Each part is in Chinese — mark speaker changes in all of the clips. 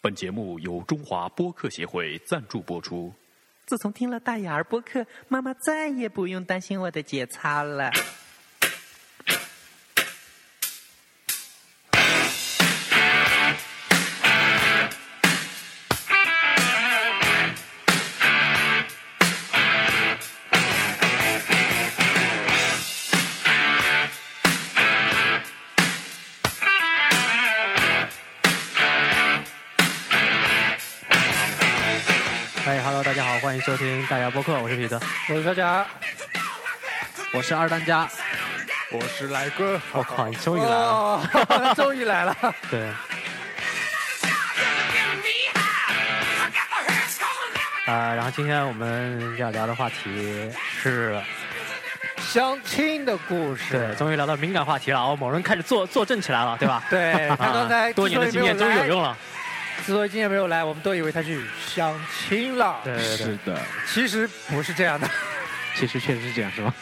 Speaker 1: 本节目由中华播客协会赞助播出。
Speaker 2: 自从听了大雅儿播客，妈妈再也不用担心我的节操了。
Speaker 3: 嗨，Hello，大家好，欢迎收听大家播客，我是彼得，
Speaker 4: 我是小贾，
Speaker 3: 我是二当家。
Speaker 5: 我是来哥，
Speaker 3: 我靠，你终于来了！
Speaker 4: 哦、 终于来了。
Speaker 3: 对。啊、然后今天我们要聊的话题是，
Speaker 4: 相亲的故事
Speaker 3: 对，，终于聊到敏感话题了哦，某人开始坐坐正起来了，对吧？
Speaker 4: 对 他刚才
Speaker 3: 啊多年的经验终于有用了。
Speaker 4: 之所以今天没有来，我们都以为他去相亲了，
Speaker 3: 对对对，
Speaker 5: 的，
Speaker 4: 其实不是这样的。
Speaker 3: 其实确实是这样，是吧？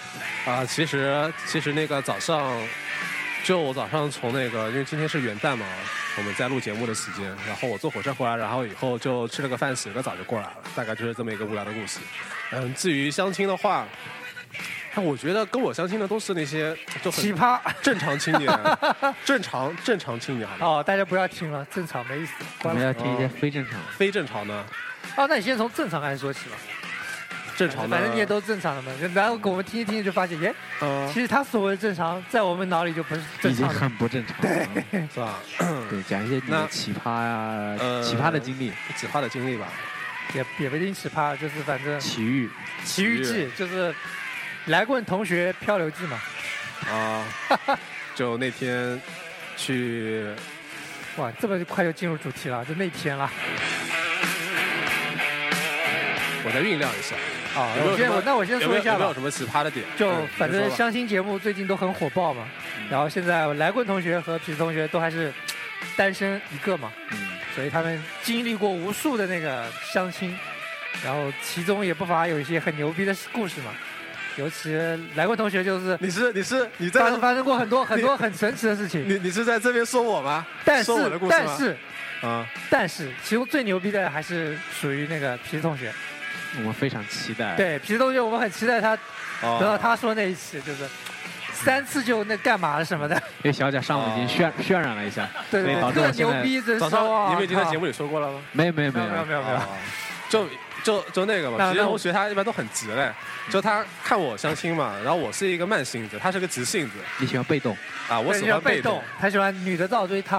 Speaker 5: 啊，其实其实那个早上，就我早上从那个，因为今天是元旦嘛，我们在录节目的时间，然后我坐火车回来，然后以后就吃了个饭，洗了个澡就过来了，大概就是这么一个无聊的故事。嗯，至于相亲的话，哎我觉得跟我相亲的都是那些 就
Speaker 4: 奇
Speaker 5: 很
Speaker 4: 葩
Speaker 5: 正常青年，正常正常青年好吗？
Speaker 4: 哦，大家不要听了，正常没意思，
Speaker 6: 我
Speaker 4: 关
Speaker 6: 们
Speaker 4: 了。
Speaker 6: 要听一些非正常的。
Speaker 5: 非正常呢？
Speaker 4: 哦，那你先从正常开始说起吧。
Speaker 5: 正常呢？
Speaker 4: 反正你也都正常的嘛。然后我们听一听就发现，耶，哎
Speaker 5: 嗯、
Speaker 4: 其实他所谓的正常，在我们脑里就不是
Speaker 6: 已
Speaker 4: 正
Speaker 6: 经
Speaker 4: 常的。
Speaker 6: 很不正常了。
Speaker 5: 是吧？
Speaker 6: 对，讲一些你
Speaker 5: 那
Speaker 6: 的奇葩呀、
Speaker 5: 呃
Speaker 6: 奇葩的经历、
Speaker 5: 几话的经历吧。
Speaker 4: 也也不一定奇葩，就是反正《
Speaker 6: 奇遇。
Speaker 4: 奇遇记》就是来棍同学漂流记嘛。
Speaker 5: 啊，就那天去
Speaker 4: 哇，这么快就进入主题了，就那天了。
Speaker 5: 我再酝酿一下，
Speaker 4: 啊
Speaker 5: 有没有
Speaker 4: 我先
Speaker 5: 什么
Speaker 4: 我那我先
Speaker 5: 有
Speaker 4: 说
Speaker 5: 没
Speaker 4: 一
Speaker 5: 有有
Speaker 4: 下
Speaker 5: 没有
Speaker 4: 吧，
Speaker 5: 什么奇葩的嗯点？
Speaker 4: 就
Speaker 5: 嗯
Speaker 4: 反正
Speaker 5: 你说吧
Speaker 4: 相亲节目最近都很火爆嘛，然后现在来棍同学和痞子同学都还是单身一个嘛，
Speaker 6: 嗯，
Speaker 4: 所以他们经历过无数的那个相亲，然后其中也不乏有一些很牛逼的故事嘛，尤其来棍同学就是
Speaker 5: 你是你是你
Speaker 4: 发
Speaker 5: 在
Speaker 4: 生发生过很多很多很神奇的事情，
Speaker 5: 你你是在这边说我吗？
Speaker 4: 但
Speaker 5: 说我
Speaker 4: 是
Speaker 5: 的故事
Speaker 4: 但
Speaker 5: 吗？
Speaker 4: 是
Speaker 5: 啊，
Speaker 4: 但是其中最牛逼的还是属于那个痞子同学，
Speaker 6: 我们非常期待。，
Speaker 4: 对痞子同学我们很期待他
Speaker 5: 哎哦
Speaker 4: 等到啊他说那一期，就是三次就那干嘛了什么的，
Speaker 5: 嗯
Speaker 6: 因为小贾上午已经渲渲染了一下，
Speaker 4: 对对
Speaker 6: 所以导
Speaker 4: 对，
Speaker 6: 致我
Speaker 4: 特
Speaker 6: 现
Speaker 4: 牛
Speaker 6: 在
Speaker 4: 逼，真
Speaker 5: 早
Speaker 4: 骚啊！
Speaker 5: 上你们已经在
Speaker 4: 靠
Speaker 5: 节目里说过了吗？
Speaker 6: 没有没有
Speaker 4: 没有没有
Speaker 6: 有，
Speaker 4: 没有没有，
Speaker 5: 啊就就就那个嘛，
Speaker 4: 那
Speaker 5: 其实
Speaker 4: 那我
Speaker 5: 同学他一般都很直嘞，就他看我相亲嘛，然后我是一个慢性子，他是个直性子
Speaker 6: 你喜欢被动，
Speaker 5: 啊，我
Speaker 4: 对
Speaker 5: 喜
Speaker 4: 就
Speaker 5: 欢
Speaker 4: 是被
Speaker 5: 动
Speaker 4: 动，他喜欢女的倒追 他，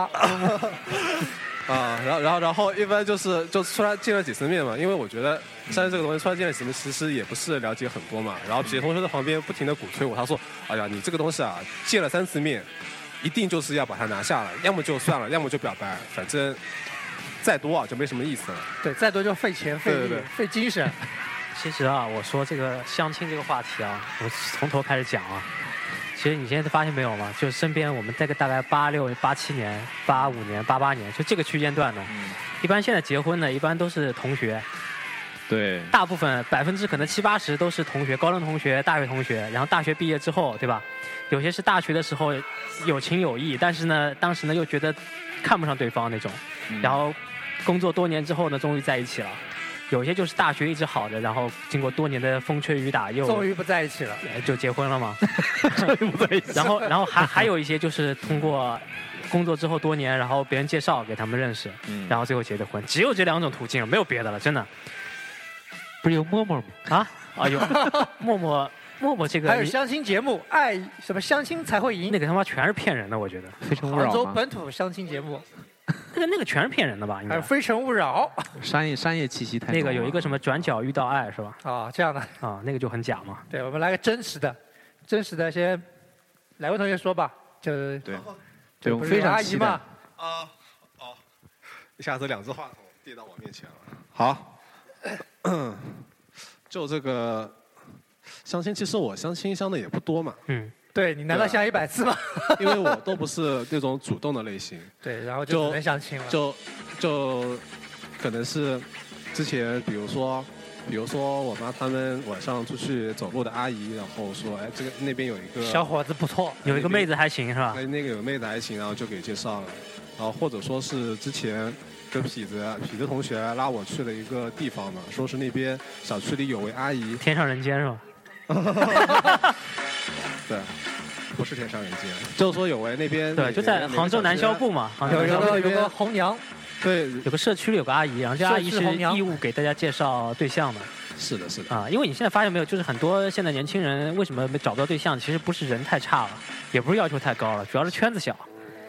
Speaker 5: 啊，然后然后然后一般就是就出来见了几次面嘛，因为我觉得相亲这个东西出来见了几次面，其实也不是了解很多嘛。然后别的同学在旁边不停的鼓吹我，他说：“哎呀，你这个东西啊，见了三次面，一定就是要把它拿下了，要么就算了，要么就表白，反正再多啊就没什么意思了。
Speaker 4: 对，再多就费钱费
Speaker 5: 对
Speaker 4: 力
Speaker 5: 对对
Speaker 4: 费精神，
Speaker 3: 其实啊，我说这个相亲这个话题啊，我从头开始讲啊。其实你现在发现没有吗？就身边我们这个大概八六、八七年、八五年、八八年，就这个区间段的，一般现在结婚的，一般都是同学，
Speaker 6: 对，
Speaker 3: 大部分百分之可能七八十都是同学，高中同学、大学同学，然后大学毕业之后，对吧？有些是大学的时候有情有义，但是呢，当时呢又觉得看不上对方那种，然后工作多年之后呢，终于在一起了。有些就是大学一直好着，然后经过多年的风吹雨打又
Speaker 4: 终于不在一起了。
Speaker 3: 呃就结婚了嘛。然后，然后还还有一些就是通过工作之后多年，然后别人介绍给他们认识，
Speaker 6: 嗯
Speaker 3: 然后最后结的婚，只有这两种途径，没有别的了，真的
Speaker 6: 不是有陌陌吗？
Speaker 3: 啊啊有默默默默这个
Speaker 4: 还有
Speaker 3: 你
Speaker 4: 相亲节目，爱什么相亲才会赢
Speaker 3: 那，个他妈全是骗人的，我觉得
Speaker 6: 非诚勿
Speaker 4: 杭州
Speaker 6: 扰吗？
Speaker 4: 本土相亲节目，
Speaker 3: 那个那个全是骗人的吧？应
Speaker 4: 还有
Speaker 3: 该
Speaker 4: 《非诚勿扰
Speaker 6: 商业商业气息太
Speaker 3: 那个
Speaker 6: 浓
Speaker 3: 有
Speaker 6: 了
Speaker 3: 一个什么转角遇到爱是吧？》
Speaker 4: 啊，这样的。
Speaker 3: 啊，那个就很假嘛。
Speaker 4: 对，我们来个真实的，真实的先，哪位同学说吧，就是
Speaker 6: 对，
Speaker 4: 就
Speaker 6: 对我
Speaker 4: 不
Speaker 6: 们
Speaker 4: 是
Speaker 6: 非
Speaker 4: 有阿
Speaker 6: 常
Speaker 4: 姨
Speaker 6: 期
Speaker 4: 嘛
Speaker 6: 待。，
Speaker 5: 啊，哦，一下子两只话筒递到我面前了。好，就这个相亲，其实我相亲相的也不多嘛，
Speaker 3: 嗯，
Speaker 4: 对你难道
Speaker 5: 对啊
Speaker 4: 想一百次吗？
Speaker 5: 因为我都不是那种主动的类型。
Speaker 4: 对，然后
Speaker 5: 就
Speaker 4: 就只能相亲了。
Speaker 5: 就就可能是之前，比如说，比如说我妈他们晚上出去走路的阿姨，然后说，哎，这个那边有一个哎
Speaker 4: 小伙子不错，
Speaker 3: 有一个妹子还行是吧
Speaker 5: 那？那个有妹子还行，然后就给介绍了。然后或者说是之前跟痞子啊痞子同学拉我去了一个地方嘛，说是那边小区里有位阿姨，
Speaker 3: 天上人间是吧？
Speaker 5: 对，不是天上人间，就是说有位那边
Speaker 3: 对，就在杭州南消
Speaker 5: 消
Speaker 3: 部嘛，杭州
Speaker 4: 有
Speaker 3: 南
Speaker 4: 一
Speaker 3: 消部
Speaker 4: 个
Speaker 5: 那
Speaker 4: 有
Speaker 5: 边
Speaker 4: 个红娘，
Speaker 5: 对，
Speaker 3: 有个社区里有个阿姨，然后这阿姨
Speaker 4: 社
Speaker 3: 是
Speaker 4: 区红娘
Speaker 3: 义务给大家介绍对象的
Speaker 5: 是的，是的，
Speaker 3: 啊。因为你现在发现没有，就是很多现在年轻人为什么没找不到对象，其实不是人太差了，也不是要求太高了，主要是圈子小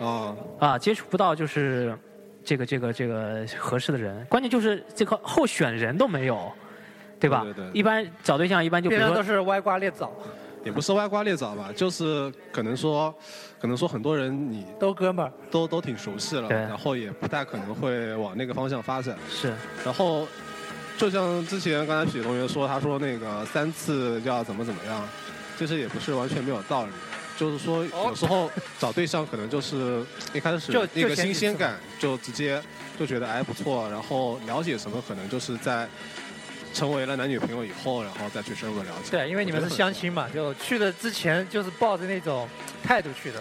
Speaker 5: 啊，
Speaker 3: 啊，接触不到就是这个这个这个合适的人。关键就是这个候选人都没有，对吧？
Speaker 5: 对对对
Speaker 3: 一般找对象一般就比
Speaker 4: 边
Speaker 3: 如
Speaker 4: 上都
Speaker 3: 说
Speaker 4: 是歪瓜裂枣，
Speaker 5: 也不是歪瓜裂枣吧，就是可能说，可能说很多人你
Speaker 4: 都哥们儿。
Speaker 5: 都都挺熟悉了，
Speaker 3: 对
Speaker 5: 然后也不太可能会往那个方向发展。
Speaker 3: 是
Speaker 5: 然后，就像之前刚才许同学说，他说那个三次要怎么怎么样，其实也不是完全没有道理。就是说，有时候找对象可能就是一开
Speaker 4: 哦
Speaker 5: 始
Speaker 4: 就
Speaker 5: 那
Speaker 4: 就
Speaker 5: 个
Speaker 4: 先
Speaker 5: 新
Speaker 4: 几
Speaker 5: 鲜
Speaker 4: 次嘛
Speaker 5: 感，就直接就觉得哎不错，然后了解什么可能就是在成为了男女朋友以后，然后再去深入了解。
Speaker 4: 对，因为你们是相亲嘛，就去的之前就是抱着那种态度去的，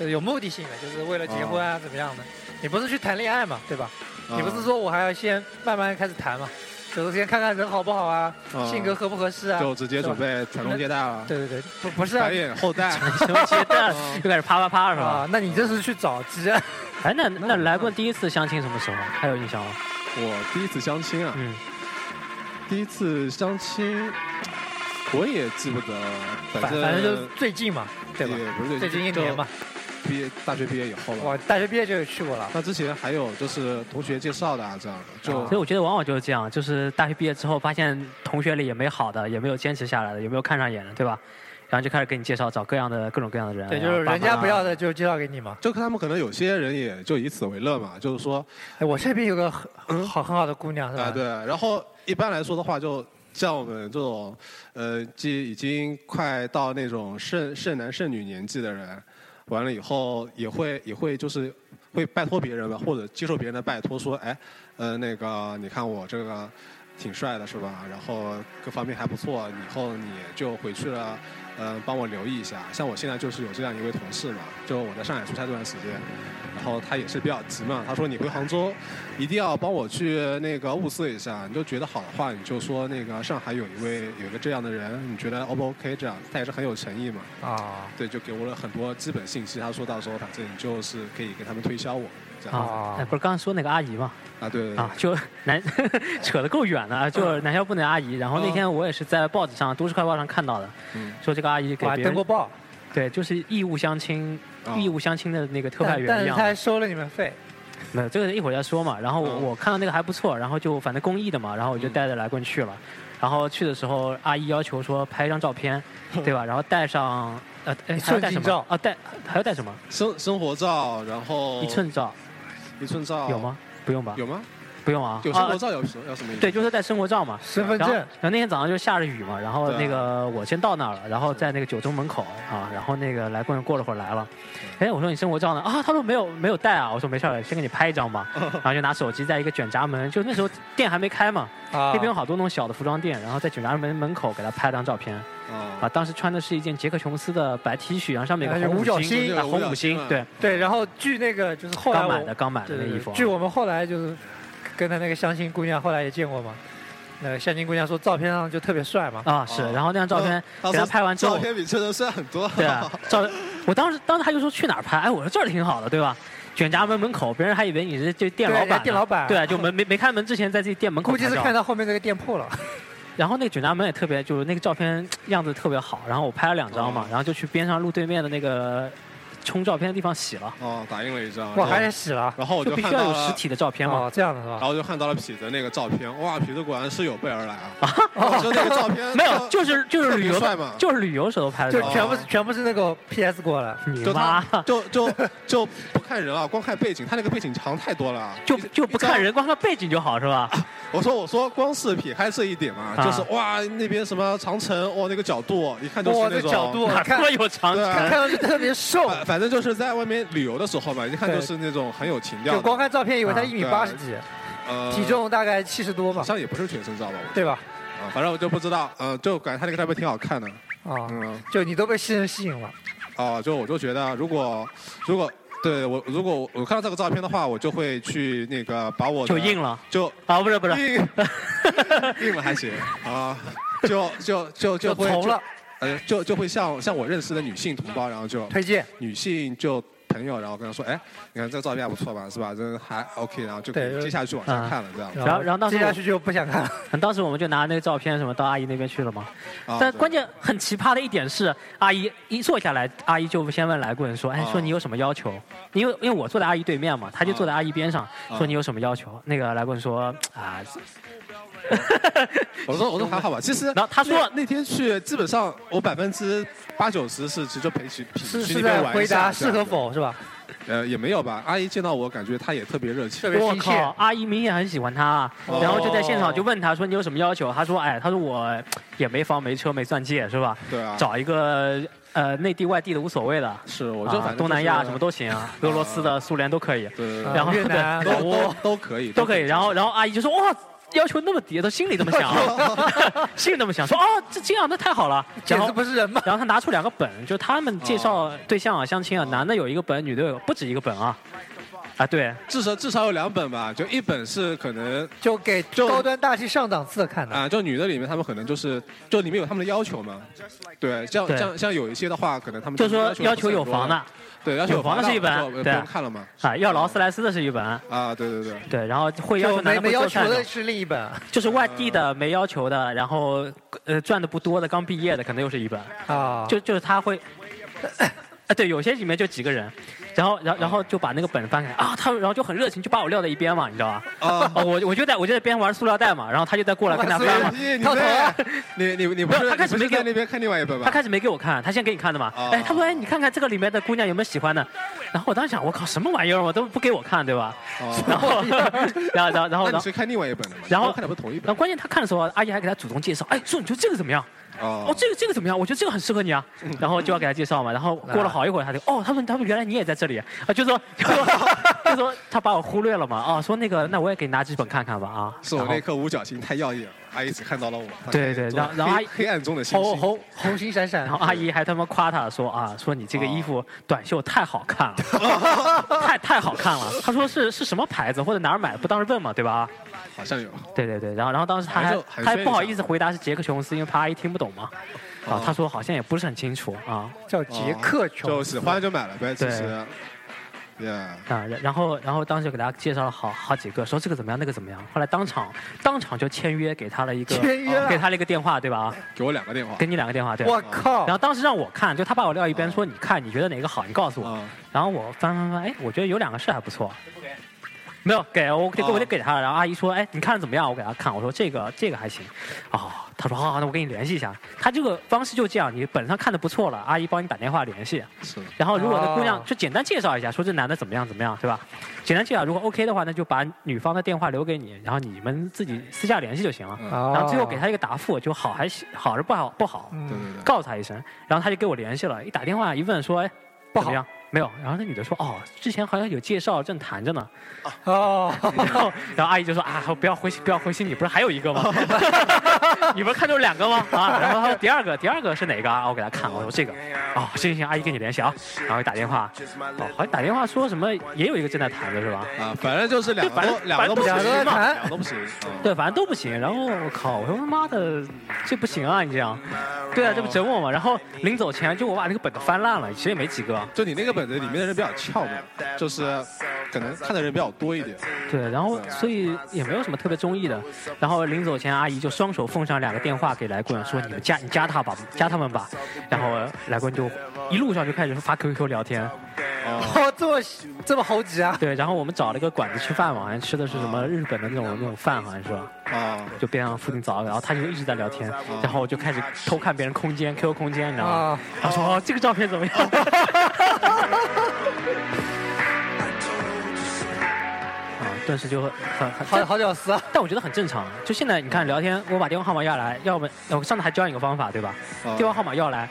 Speaker 4: 就是有目的性的，就是为了结婚啊怎么样的。你不是去谈恋爱嘛，对吧？
Speaker 5: 啊
Speaker 4: 你不是说我还要先慢慢开始谈嘛，就是先看看人好不好啊，
Speaker 5: 啊
Speaker 4: 性格合不合适啊。
Speaker 5: 就直接准备传宗接代了，
Speaker 4: 对对对，不不是啊
Speaker 5: 繁衍 后代。
Speaker 3: 什么阶段
Speaker 5: 嗯
Speaker 3: 又开始啪啪啪是吧？
Speaker 4: 啊，那你这是去找鸡啊？
Speaker 3: 哎，那那来过第一次相亲什么时候？还有印象吗？
Speaker 5: 我第一次相亲啊，
Speaker 3: 嗯，
Speaker 5: 第一次相亲，我也记不得，
Speaker 4: 反
Speaker 5: 反正
Speaker 4: 反正就是最近嘛，对吧？
Speaker 5: 也不是
Speaker 4: 最近一年嘛，，
Speaker 5: 就毕业大学毕业以后吧。
Speaker 4: 我大学毕业就有去过了。
Speaker 5: 那之前还有就是同学介绍的啊，这样的
Speaker 3: 所以
Speaker 5: 就
Speaker 3: 我觉得往往就是这样，就是大学毕业之后，发现同学里也没好的，也没有坚持下来的，也没有看上眼的，对吧？然后就开始给你介绍，找各样的各种各样的人。
Speaker 4: 对，就
Speaker 3: 然后
Speaker 4: 是
Speaker 3: 哎爸妈啊
Speaker 4: 人家不要的就介绍给你嘛。
Speaker 5: 就看他们可能有些人也就以此为乐嘛，就是说
Speaker 4: 哎，我这边有个很好很好的姑娘是吧？
Speaker 5: 啊对，然后一般来说的话就。像我们这种，呃，既已经快到那种剩剩男剩女年纪的人，完了以后也会也会就是会拜托别人吧，或者接受别人的拜托，说，哎，呃，那个你看我这个挺帅的是吧？然后各方面还不错，以后你就回去了，嗯、帮我留意一下。像我现在就是有这样一位同事嘛，就我在上海出差这段时间，然后他也是比较急嘛，他说你回杭州一定要帮我去那个物色一下，你就觉得好的话，你就说那个上海有一位有一个这样的人，你觉得 O 不 OK？这样他也是很有诚意嘛。
Speaker 4: 啊
Speaker 5: 对，就给我了很多基本信息。他说到时候反正你就是可以给他们推销我这样子
Speaker 3: 啊，哎不是刚刚说那个阿姨嘛？
Speaker 5: 啊，对对对
Speaker 3: 啊，就南 扯得够远了啊，就是南校部那阿姨。然后那天我也是在报纸上《都市快报》上看到的，
Speaker 5: 嗯
Speaker 3: 说这个阿姨给
Speaker 4: 我还
Speaker 3: 别
Speaker 4: 登过
Speaker 3: 人
Speaker 4: 报，
Speaker 3: 对，就是义务相亲，
Speaker 5: 啊
Speaker 3: 义务相亲的那个特派
Speaker 4: 但但
Speaker 3: 员一
Speaker 4: 是
Speaker 3: 样
Speaker 4: 他还
Speaker 3: 的。
Speaker 4: 收了你们费。
Speaker 3: 没有，这个一会儿再说嘛。然后我,、
Speaker 5: 嗯
Speaker 3: 我看到那个还不错，然后就反正公益的嘛，然后我就带着来棍去了。然后去的时候，阿姨要求说拍一张照片，对吧？然后带上呃，哎，还要带什
Speaker 4: 寸进照
Speaker 3: 么？啊，带还要带什么？
Speaker 5: 生生活照，然后
Speaker 3: 一寸照
Speaker 5: 一寸照
Speaker 3: 有？吗？不用吧？
Speaker 5: 哦有吗？
Speaker 3: 不用啊。
Speaker 5: 有生活
Speaker 3: 啊
Speaker 5: 照有什么要什么意思？
Speaker 3: 对，就是带生活照嘛。
Speaker 4: 身份
Speaker 3: 然后，
Speaker 4: 证
Speaker 3: 然后那天早上就下着雨嘛，然后
Speaker 5: 对啊
Speaker 3: 那个我先到那儿了，然后在那个九中门口啊，然后那个来棍过了会儿来了，
Speaker 4: 嗯
Speaker 3: 哎，我说你生活照呢？啊，他说没有没有带啊，我说没事儿，先给你拍一张吧，
Speaker 4: 嗯
Speaker 3: 然后就拿手机在一个卷闸门，就那时候店还没开嘛，
Speaker 4: 啊
Speaker 3: 那边有好多那种小的服装店，然后在卷闸门门口给他拍张照片
Speaker 4: 嗯
Speaker 3: 啊，
Speaker 5: 啊，
Speaker 3: 当时穿的是一件杰克琼斯的白 T 恤，然后上面有
Speaker 4: 哎
Speaker 3: 个
Speaker 4: 有
Speaker 3: 红
Speaker 4: 五
Speaker 3: 五
Speaker 4: 角
Speaker 3: 星，
Speaker 5: 星
Speaker 3: 啊
Speaker 5: 有五角
Speaker 3: 红五
Speaker 5: 星
Speaker 3: 星
Speaker 5: 啊，
Speaker 3: 对，
Speaker 4: 对，然后据那个就是后来
Speaker 3: 刚
Speaker 4: 我
Speaker 3: 买的刚买的
Speaker 4: 对
Speaker 3: 那
Speaker 4: 对
Speaker 3: 衣
Speaker 4: 对
Speaker 3: 服啊，
Speaker 4: 据我们后来就是跟他那个相亲姑娘后来也见过嘛，那个相亲姑娘说照片上就特别帅嘛，
Speaker 3: 啊是，然后那张照片
Speaker 5: 他
Speaker 3: 给他
Speaker 5: 说
Speaker 3: 拍完之后
Speaker 5: 照。片比真人帅很多。
Speaker 3: 对啊，照，我当时当时他就说去哪儿拍，哎，我说这儿挺好的，对吧？卷闸门门口，别人还以为你是这店
Speaker 4: 对
Speaker 3: 老
Speaker 4: 人
Speaker 3: 板
Speaker 4: 家
Speaker 3: 呢，
Speaker 4: 店老板
Speaker 3: 对啊，就门没没开门之前在自己店门口
Speaker 4: 估计
Speaker 3: 拍
Speaker 4: 是
Speaker 3: 照啊
Speaker 4: 看到后面这个店铺了。
Speaker 3: 然后那个卷闸门也特别，就是那个照片样子特别好，然后我拍了两张嘛，
Speaker 5: 哦
Speaker 3: 然后就去边上路对面的那个冲照片的地方洗了，
Speaker 5: 哦，打印了一张。
Speaker 4: 我
Speaker 5: 然后
Speaker 4: 还得洗了。
Speaker 5: 然后我
Speaker 3: 就
Speaker 5: 就
Speaker 3: 必须
Speaker 5: 看
Speaker 3: 要
Speaker 5: 到
Speaker 3: 有实
Speaker 5: 了，
Speaker 3: 体的照片嘛。
Speaker 4: 哦，这样的是吧
Speaker 5: 然？
Speaker 3: 啊
Speaker 5: 后就看到了痞子那个照片，哇，痞子果然是有备而来啊！我说那个照片
Speaker 3: 没有，就是就是旅游
Speaker 5: 特别帅嘛
Speaker 3: 就是旅游时候拍的
Speaker 4: 就
Speaker 3: 照片。
Speaker 4: 全部是全部是那个 PS 过来，
Speaker 3: 你
Speaker 5: 就
Speaker 3: 妈
Speaker 5: 他，就就就不看人啊，光看背景，他那个背景长太多了。
Speaker 3: 就
Speaker 5: 一
Speaker 3: 就不看。
Speaker 5: 一张
Speaker 3: 人，光看背景就好是吧？
Speaker 5: 我说我说，光是撇开这一点嘛，
Speaker 3: 啊
Speaker 5: 就是哇，那边什么长城，哇，那个角度，一看就是
Speaker 4: 哇，
Speaker 5: 那
Speaker 4: 这
Speaker 5: 种
Speaker 4: 角度
Speaker 3: 哪
Speaker 4: 看
Speaker 3: 他妈有长
Speaker 5: 对
Speaker 3: 城？
Speaker 5: 啊
Speaker 4: 看看上去特别瘦，
Speaker 5: 反反正就是在外面旅游的时候嘛，一看
Speaker 4: 对
Speaker 5: 就是那种很有情调的。
Speaker 4: 就光看照片以为他
Speaker 3: 啊
Speaker 4: 一米
Speaker 5: 对
Speaker 4: 八十几，
Speaker 5: 呃
Speaker 4: 体重大概七十多吧
Speaker 5: 好，像也不是全身照吧，我
Speaker 4: 对吧？
Speaker 5: 啊，反正我就不知道，呃，就感觉他那个照片挺好看的，
Speaker 4: 啊，
Speaker 5: 嗯，
Speaker 4: 就你都被新人吸引了，
Speaker 5: 啊啊，就我就觉得如果如果对我如果我我看到这个照片的话，我就会去那个把我的
Speaker 3: 就硬了
Speaker 5: 就
Speaker 3: 啊，不是不是，
Speaker 5: 硬硬了还行啊，就就就就会
Speaker 4: 就投了，
Speaker 5: 呃，就就会向向我认识的女性同胞，然后就
Speaker 4: 推荐。
Speaker 5: 女性就朋友，然后跟她说，哎，你看这个照片还不错吧，是吧？这还 OK，然后就可以
Speaker 4: 对
Speaker 5: 接下去往下看了，这样
Speaker 3: 然后然后到时
Speaker 4: 接
Speaker 3: 候
Speaker 4: 下去就不想 看了。
Speaker 3: 当时我们就拿那个照片什么到阿姨那边去了嘛。
Speaker 5: 啊
Speaker 3: 但
Speaker 5: 对
Speaker 3: 关键很奇葩的一点是，阿姨一坐下来，阿姨就先问来棍说：“哎，
Speaker 5: 啊
Speaker 3: 说你有什么要求？”因为因为我坐在阿姨对面嘛，她就
Speaker 5: 啊
Speaker 3: 坐在阿姨边上，
Speaker 5: 啊
Speaker 3: 说你有什么要求？那个来棍说：“
Speaker 5: 嗯
Speaker 3: 啊，
Speaker 5: 我说我说还好吧，其实
Speaker 3: 然后他说
Speaker 5: 那那天去，基本上我百分之八九十是直接陪去去
Speaker 4: 是
Speaker 5: 去
Speaker 4: 是
Speaker 5: 那
Speaker 4: 在
Speaker 5: 边玩
Speaker 4: 回
Speaker 5: 一下
Speaker 4: 答是和，否是吧？
Speaker 5: 这样呃也没有吧。阿姨见到我感觉她也特别热情
Speaker 4: 特，别
Speaker 3: 哎我
Speaker 4: 亲切
Speaker 3: 靠，，阿姨明显很喜欢他，
Speaker 5: 哦
Speaker 3: 然后就在现场就问他说你有什么要求？他说：哎，他说我也没房没车没钻戒是吧？
Speaker 5: 对啊，
Speaker 3: 找一个呃内地外地的无所谓的，
Speaker 5: 是我就
Speaker 3: 啊
Speaker 5: 反正
Speaker 3: 东南亚什么
Speaker 5: 都
Speaker 3: 都行啊， 俄罗斯的、苏联都可以。”
Speaker 5: 对对
Speaker 3: 然后
Speaker 4: 啊越南、
Speaker 5: 对
Speaker 4: 老
Speaker 5: 都
Speaker 4: 挝
Speaker 5: 都都可以
Speaker 3: 都可以。然后，然后阿姨就说：“哇，要求那么低，她心里这么想啊， 心里这么想，说哦，这这样那太好了。”然
Speaker 4: 简 直
Speaker 3: 后，
Speaker 4: 不哦是人嘛！
Speaker 3: 然后她拿出两个本，就他们介绍对象啊、相亲啊，男的有一个本，女的有不止一个本啊。啊，对，
Speaker 5: 至少至少有两本吧，就一本是可能
Speaker 4: 就给高端大气上档次的看的。
Speaker 5: 啊，就女的里面，她们可能就是就里面有她们的要求嘛，对，像
Speaker 3: 对
Speaker 5: 像像有一些的话，可能她们
Speaker 3: 就说要求
Speaker 5: 不是
Speaker 3: 有
Speaker 5: 很多
Speaker 3: 房的，
Speaker 5: 对，要求
Speaker 3: 有房的
Speaker 5: 的
Speaker 3: 是一本
Speaker 5: 我就不
Speaker 3: 对啊
Speaker 5: 用看了嘛，
Speaker 3: 啊，要劳斯莱斯的是一本，
Speaker 5: 啊，对 对对，
Speaker 3: 对，然后会要
Speaker 4: 就
Speaker 3: 求男
Speaker 4: 没
Speaker 3: 的
Speaker 4: 没
Speaker 3: 会
Speaker 4: 要
Speaker 3: 做
Speaker 4: 求
Speaker 3: 菜
Speaker 4: 的
Speaker 3: 的，
Speaker 4: 是另一本
Speaker 3: 就是外地的没要求的，然后呃赚的不多的，刚毕业的可能又是一本。
Speaker 4: 啊，
Speaker 3: 就就是他会，啊，对，有些里面就几个人，然后，然后，然后就把那个本翻开啊，他然后就很热情，就把我撂在一边嘛，你知道吧？
Speaker 5: 啊。
Speaker 3: 哦，我我就在我就在边玩塑料袋嘛，然后他就在过来跟他翻嘛。
Speaker 5: 你
Speaker 4: 套头啊
Speaker 5: 你你你不
Speaker 3: 没有
Speaker 5: 是
Speaker 3: 他开始
Speaker 5: 你不是
Speaker 3: 没给
Speaker 5: 在
Speaker 3: 我
Speaker 5: 那边看另外一本吧？
Speaker 3: 他开始没给我看，他先给你看的嘛。
Speaker 5: 啊
Speaker 3: 哎，他说：“哎，你看看这个里面的姑娘有没有喜欢的？”然后我当时想，我靠，什么玩意儿嘛，都不给我看，对吧？然
Speaker 5: 哦，
Speaker 3: 后， 然后，然后，然后，然
Speaker 5: 那你
Speaker 3: 后，
Speaker 5: 是看另外一本的嘛？
Speaker 3: 然后
Speaker 5: 你看的不是同一
Speaker 3: 然后
Speaker 5: 本
Speaker 3: 关键他看的时候，阿姨还给他主动介绍：“哎，说你觉得这个怎么样？哦
Speaker 5: 哦，
Speaker 3: 这个这个怎么样？我觉得这个很适合你啊。
Speaker 5: 嗯
Speaker 3: 然后就要给他介绍嘛。然后过了好一会儿，他就哦，他说他说原来你也在这里啊，就说 就说就说他把我忽略了嘛啊，说那个那我也给你拿几本看看吧啊。
Speaker 5: 是我
Speaker 3: 然后
Speaker 5: 那颗五角星太耀眼了，阿姨只看到了我。
Speaker 3: 对对然后然后阿
Speaker 5: 黑
Speaker 3: 姨
Speaker 5: 黑暗中的星
Speaker 4: 红
Speaker 5: 星。
Speaker 4: 红红星闪闪
Speaker 3: 然后阿姨还他妈夸他说啊，说你这个衣服短袖太好看 了，太太好看了。他说是是什么牌子或者哪儿买的，不当时问嘛，对吧？啊
Speaker 5: 好像有
Speaker 3: 对对对，然后然后当时他
Speaker 5: 还
Speaker 3: 还
Speaker 5: 是
Speaker 3: 他
Speaker 5: 寒
Speaker 3: 还
Speaker 5: 暄
Speaker 3: 不好
Speaker 5: 一下
Speaker 3: 意思回答是杰克琼斯，因为怕阿姨听不懂嘛。啊
Speaker 5: 哦，
Speaker 3: 他说好像也不是很清楚啊。
Speaker 4: 叫杰克琼
Speaker 5: 就
Speaker 4: 斯
Speaker 5: 喜欢就买了呗，其
Speaker 3: 对
Speaker 5: 实。Yeah，
Speaker 3: 啊，然然后然后当时就给大家介绍了好好几个，说这个怎么样，那个怎么样。后来当场当场就签约给他了一个，
Speaker 4: 签约
Speaker 3: 给
Speaker 4: 了，
Speaker 5: 哦
Speaker 3: 他了一个电话，对吧？啊，
Speaker 5: 给我两个电话。
Speaker 3: 给你两个电话，对。
Speaker 4: 我靠
Speaker 3: 然！后当时让我看，就他把我撂一边，
Speaker 5: 啊
Speaker 3: 说你看，你觉得哪个好，你告诉
Speaker 4: 哦
Speaker 3: 我。
Speaker 5: 啊，
Speaker 3: 然后我翻翻翻，哎，我觉得有两个是还不错。没有给我给
Speaker 4: 哦
Speaker 3: 我就给他了，然后阿姨说：“哎，你看怎么样？”我给他看，我说：“这个这个还行。”哦，他说：“好，那我给你联系一下。”他这个方式就这样，你本上看的不错了，阿姨帮你打电话联系。
Speaker 5: 是的。
Speaker 3: 然后如果那姑娘
Speaker 4: 哦
Speaker 3: 就简单介绍一下，说这男的怎么样怎么样，对吧？简单介绍，如果 OK 的话，那就把女方的电话留给你，然后你们自己私下联系就行了。
Speaker 5: 嗯，
Speaker 4: 然
Speaker 3: 然后最后给他一个答复，就好还是好还是不好不好，
Speaker 4: 嗯
Speaker 5: 对对对。
Speaker 3: 告诉他一声，然后他就给我联系了，一打电话一问说，哎，
Speaker 4: 不
Speaker 3: 怎
Speaker 4: 好
Speaker 3: 么样？没有。然后那女的说，哦，之前好像有介绍，正谈着呢。
Speaker 4: 哦，
Speaker 3: 然后然后阿姨就说啊，不要灰心，不要灰心，你不是还有一个吗？ 你不是看中两个吗？啊，然后他说第二个，第二个是哪个啊？我给他看，我说这个，哦，行行行，阿姨跟你联系啊，然后一打电话，哦，好像打电话说什么也有一个正在谈着是吧？
Speaker 5: 啊，反正就是两个
Speaker 3: 对反
Speaker 5: 都
Speaker 3: 正
Speaker 5: 两个都不行
Speaker 4: 反正都
Speaker 5: 嘛，
Speaker 4: 不行
Speaker 5: 两个都不行。嗯
Speaker 3: 对，反正都不行。然后我靠，我说他妈的，这不行啊！你这样，对啊，这不整我吗？然后临走前就我把那个本子翻烂了，其实也没几个。
Speaker 5: 就你那个本子里面的人比较俏嘛，就是可能看的人比较多一点。
Speaker 3: 对，然后所以也没有什么特别中意的。然后临走前，阿姨就双手奉上两个电话给来棍，说你们加你加他吧，加他们吧。然后来棍就一路上就开始发 QQ 聊天。
Speaker 5: 哦，
Speaker 4: 哦，这么这么猴急啊！
Speaker 3: 对，然后我们找了个馆子吃饭嘛，好像吃的是什么日本的那种那种饭，好像是吧。
Speaker 5: 啊，
Speaker 3: 就边上附近找，然后他就一直在聊天，然后我就开始偷看别人空间 QQ 空间，你知道吗
Speaker 4: 啊？
Speaker 3: 他说、哦、这个照片怎么样？ 啊，顿时就很很
Speaker 4: 好
Speaker 3: 很。
Speaker 4: 好屌丝啊！
Speaker 3: 但我觉得很正常，就现在你看聊天，我把电话号码要来，要不我上次还教你个方法，对吧？
Speaker 5: 啊
Speaker 3: 电话号码要来，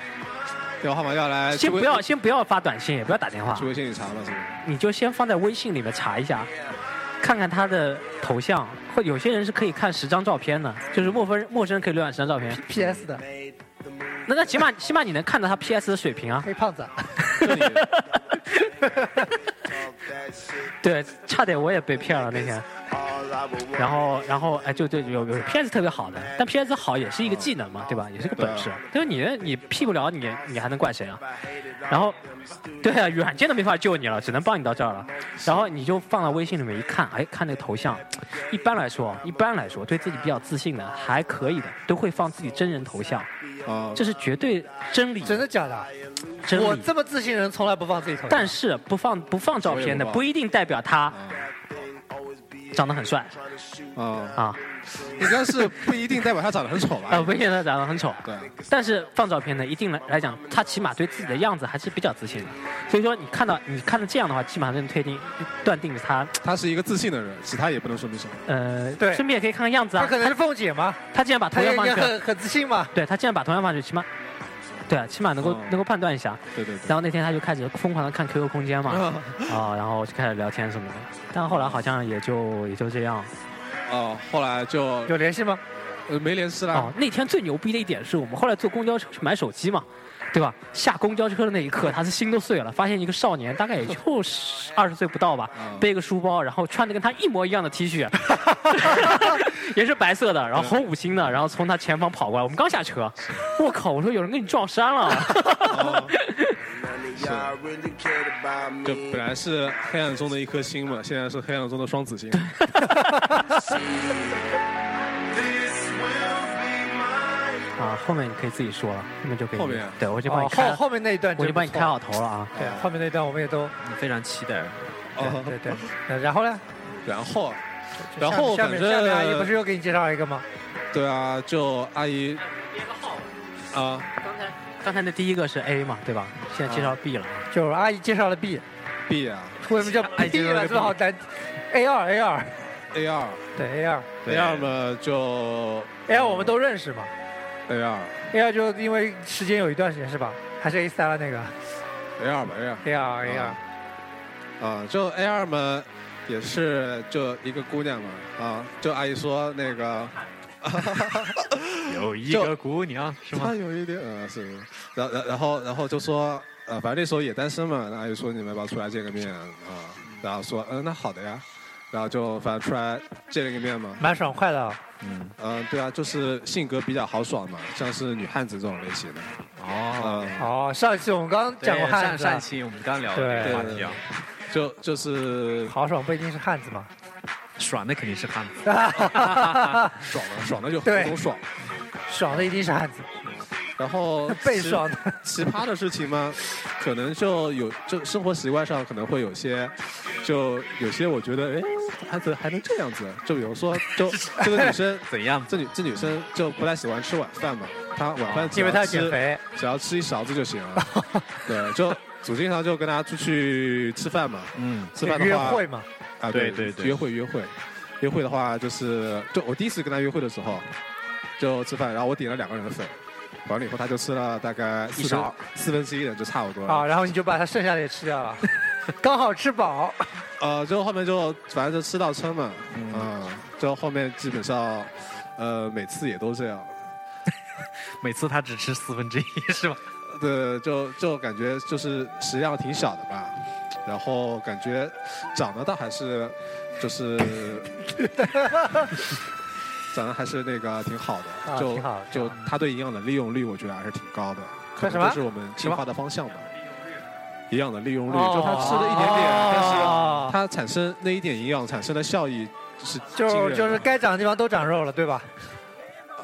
Speaker 5: 电话号码要来，
Speaker 3: 先
Speaker 5: 去微
Speaker 3: 哦哎不要先不要发短信，也不要打电话
Speaker 5: 去，微信里查了是吧？
Speaker 3: 你就先放在微信里面查一下，看看他的头像，或有些人是可以看十张照片的，就是陌生陌生人可以浏览十张照片，
Speaker 4: PS 的
Speaker 3: 那那起 码起码你能看到他 PS 的水平啊。
Speaker 4: 黑胖子啊，
Speaker 5: 就你
Speaker 3: 对，差点我也被骗了那天。然后，然后，哎，就对，有有片子特别好的，但片子好也是一个技能嘛，对吧？也是个本事。就是你你 P 不了你，你还能怪谁啊？然后，对啊，软件都没法救你了，只能帮你到这儿了。然后你就放到微信里面一看，哎，看那个头像，一般来说，一般来说对自己比较自信的还可以的，都会放自己真人头像，
Speaker 5: 啊，
Speaker 3: 这是绝对真理，
Speaker 4: 真的假的？
Speaker 3: 真
Speaker 4: 我
Speaker 3: 理。
Speaker 4: 这么自信的人从来不放自己头像。
Speaker 3: 但是不放不放照片的，
Speaker 5: 我也不放
Speaker 3: 不一定代表他长得很帅
Speaker 5: 啊，
Speaker 3: 啊。
Speaker 5: 应该是不一定代表他长得很丑
Speaker 3: 呃，
Speaker 5: 吧？
Speaker 3: 不一定他长得很丑，
Speaker 5: 对，啊
Speaker 3: 但是放照片呢，一定来来讲，他起码对自己的样子还是比较自信的。所以说，你看到你看到这样的话，基本上就能推定断定他，
Speaker 5: 他是一个自信的人，其他也不能说明什么。
Speaker 3: 呃，
Speaker 4: 对
Speaker 3: 顺便也可以看看样子
Speaker 4: 他
Speaker 3: 啊。
Speaker 4: 可能是凤姐嘛，
Speaker 3: 他他既然把
Speaker 4: 他
Speaker 3: 头
Speaker 4: 也
Speaker 3: 像放
Speaker 4: 也
Speaker 3: 上去，
Speaker 4: 很很自信嘛。
Speaker 3: 对他既然把头像放上去，起码，对啊，起码能够、
Speaker 5: 嗯
Speaker 3: 能够判断一下。
Speaker 5: 对对对，
Speaker 3: 然后那天他就开始疯狂的看 QQ 空间嘛，啊、
Speaker 4: 嗯
Speaker 3: 然后就开始聊天什么的。但后来好像也就也就这样。
Speaker 5: 哦，后来就
Speaker 4: 有联系吗？
Speaker 5: 呃没联系了
Speaker 3: 哦。，那天最牛逼的一点是我们后来坐公交车去买手机嘛，对吧？下公交车的那一刻，他是心都碎了，发现一个少年，大概也就十二十岁不到吧，
Speaker 5: 嗯
Speaker 3: 背个书包，然后穿的跟他一模一样的 T 恤， 也是白色的，然后红五星的，然后从他前方跑过来，我们刚下车，我靠！我说有人跟你撞衫了，
Speaker 5: 就本来是黑暗中的一颗星嘛，现在是黑暗中的双子星。
Speaker 3: 啊！后面你可以自己说了，后面就可以。
Speaker 5: 后面啊
Speaker 3: 对我已经帮
Speaker 4: 哦
Speaker 3: 你开
Speaker 4: 后
Speaker 3: 了，
Speaker 4: 后面那一段
Speaker 3: 我已经
Speaker 4: 真不
Speaker 3: 帮你
Speaker 4: 错
Speaker 3: 开好头了啊！
Speaker 4: 对，后面那一段我们也都
Speaker 6: 非常期待。
Speaker 5: 哦，
Speaker 4: 对对。呃然后呢？
Speaker 5: 然后啊，然后
Speaker 4: 下
Speaker 5: 反
Speaker 4: 面
Speaker 5: 正
Speaker 4: 下面阿姨不是又给你介绍一个吗？
Speaker 5: 对啊，就阿姨啊，
Speaker 3: 刚才那第一个是 A 嘛，对吧？现在介绍 B 了啊。
Speaker 4: 就是阿姨介绍了 B，
Speaker 5: B 啊
Speaker 4: 为什么叫 B 呢？这好难。A 二 A 二，
Speaker 5: ，A 二
Speaker 4: 对 A 二
Speaker 5: ，A 二嘛就
Speaker 4: A 二我们都认识嘛。
Speaker 5: A 二
Speaker 4: A 二就因为时间有一段时间是吧？还是 A 三啊了那个
Speaker 5: A 二吧 A 二
Speaker 4: A 二 A 二，
Speaker 5: 啊，就 A 二嘛，也是就一个姑娘嘛啊，就阿姨说那个。
Speaker 1: 有一
Speaker 5: 就
Speaker 1: 个姑娘是吗？
Speaker 5: 他有一点，呃，是，然然然后然后就说，呃，反正那时候也单身嘛，那阿姨说你们要不要出来见个面啊、然后说，嗯、那好的呀，然后就反正出来见了个面嘛，
Speaker 4: 蛮爽快的啊。
Speaker 6: 嗯，
Speaker 5: 嗯、对啊，就是性格比较豪爽嘛，像是女汉子这种类型的，
Speaker 6: 哦，
Speaker 5: 嗯、
Speaker 4: 哦，上一期我们刚刚讲过
Speaker 6: 对
Speaker 4: 汉
Speaker 6: 上
Speaker 4: 子啊
Speaker 6: 上一，期我们刚聊的这
Speaker 5: 对
Speaker 6: 个话题啊，
Speaker 5: 呃就就是
Speaker 4: 豪爽不一定是汉子 嘛。
Speaker 6: 爽的肯定是汉子。
Speaker 5: 爽了，爽了就
Speaker 4: 对
Speaker 5: 很懂爽，
Speaker 4: 爽的一定是汉子，
Speaker 5: 然后
Speaker 4: 被
Speaker 5: 其
Speaker 4: 爽的。
Speaker 5: 奇葩的事情吗？可能就有，就生活习惯上可能会有些，就有些我觉得，哎，还怎还能这样子？就比如说， 就这个女生，
Speaker 6: 怎样？
Speaker 5: 这女这女生就不太喜欢吃晚饭嘛，她晚饭只
Speaker 4: 哦因为
Speaker 5: 要
Speaker 4: 他要
Speaker 5: 吃
Speaker 4: 减，肥，
Speaker 5: 只要吃一勺子就行 了。对，就组经常就跟她出去吃饭嘛，
Speaker 6: 嗯，
Speaker 5: 吃饭的话
Speaker 4: 约会嘛，
Speaker 5: 啊，
Speaker 1: 对对对
Speaker 5: 约会约会，约会的话就是，就我第一次跟她约会的时候，就吃饭，然后我点了两个人的份。完了以后，她就吃了大概四
Speaker 6: 一
Speaker 5: 分
Speaker 6: 勺
Speaker 5: 四分之一人，就差不多了。
Speaker 4: 啊，然后你就把它剩下的也吃掉了， 刚好吃饱。
Speaker 5: 呃，就后面就反正就吃到撑嘛，
Speaker 6: 嗯
Speaker 5: 嗯、就后面基本上，呃，每次也都这样，
Speaker 6: 每次他只吃四分之一是吧？
Speaker 5: 对，就就感觉就是食量挺小的吧，然后感觉长得倒还是，就是，长得还是那个挺好的，
Speaker 4: 啊
Speaker 5: 就
Speaker 4: 挺好的
Speaker 5: 就他对营养的利用率，我觉得还是挺高的，可
Speaker 4: 干什
Speaker 5: 能
Speaker 4: 么
Speaker 5: 就是我们进化的方向吧。营养的利用率，
Speaker 4: 哦
Speaker 5: 就他吃了一点点，
Speaker 4: 哦
Speaker 5: 但是他产生那一点营养产生的效益是 惊人啊
Speaker 4: 就
Speaker 5: 的
Speaker 4: 就是该长的地方都长肉了，对吧？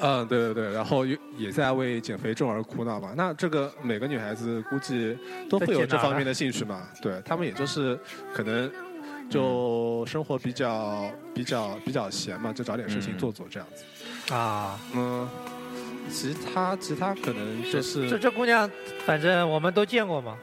Speaker 5: 嗯，对对对，然后也也在为减肥症而苦恼吧。那这个每个女孩子估计都会有这方面的兴趣嘛，对她们也就是可能就生活比较比较比较闲嘛，就找点事情做做这样子。
Speaker 4: 啊，
Speaker 5: 嗯，其他其他可能就
Speaker 4: 这
Speaker 5: 是
Speaker 4: 这姑娘，反正我们都见过嘛。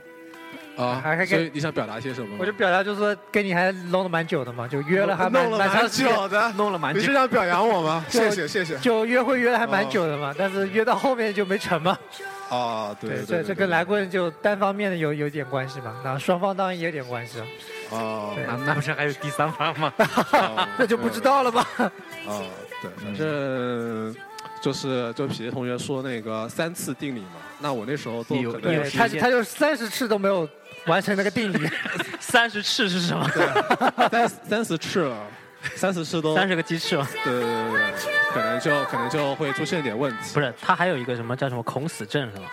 Speaker 5: 啊
Speaker 4: 还还，
Speaker 5: 所以你想表达些什么吗？
Speaker 4: 我就表达就是说，跟你还弄得蛮久的嘛，就约了还蛮
Speaker 5: 弄了
Speaker 4: 蛮
Speaker 5: 蛮
Speaker 4: 长时间，
Speaker 5: 久的，
Speaker 6: 弄了蛮
Speaker 3: 哦
Speaker 5: 你是
Speaker 6: 久，
Speaker 5: 想表扬我吗？
Speaker 4: 就
Speaker 5: 谢谢谢谢。
Speaker 4: 就约会约了还蛮久的嘛，但是约到后面就没成嘛。
Speaker 5: 啊，对对
Speaker 4: 这这跟来棍就单方面的有有点关系嘛，那双方当然也有点关系 了，
Speaker 5: 啊，
Speaker 4: 对
Speaker 6: 那那不是还有第三方吗？
Speaker 5: 啊
Speaker 4: 那就不知道了吧？
Speaker 5: 啊，对，反正就是就皮皮同学说那个三次定理嘛，那我那时候都
Speaker 6: 你有
Speaker 5: 可能
Speaker 6: 你有
Speaker 4: 对他他就三十次都没有完成那个定理，
Speaker 3: 三十翅是 什么？
Speaker 5: 三三十次了，三十次都
Speaker 3: 三十个鸡翅吗？
Speaker 5: 对对对对对，可能就可能就会出现点问题。
Speaker 3: 不是，他还有一个什么叫什么孔死症是吧？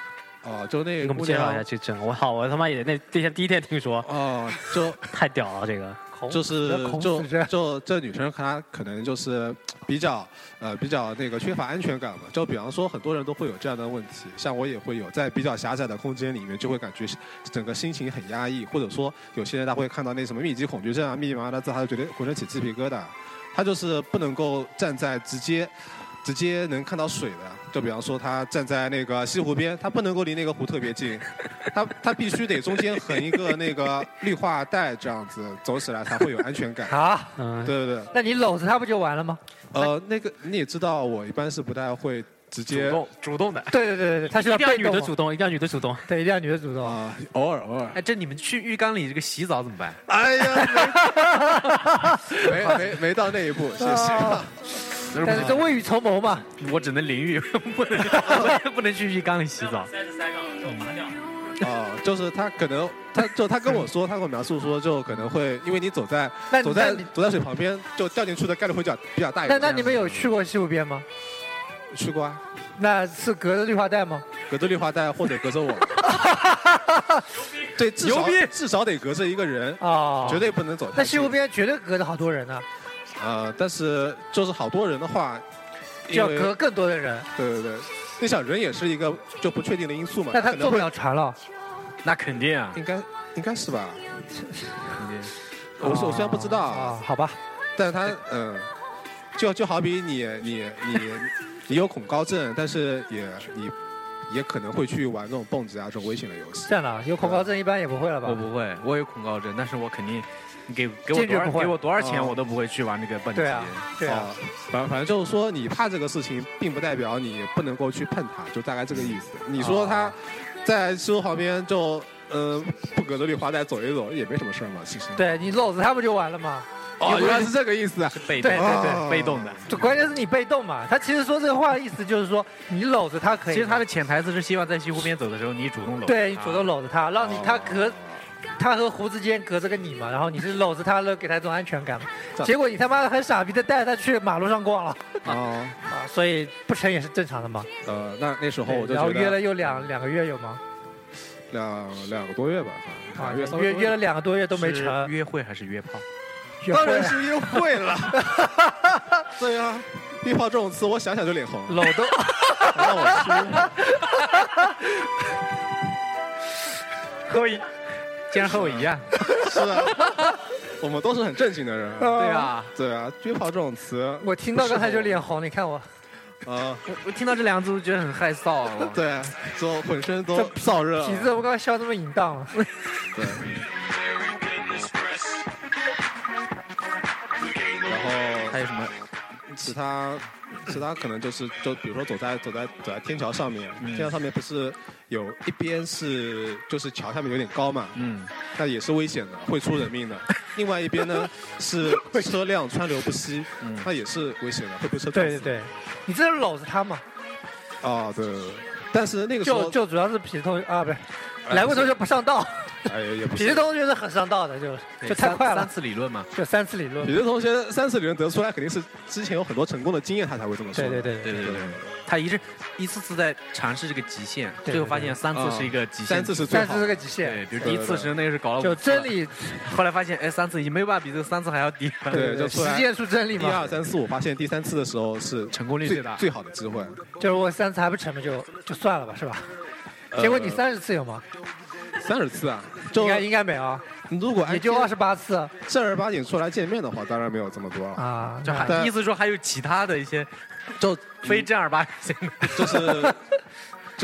Speaker 5: 哦，就
Speaker 3: 你
Speaker 5: 那
Speaker 3: 给
Speaker 5: 个
Speaker 3: 我们
Speaker 5: 姑
Speaker 3: 介绍一
Speaker 5: 娘
Speaker 3: 下这症。我操，我他妈也那那天第一天听说，
Speaker 5: 哦，就
Speaker 3: 太屌 了这个。
Speaker 5: 就是
Speaker 4: 孔
Speaker 5: 就
Speaker 4: 子这样
Speaker 5: 就这女生她可能就是比较呃比较那个缺乏安全感嘛，就比方说很多人都会有这样的问题，像我也会有，在比较狭窄的空间里面就会感觉整个心情很压抑，或者说有些人他会看到那什么密集恐惧症啊、密密麻麻的字，他就觉得浑身起鸡皮疙瘩，他就是不能够站在直接。直接能看到水的，就比方说他站在那个西湖边，他不能够离那个湖特别近，他他必须得中间横一个那个绿化带，这样子走起来才会有安全感。
Speaker 4: 啊，
Speaker 3: 嗯，
Speaker 5: 对对对，
Speaker 4: 那你搂着他不就完了吗？
Speaker 5: 呃，那个你也知道，我一般是不太会直
Speaker 6: 主
Speaker 5: 接啊、
Speaker 6: 动主动的。
Speaker 4: 对对对对对，他需
Speaker 3: 一
Speaker 4: 要
Speaker 3: 定要
Speaker 4: 被
Speaker 3: 女
Speaker 4: 动
Speaker 3: 的
Speaker 4: 嘛
Speaker 3: 主动，一啊定要女的主动。
Speaker 4: 对，一定要女的主动。
Speaker 5: 偶尔偶尔。
Speaker 6: 哎，这你们去浴缸里这个洗澡怎么办？
Speaker 5: 哎呀， 没没没没到那一步，谢谢。
Speaker 4: 哦但是这未雨绸缪嘛，
Speaker 6: 我只能淋浴， 不能 不能去浴缸里洗澡。
Speaker 3: 三十三个，给我拔掉。
Speaker 5: 哦，就是他可能，他就他跟我说，他跟我描述说，就可 能会因为你走在
Speaker 4: 那你
Speaker 5: 走在
Speaker 4: 那你
Speaker 5: 走在水旁边，就掉进去的概率会比较比较大一
Speaker 4: 那
Speaker 5: 点。
Speaker 4: 那你们有去过西湖边吗？
Speaker 5: 去过啊？
Speaker 4: 那是隔着绿化带吗？
Speaker 5: 隔着绿化带或者隔 着我，对，至少
Speaker 6: 牛逼
Speaker 5: 至少得隔着一个人，
Speaker 4: 哦，
Speaker 5: 绝。对不能走太近。
Speaker 4: 那西湖边绝对隔着好多人啊呢、
Speaker 5: 呃，但是就是好多人的话，
Speaker 4: 就要
Speaker 5: 因为
Speaker 4: 隔更多的人，
Speaker 5: 对对对，你想人也是一个就不确定的因素嘛，
Speaker 4: 那他
Speaker 5: 可
Speaker 4: 坐
Speaker 5: 能
Speaker 4: 不
Speaker 5: 会
Speaker 4: 了船了。
Speaker 6: 那肯定啊，
Speaker 5: 应该应该是 吧？
Speaker 6: 肯定。
Speaker 5: 我是我虽然不知道，
Speaker 4: 啊，好吧，
Speaker 5: 但是他嗯、就就好比你你你你有恐高症，但是也你也可能会去玩那种蹦极啊这种危险的游戏。
Speaker 4: 这样的啊有恐高症一般也不会了吧
Speaker 6: 我？不会，我有恐高症，但是我肯定，你给给我
Speaker 4: 坚决
Speaker 6: 多少
Speaker 4: 不会嗯
Speaker 6: 给我多少钱，
Speaker 5: 哦
Speaker 6: 我都不会去玩这个蹦极。
Speaker 4: 对啊，对啊，
Speaker 5: 啊，反反正就是说，你怕这个事情，并不代表你不能够去碰它，就大概这个意思。你说
Speaker 4: 哦
Speaker 5: 他在西湖旁边就嗯、呃不隔着绿化带走一走，也没什么事儿嘛，其实。
Speaker 4: 对你搂着他不就完了吗？
Speaker 5: 哦，原来是这个意思啊！
Speaker 6: 被
Speaker 4: 对
Speaker 6: 动
Speaker 4: 对对
Speaker 5: 哦
Speaker 6: 被动的。
Speaker 4: 就关键是你被动嘛。他其实说这话的意思就是说，你搂着他可以
Speaker 6: 其
Speaker 4: 吗，
Speaker 6: 实他的潜台词是希望在西湖边走的时候，你主动搂。
Speaker 4: 对你主动搂着他，让你他隔他和胡子间隔着个你嘛，然后你是搂着他了，给他一种安全感嘛。结果你他妈的很傻逼的带着他去马路上逛了
Speaker 5: 哦，
Speaker 4: 啊，所以不成也是正常的嘛。
Speaker 5: 呃，那那时候我就
Speaker 4: 然后
Speaker 5: 觉
Speaker 4: 约
Speaker 5: 得
Speaker 4: 了又两两个月有吗？
Speaker 5: 两两个多月吧，
Speaker 4: 啊，
Speaker 5: 反正
Speaker 4: 约约了两个多月都没
Speaker 6: 是
Speaker 4: 成，
Speaker 6: 约会还是约炮？
Speaker 4: 约
Speaker 5: 当
Speaker 4: 会
Speaker 5: 然是约 会了。对啊，约炮这种词我想想就脸红，
Speaker 4: 搂 都
Speaker 5: 让我输。
Speaker 6: 和我一，竟然和我一样。
Speaker 5: 是啊，我们都是很正经 的人。
Speaker 6: 对啊，
Speaker 5: 对啊，约炮这种词
Speaker 4: 哦我听到刚才就脸红，你看我
Speaker 5: 啊，
Speaker 6: 我我听到这两个字，我觉得很害臊啊。我
Speaker 5: 哦对，就浑身都
Speaker 4: 这
Speaker 5: 燥热。
Speaker 4: 体质怎么刚刚笑这么淫荡啊了？
Speaker 5: 对。然后
Speaker 6: 还有什么？
Speaker 5: 其他其他可能就是就比如说走在走在走在天桥上面，
Speaker 4: 嗯
Speaker 5: 天桥上面不是有一边是就是桥下面有点高嘛，
Speaker 6: 嗯，
Speaker 5: 那也是危险的，会出人 命的。另外一边呢是车辆川流不息，那也是危险的，会被车撞
Speaker 4: 嗯对对
Speaker 5: 死。
Speaker 4: 对，你这是搂着他嘛？
Speaker 5: 啊，对对对。但是那个时
Speaker 4: 就
Speaker 5: 候
Speaker 4: 就主要是痞子同学啊，不是，
Speaker 5: 哎
Speaker 4: 来过同学不上道，
Speaker 5: 哎也不
Speaker 4: 痞
Speaker 5: 是
Speaker 4: 子。同学是很上道的，就就太
Speaker 6: 三
Speaker 4: 快了
Speaker 6: 三，次理论嘛。
Speaker 4: 就三次理论
Speaker 5: 你。这同学三次理论得出来，肯定是之前有很多成功的经验，他才会这么说
Speaker 4: 对
Speaker 5: 的。
Speaker 4: 对对对。
Speaker 6: 对对
Speaker 5: 对
Speaker 6: 对，他一直一次次在尝试这个极限，
Speaker 4: 对嗯
Speaker 6: 最后发现三次是一个极限。
Speaker 5: 三次是最
Speaker 4: 但
Speaker 5: 好
Speaker 4: 是
Speaker 5: 的
Speaker 4: 这。个极限
Speaker 6: 对，，比如第一次是那个是搞了五次
Speaker 4: 就真，理，
Speaker 6: 后来发现哎三次已经没有办法比这个三次还要低了。
Speaker 5: 对，就
Speaker 4: 实
Speaker 5: 出来。
Speaker 4: 践出真理
Speaker 5: 一
Speaker 4: 嘛
Speaker 5: 二。三四，我发现第三次的时候是
Speaker 6: 成功率
Speaker 5: 最
Speaker 6: 最大
Speaker 5: 最好的机会。
Speaker 4: 就是我三次还不成嘛，就就算了吧，是吧？
Speaker 6: 呃
Speaker 4: 结果你三十次有吗？
Speaker 5: 三十次啊，
Speaker 4: 应
Speaker 5: 就
Speaker 4: 该应该没有，啊
Speaker 5: 如果
Speaker 6: 哎
Speaker 4: 也
Speaker 5: 按
Speaker 4: 就二十八次
Speaker 5: 正儿八经出来见面的话，当然没有这么多了。
Speaker 4: 啊。
Speaker 6: 就
Speaker 4: 那
Speaker 6: 还意思说还有其他的一些
Speaker 5: 就
Speaker 6: 非正儿八经的
Speaker 5: 就是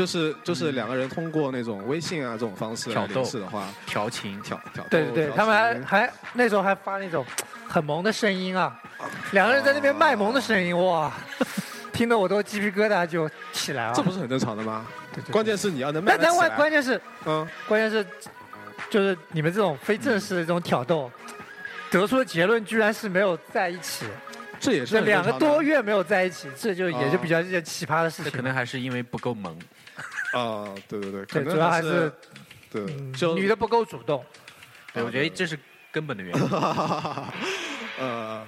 Speaker 5: 就是
Speaker 4: 嗯
Speaker 5: 就是两个人通过那种微信啊这种方式来
Speaker 6: 挑逗
Speaker 5: 联系的话，
Speaker 6: 调情，
Speaker 5: 挑挑逗
Speaker 4: 对对
Speaker 6: 哦
Speaker 4: 对，
Speaker 5: 调
Speaker 4: 他们还
Speaker 5: 情
Speaker 4: 还那时候还发那种很萌的声音啊，两个人在那边卖萌的声音，哇，听得我都鸡皮疙瘩就起来了。
Speaker 5: 这不是很正常的吗？
Speaker 4: 对，对
Speaker 5: 关键是你要能卖
Speaker 4: 但
Speaker 5: 得
Speaker 4: 但
Speaker 5: 起
Speaker 4: 关
Speaker 5: 来。
Speaker 4: 关键是
Speaker 5: 嗯，
Speaker 4: 关键是，就是你们这种非正式的这种挑逗，得出的结论居然是没有在一起，
Speaker 5: 这也是
Speaker 4: 这
Speaker 5: 很
Speaker 4: 两个
Speaker 5: 正常的
Speaker 4: 多月没有在一起，这就也就比较一件奇葩的事
Speaker 6: 这
Speaker 4: 情。
Speaker 6: 可能还是因为不够萌，
Speaker 5: 啊，对对对，可
Speaker 4: 对，
Speaker 5: 能
Speaker 4: 主要还
Speaker 5: 是
Speaker 4: 是嗯
Speaker 5: 对，就
Speaker 4: 女的不够主动。
Speaker 6: 对，我觉得这是根本的原因。
Speaker 5: 呃，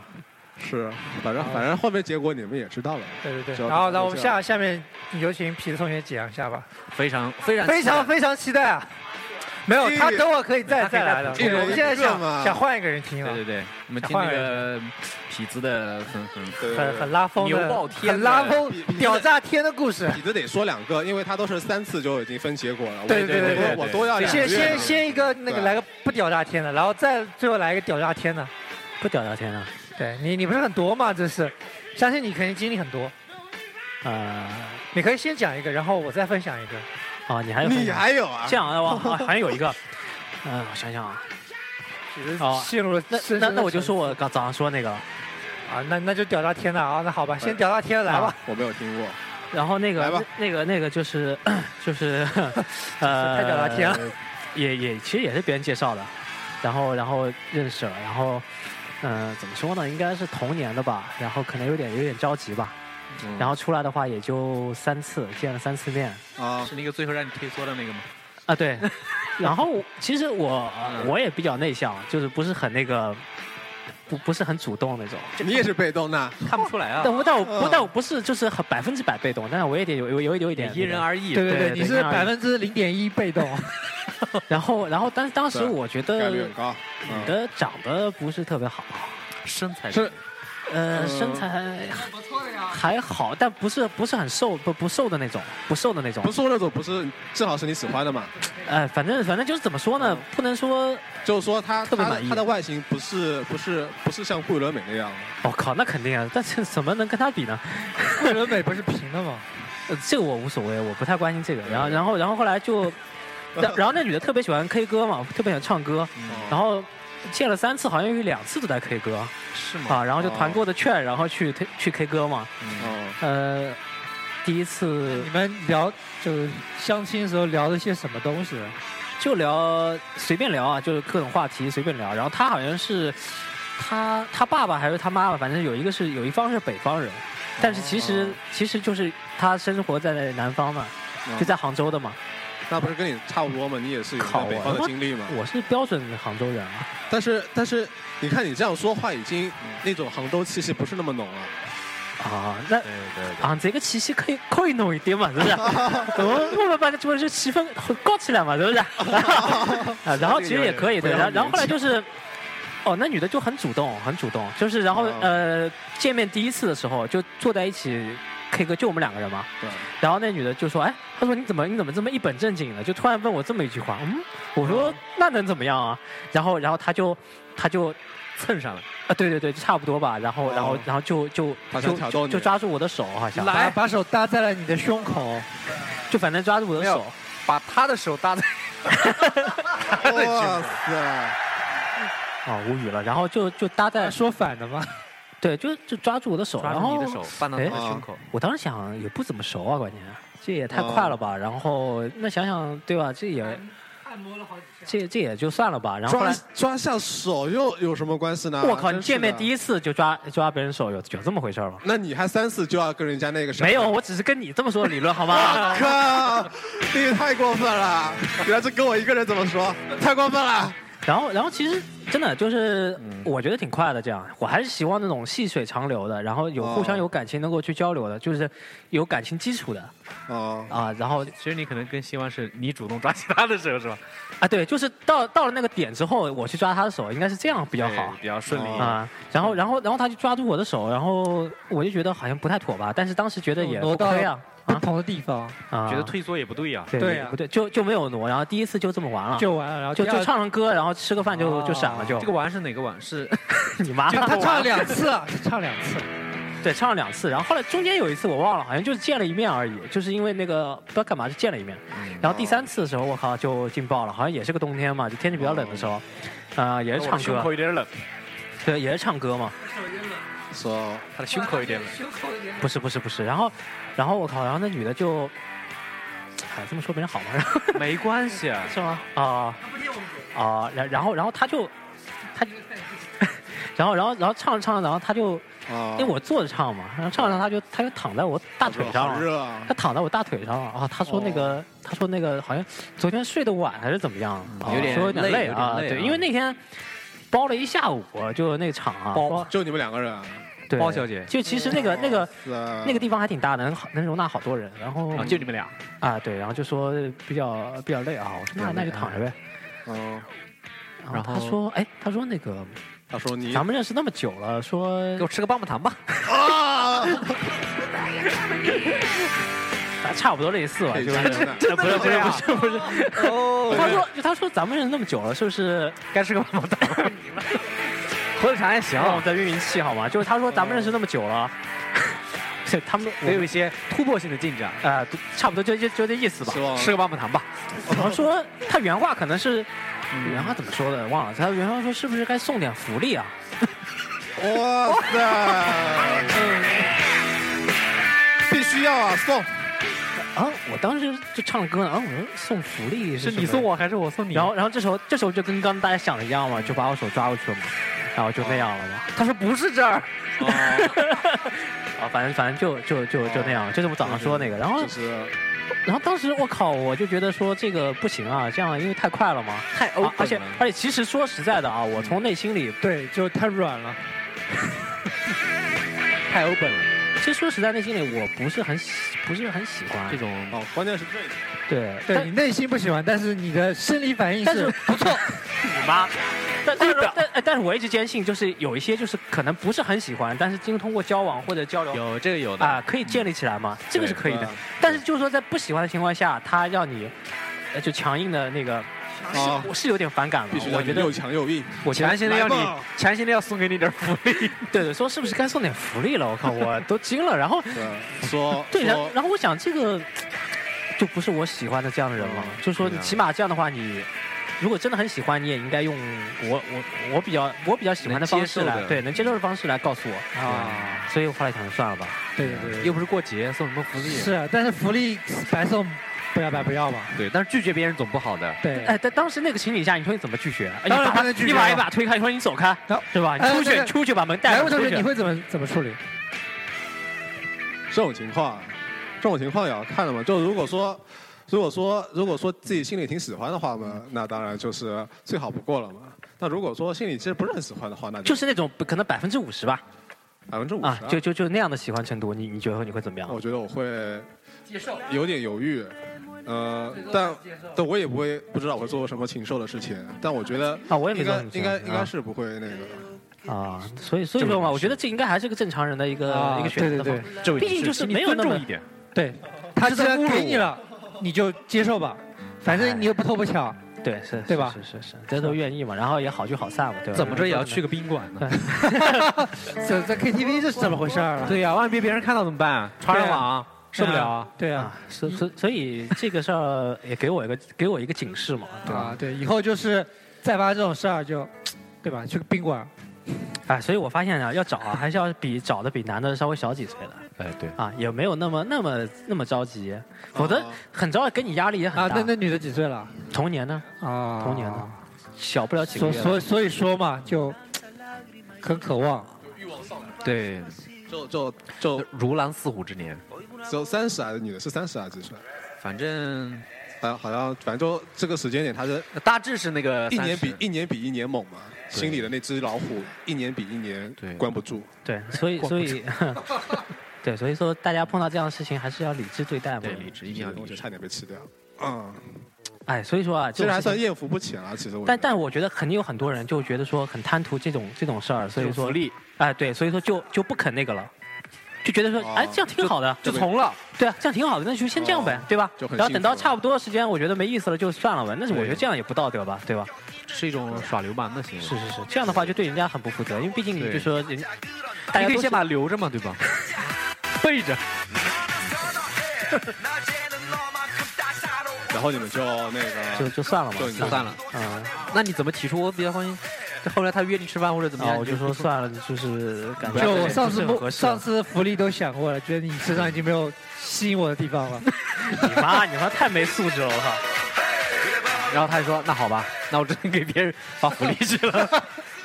Speaker 5: 是，反正反正后面结果你们也知道了。
Speaker 4: 对对
Speaker 5: 主
Speaker 4: 对。
Speaker 5: 要
Speaker 4: 然后，
Speaker 5: 可能
Speaker 4: 那我们
Speaker 5: 是这样
Speaker 4: 下下面有请痞子同学讲一下吧。
Speaker 6: 非常非常
Speaker 4: 非常非常期待啊！没有，
Speaker 5: 一
Speaker 4: 他等会可以再
Speaker 6: 他可以
Speaker 4: 再
Speaker 6: 再
Speaker 4: 来的。
Speaker 6: 补
Speaker 5: 充
Speaker 4: 我们现在
Speaker 5: 一个
Speaker 4: 想
Speaker 5: 嘛
Speaker 4: 想换一个人听啊
Speaker 6: 对
Speaker 4: 了
Speaker 6: 对，对，我们
Speaker 4: 想
Speaker 6: 听
Speaker 4: 换
Speaker 6: 那个痞子的很很
Speaker 5: 对
Speaker 4: 很很拉风
Speaker 6: 牛
Speaker 4: 的
Speaker 6: 爆，天的
Speaker 4: 很拉风
Speaker 5: 比比
Speaker 4: 屌炸天的故事。
Speaker 5: 你都得说两个，因为他都是三次就已经分结果了。我
Speaker 4: 对对对
Speaker 5: 我
Speaker 4: 对
Speaker 5: 我我都要两个
Speaker 4: 先
Speaker 5: 月
Speaker 4: 先
Speaker 5: 呢
Speaker 4: 先一个那个
Speaker 5: 对
Speaker 4: 来个不屌炸天的，然后再最后来一个屌炸天的。
Speaker 3: 不屌聊天啊，
Speaker 4: 对你你不是很多吗？这是，相信你肯定经历很多。
Speaker 3: 呃，
Speaker 4: 你可以先讲一个，然后我再分享一个。
Speaker 3: 啊，你还有分
Speaker 5: 你
Speaker 3: 享
Speaker 5: 还有啊
Speaker 3: 这？样啊，我啊好像有一个，嗯、我想想啊，
Speaker 4: 其实
Speaker 3: 哦
Speaker 4: 陷入了
Speaker 3: 那
Speaker 4: 深深
Speaker 3: 那
Speaker 4: 的
Speaker 3: 那我就
Speaker 4: 沉
Speaker 3: 说我刚早上说那个了，
Speaker 4: 啊，那那就屌炸天了啊！那好吧，先屌炸天
Speaker 5: 啊
Speaker 4: 来吧。
Speaker 5: 我没有听过。
Speaker 3: 然后那个
Speaker 5: 来吧
Speaker 3: 那那个那个就是 就是，呃，
Speaker 4: 太屌炸天了，
Speaker 3: 也也其实也是别人介绍的，然后然后认识了，然后嗯、呃怎么说呢，应该是同年的吧，然后可能有点有点着急吧，然后出来的话也就三次见了三次面
Speaker 5: 啊，
Speaker 6: 是那个最后让你退缩的那个吗？
Speaker 3: 啊对，然后其实我
Speaker 6: 嗯
Speaker 3: 我也比较内向，就是不是很那个不不是很主动那种。
Speaker 5: 你也是被动的，
Speaker 6: 看不出来啊
Speaker 3: 但，我但我不
Speaker 5: 嗯
Speaker 3: 但我不是就是很百分之百被动，但是我也得有有有有一点
Speaker 6: 因人
Speaker 3: 异。
Speaker 6: 而异。
Speaker 4: 对对
Speaker 3: 对
Speaker 4: 对，
Speaker 3: 对
Speaker 4: 你是
Speaker 3: 那
Speaker 4: 百分之零点一被动。
Speaker 3: 然后然后但是当时
Speaker 5: 对
Speaker 3: 我觉
Speaker 5: 概
Speaker 3: 得
Speaker 5: 率
Speaker 3: 你
Speaker 5: 很高。嗯
Speaker 3: 的长得不是特别好，
Speaker 6: 身材
Speaker 5: 是
Speaker 3: 呃
Speaker 5: 嗯
Speaker 3: 身材不错呀，还好，但不是不是很瘦不不瘦的那种，不瘦的那种
Speaker 5: 不。是那种不是正好是你喜欢的嘛？
Speaker 4: 嗯
Speaker 3: 哎，反正反正就是怎么说
Speaker 5: 嗯
Speaker 3: 呢，不能说
Speaker 5: 就是说他
Speaker 3: 特别
Speaker 5: 他的
Speaker 3: 满意
Speaker 5: 他的外形不是不是不是像桂纶镁那样的，
Speaker 3: 我靠那肯定啊，但是怎么能跟他比呢？
Speaker 4: 桂纶镁不是平的吗？
Speaker 3: 呃，这个我无所谓，我不太关心这个。然后然后然后后来 就，然然后那女的特别喜欢 K 歌嘛，特别喜欢唱歌，
Speaker 5: 嗯
Speaker 3: 然后见了三次，好像有两次都在 K 歌。
Speaker 6: 是吗？
Speaker 3: 啊，然后就团购的券，然后去去 K 歌嘛。
Speaker 5: 哦，
Speaker 3: 呃，第一次
Speaker 4: 你们聊就是相亲的时候聊了些什么东西？
Speaker 3: 就聊随便聊啊，就是各种话题随便聊。然后他好像是他他爸爸还是他妈妈，反正有一个是有一方是北方人，但是其实、其实就是他生活在南方嘛，
Speaker 5: 嗯
Speaker 3: 就在杭州的嘛。
Speaker 5: 那不是跟你差不多嘛？你也是有在
Speaker 3: 靠
Speaker 5: 北
Speaker 3: 我
Speaker 5: 方的
Speaker 3: 他妈
Speaker 5: 经历嘛？
Speaker 3: 我是标准的杭州人啊，
Speaker 5: 但是但是，你看你这样说话，已经那种杭州气息不是那么浓了。
Speaker 3: 啊，那
Speaker 6: 对对对，
Speaker 3: 啊这个气息可以可以浓一点嘛，是不是？ 怎么我们把这个气氛搞起来嘛， 是不是？啊，然后其实也可以对，
Speaker 5: 不要
Speaker 3: 然后然后
Speaker 5: 年
Speaker 3: 后来就是，哦，那女的就很主动，很主动，就是然后
Speaker 6: 啊
Speaker 5: 哦
Speaker 3: 呃见面第一次的时候就坐在一起 K 歌，就我们两个人嘛。
Speaker 5: 对，
Speaker 3: 然后那女的就说：“哎，她说你怎么你怎么这么一本正经的？”就突然问我这么一句话，嗯，我说那能怎么样啊？然后然后她就她就
Speaker 6: 蹭上了，
Speaker 3: 啊对对对，差不多吧。然后然后
Speaker 5: 哦
Speaker 3: 然后就就
Speaker 5: 她想
Speaker 3: 就
Speaker 5: 挑逗
Speaker 3: 就
Speaker 5: 你
Speaker 3: 就抓住我的手，好像
Speaker 4: 把把手搭在了你的胸口，
Speaker 3: 就反正抓住我的
Speaker 6: 没有
Speaker 3: 手。
Speaker 6: 把他的手搭在
Speaker 5: 哇塞！
Speaker 3: 啊，无语了，然后就就搭在，
Speaker 4: 说反的吗？
Speaker 3: 对，就就抓住我的手，
Speaker 6: 抓
Speaker 3: 然
Speaker 6: 住
Speaker 3: 后
Speaker 6: 你的手，放到他的
Speaker 3: 啊
Speaker 5: 哎
Speaker 6: 胸口。
Speaker 3: 我当时想也不怎么熟啊，关键这也太快了吧。然后
Speaker 6: 哦
Speaker 3: 那想想对吧，这也
Speaker 4: 按摩了好几下。
Speaker 3: 这这也就算了吧。然后后
Speaker 5: 抓
Speaker 3: 来，
Speaker 5: 抓下手又有什么关系呢？
Speaker 3: 我靠，你见面第
Speaker 5: 一，
Speaker 3: 一次就抓抓别人手，有有这么回事吗？
Speaker 5: 那你还三次就要跟人家那个什 么？
Speaker 3: 没有，啊我只是跟你这么说理论好吗？
Speaker 5: 靠！你也太过分了！原来是跟我一个人这么说，太过分了。
Speaker 3: 然后然后其实真的就是我觉得挺快的，这样我还是希望那种细水长流的，然后有
Speaker 5: 哦
Speaker 3: 互相有感情能够去交流的，就是有感情基础的
Speaker 5: 哦，
Speaker 3: 啊。然后
Speaker 6: 其实你可能更希望是你主动抓起他的手，是吧？
Speaker 3: 啊，对，就是到到了那个点之后，我去抓他的手，应该是这样比
Speaker 6: 比
Speaker 3: 较好。
Speaker 6: 比较顺利。
Speaker 5: 哦
Speaker 3: 啊，然后，然后，然后他就抓住我的手，然后我就觉得好像不太妥吧，但是当时觉得也不
Speaker 4: 挪到
Speaker 3: 亏啊，
Speaker 4: 不同的地方
Speaker 3: 啊，
Speaker 6: 觉得退缩也不对呀、
Speaker 3: 对
Speaker 4: 对啊
Speaker 3: 不对，就就没有挪，然后第一次就这么玩了，就
Speaker 4: 就完了，然
Speaker 6: 啊
Speaker 4: 后
Speaker 3: 啊就
Speaker 4: 第二
Speaker 3: 就唱唱歌，然后吃个饭就
Speaker 4: 哦
Speaker 3: 就闪了就，
Speaker 6: 这个玩是哪个玩？是
Speaker 3: 你妈，
Speaker 4: 他唱了两次，啊，唱两次。
Speaker 3: 对，唱了两次，然后后来中间有一次我忘了，好像就是见了一面而已，就是因为那个不知道干嘛就见了一面，
Speaker 6: 嗯
Speaker 3: 然后第三次的时候我靠就劲爆了，好像也是个冬天嘛，就天气比较冷的时候，啊，也是唱
Speaker 6: 哦胸
Speaker 3: 歌，
Speaker 6: 口有点冷，
Speaker 3: 对，也是唱歌嘛，
Speaker 5: 说
Speaker 6: 他的胸口有点冷。
Speaker 3: 不是不是不是，然后，然后我靠，然后那女的就，哎，这么说别人好吗？ 然后
Speaker 6: 没关系 啊，
Speaker 3: 是吗？啊、啊，然、然后然后他就他， 然后然后然后唱着唱着，然后他就
Speaker 5: 啊
Speaker 3: 因哎为我坐着唱嘛，然后唱着唱着他就他就躺在我大腿上
Speaker 5: 好
Speaker 3: 了，
Speaker 5: 热啊！
Speaker 3: 他躺在我大腿上了啊，他说那个、
Speaker 6: 哦
Speaker 3: 他说那个好像昨天睡得晚还是怎么样，啊
Speaker 6: 嗯有点
Speaker 3: 说有点
Speaker 6: 累
Speaker 3: 累
Speaker 6: 有点
Speaker 3: 啊，
Speaker 6: 累
Speaker 3: 对，
Speaker 6: 啊
Speaker 3: 因为那天包了一下午，就那个场啊，
Speaker 6: 包
Speaker 3: 包
Speaker 5: 就你们两个人啊，
Speaker 3: 对
Speaker 6: 包小姐
Speaker 3: 就其实那个那个。
Speaker 5: 是啊
Speaker 3: 那个地方还挺大的，能能容纳好多人。然后
Speaker 6: 啊，就你们俩，
Speaker 3: 啊，对，然后就说比较比较累啊，我说那那就躺着呗。
Speaker 5: 嗯，
Speaker 3: 然后他说，哎，他说那个
Speaker 5: 他说你
Speaker 3: 咱们认识那么久了，说
Speaker 6: 给我吃个棒棒糖吧。
Speaker 5: 啊，
Speaker 3: 啊差不多类似吧，
Speaker 5: 可以
Speaker 3: 就
Speaker 5: 这
Speaker 3: 是
Speaker 5: 样
Speaker 3: 呃
Speaker 5: 真
Speaker 3: 不是不是不是不是，
Speaker 6: 哦，
Speaker 3: 他说就他说咱们认识那么久了，是不是
Speaker 6: 该吃个棒棒糖。火腿肠还行
Speaker 3: 让我们再运运气好吗？就是他说咱们认识那么久了， 对他们
Speaker 6: 也有一些突破性的进展。
Speaker 3: 啊，对差不多就就就这意思吧
Speaker 5: 失。望了
Speaker 6: 吃个棒棒 糖吧。
Speaker 3: 然后说他原话可能是原话怎么说的忘了，他原话说是不是该送点福利啊？
Speaker 5: 哇 塞，必须要啊，送
Speaker 3: 啊！我当时就唱着歌呢，啊，我说送福利是
Speaker 4: 是你
Speaker 3: 什么
Speaker 4: 送我还是我送你？
Speaker 3: 然后，然后这时候，这时候就跟刚刚大家想的一样嘛，就把我手抓过去了嘛，然后就那样了嘛。
Speaker 4: 他说不是这儿，
Speaker 3: 啊，反正反正就就就
Speaker 4: 哦
Speaker 3: 就那样，这是我早上说的那个。然后
Speaker 5: 就，是
Speaker 3: 然后当时我靠，我就觉得说这个不行啊，这样因为太快了嘛，太
Speaker 6: open
Speaker 3: 而且
Speaker 6: 了
Speaker 3: 而且其实说实在的啊，我从内心里，
Speaker 4: 对，就是太软了。
Speaker 6: 太 open 了，
Speaker 3: 其实说实在内心里，我不是很喜不是很喜欢
Speaker 6: 这种
Speaker 5: 哦，关键是这一点
Speaker 3: 对
Speaker 4: 对你内心不喜欢，但是你的生理反应
Speaker 3: 但是
Speaker 4: 是
Speaker 3: 不 错，你妈。 但但是但但是我一直坚信，就是有一些就是可能不是很喜欢，但是经通过交往或者交流
Speaker 6: 有这个有的
Speaker 3: 啊，可以建立起来嘛，这个是可以的
Speaker 5: 对。啊
Speaker 3: 但是就是说在不喜欢的情况下，他让你呃就强硬的那个，是
Speaker 5: 啊
Speaker 3: 我是有点反感了
Speaker 5: 必须。
Speaker 3: 我
Speaker 5: 让
Speaker 3: 觉
Speaker 5: 你
Speaker 3: 得
Speaker 5: 又强又硬，
Speaker 3: 我觉
Speaker 6: 强
Speaker 3: 得
Speaker 6: 行的要你
Speaker 5: 来吧，
Speaker 6: 强行的要送给你点福 利。
Speaker 3: 对对，说是不是该送点福利了？我靠，我都惊了。然后
Speaker 5: 对，啊说
Speaker 3: 对，然
Speaker 5: 说
Speaker 3: 然后我想这个就不是我喜欢的这样的人了。
Speaker 5: 嗯
Speaker 3: 就说你
Speaker 5: 啊
Speaker 3: 起码这样的话，你如果真的很喜欢，你也应该用我我我比较我比较喜欢的
Speaker 6: 能接
Speaker 3: 方式
Speaker 6: 受
Speaker 3: 来，
Speaker 6: 的
Speaker 3: 对，能接受的方式来告诉我啊。所以我后来想算了吧，
Speaker 4: 对对对，
Speaker 6: 又不是过节，送什么福利？
Speaker 4: 是啊，但是福利白送，不要白不要吧。
Speaker 6: 对，但是拒绝别人总不好的。
Speaker 4: 对，
Speaker 3: 哎，但当时那个情景下，你说你怎么拒绝？哎
Speaker 4: 当
Speaker 3: 你
Speaker 4: 然
Speaker 3: 把
Speaker 4: 不能拒
Speaker 3: 你
Speaker 4: 绝
Speaker 3: 把
Speaker 4: 啊
Speaker 3: 一把推开，你说你走开
Speaker 4: 好，
Speaker 3: 是吧？
Speaker 4: 哎
Speaker 3: 你出
Speaker 4: 那
Speaker 3: 去，
Speaker 4: 个
Speaker 3: 出去，把门带
Speaker 4: 来，
Speaker 3: 上
Speaker 4: 我同
Speaker 3: 出
Speaker 4: 学，你
Speaker 3: 去。
Speaker 4: 会怎么怎么处理？
Speaker 5: 这种情况，这种情况也要看的嘛。就如果说，如果说，如果说自己心里挺喜欢的话嘛，那当然就是最好不过了嘛。那如果说心里其实不是很喜欢的话，那
Speaker 3: 就
Speaker 5: 就是
Speaker 3: 那种可能百分之五十吧，
Speaker 5: 百分之五
Speaker 3: 啊
Speaker 5: 十。，
Speaker 3: 就就就那样的喜欢程度，你你觉得你会怎么样？
Speaker 4: 哦
Speaker 5: 我觉得我会有点犹豫，呃，但但我也不会不知道我会做什么禽兽的事情。但我觉得
Speaker 3: 啊我也没
Speaker 5: 应
Speaker 3: 做
Speaker 5: 该
Speaker 3: 什么禽兽
Speaker 5: 应该应该
Speaker 3: 啊
Speaker 5: 是不会那个的。
Speaker 3: 啊，所以所以说嘛，我觉得这应该还是个正常人的一个、
Speaker 4: 啊
Speaker 3: 一个选择的
Speaker 4: 对对
Speaker 3: 方式，毕竟就是没有那么
Speaker 6: 点。
Speaker 4: 对，他
Speaker 6: 是
Speaker 4: 既
Speaker 6: 在
Speaker 4: 然
Speaker 6: 侮辱
Speaker 4: 给你
Speaker 6: 我
Speaker 4: 了，你就接受吧，反
Speaker 6: 哎
Speaker 4: 正你又不偷不抢。
Speaker 3: 对是，
Speaker 4: 对吧
Speaker 3: 是是是，大家都愿意嘛，然后也好聚好散嘛，对吧？
Speaker 6: 怎么着也要去个宾馆呢？
Speaker 4: 这这 KTV 这是怎么回事儿啊？
Speaker 6: 对呀、万一被别人看到怎么办、啊？传上网受不了啊！
Speaker 4: 对啊
Speaker 3: 啊，所所所以这个事儿也给我一个给我一个警示嘛，对吧？
Speaker 4: 啊对，以后就是再发生这种事儿就，对吧？去个宾馆，
Speaker 3: 哎，所以我发现啊，要找啊，还是要比找的比男的稍微小几岁的
Speaker 6: 哎，对，
Speaker 3: 啊，也没有那么那么那么着急，否则
Speaker 5: 啊
Speaker 3: 很着急给你压力也很
Speaker 4: 啊，
Speaker 3: 大。
Speaker 4: 那那女的几岁了？
Speaker 3: 童年呢，
Speaker 4: 啊，
Speaker 3: 童年呢，小不了几个
Speaker 4: 所
Speaker 3: 月了。
Speaker 4: 所所以说嘛，就很渴望。
Speaker 6: 对，
Speaker 5: 就就就
Speaker 6: 如狼似虎之年，
Speaker 5: 只有三十还是女的是三十还是几岁？
Speaker 6: 反正呃
Speaker 5: 好像好像反正就这个时间点，她是
Speaker 6: 大致是那个
Speaker 5: 一年比
Speaker 6: 30
Speaker 5: 一年比一年猛嘛，
Speaker 6: 对
Speaker 5: 心里的那只老虎一年比一年
Speaker 6: 对
Speaker 5: 关不住。
Speaker 3: 对，所以所以， 对，所以说大家碰到这样的事情还是要理智对待嘛。
Speaker 6: 对理智，一定要理
Speaker 5: 我就
Speaker 6: 智。
Speaker 5: 差点被吃掉。嗯，
Speaker 3: 哎，所以说啊，
Speaker 5: 其
Speaker 3: 这
Speaker 5: 实还
Speaker 3: 种事
Speaker 5: 算
Speaker 3: 情，
Speaker 5: 艳福不浅啊了，其实我觉得。
Speaker 3: 但但我觉得肯定有很多人就觉得说很贪图这种这种事儿，所以
Speaker 6: 这种
Speaker 3: 说
Speaker 6: 福利，
Speaker 3: 哎，对，所以说就就不肯那个了。就觉得说，
Speaker 5: 哦
Speaker 3: 哎，这样挺好的，
Speaker 5: 就
Speaker 3: 从了，对啊，这样挺好的，那就先这样呗
Speaker 5: 哦，
Speaker 3: 对吧？
Speaker 5: 就很
Speaker 3: 然后
Speaker 5: 幸
Speaker 3: 等到
Speaker 5: 福了
Speaker 3: 差不多的时间，我觉得没意思了，就算了吧。但是我
Speaker 6: 对
Speaker 3: 觉得这样也不道德吧，对吧？
Speaker 6: 是一种耍流氓的行为。
Speaker 3: 是是是，这样的话就对人家很不负责，因为毕竟你
Speaker 6: 对
Speaker 3: 就说人家，大
Speaker 6: 大
Speaker 3: 家
Speaker 6: 家可
Speaker 3: 都
Speaker 6: 以
Speaker 3: 是
Speaker 6: 先把留着嘛，对 吧？背着，
Speaker 5: 然后你们就那
Speaker 3: 就
Speaker 5: 个，
Speaker 3: 就算了嘛，
Speaker 5: 就
Speaker 3: 算
Speaker 6: 算了。
Speaker 3: 嗯，
Speaker 6: 那你怎么提出？我比较欢迎。就后来他约你吃饭或者怎么
Speaker 3: 啊，
Speaker 6: 样，
Speaker 3: 我就
Speaker 6: 你
Speaker 3: 说
Speaker 6: 不
Speaker 3: 算了，就是感觉
Speaker 4: 就我
Speaker 3: 不
Speaker 4: 上
Speaker 3: 是
Speaker 4: 次
Speaker 3: 很
Speaker 4: 不
Speaker 3: 合适了啊
Speaker 4: 上次福利都想过了，觉得你身上已经没有吸引我的地方 了。
Speaker 3: 你妈，你妈太没素质了，我靠！
Speaker 6: 然后他就说那好吧，那我只能给别人发福利去了。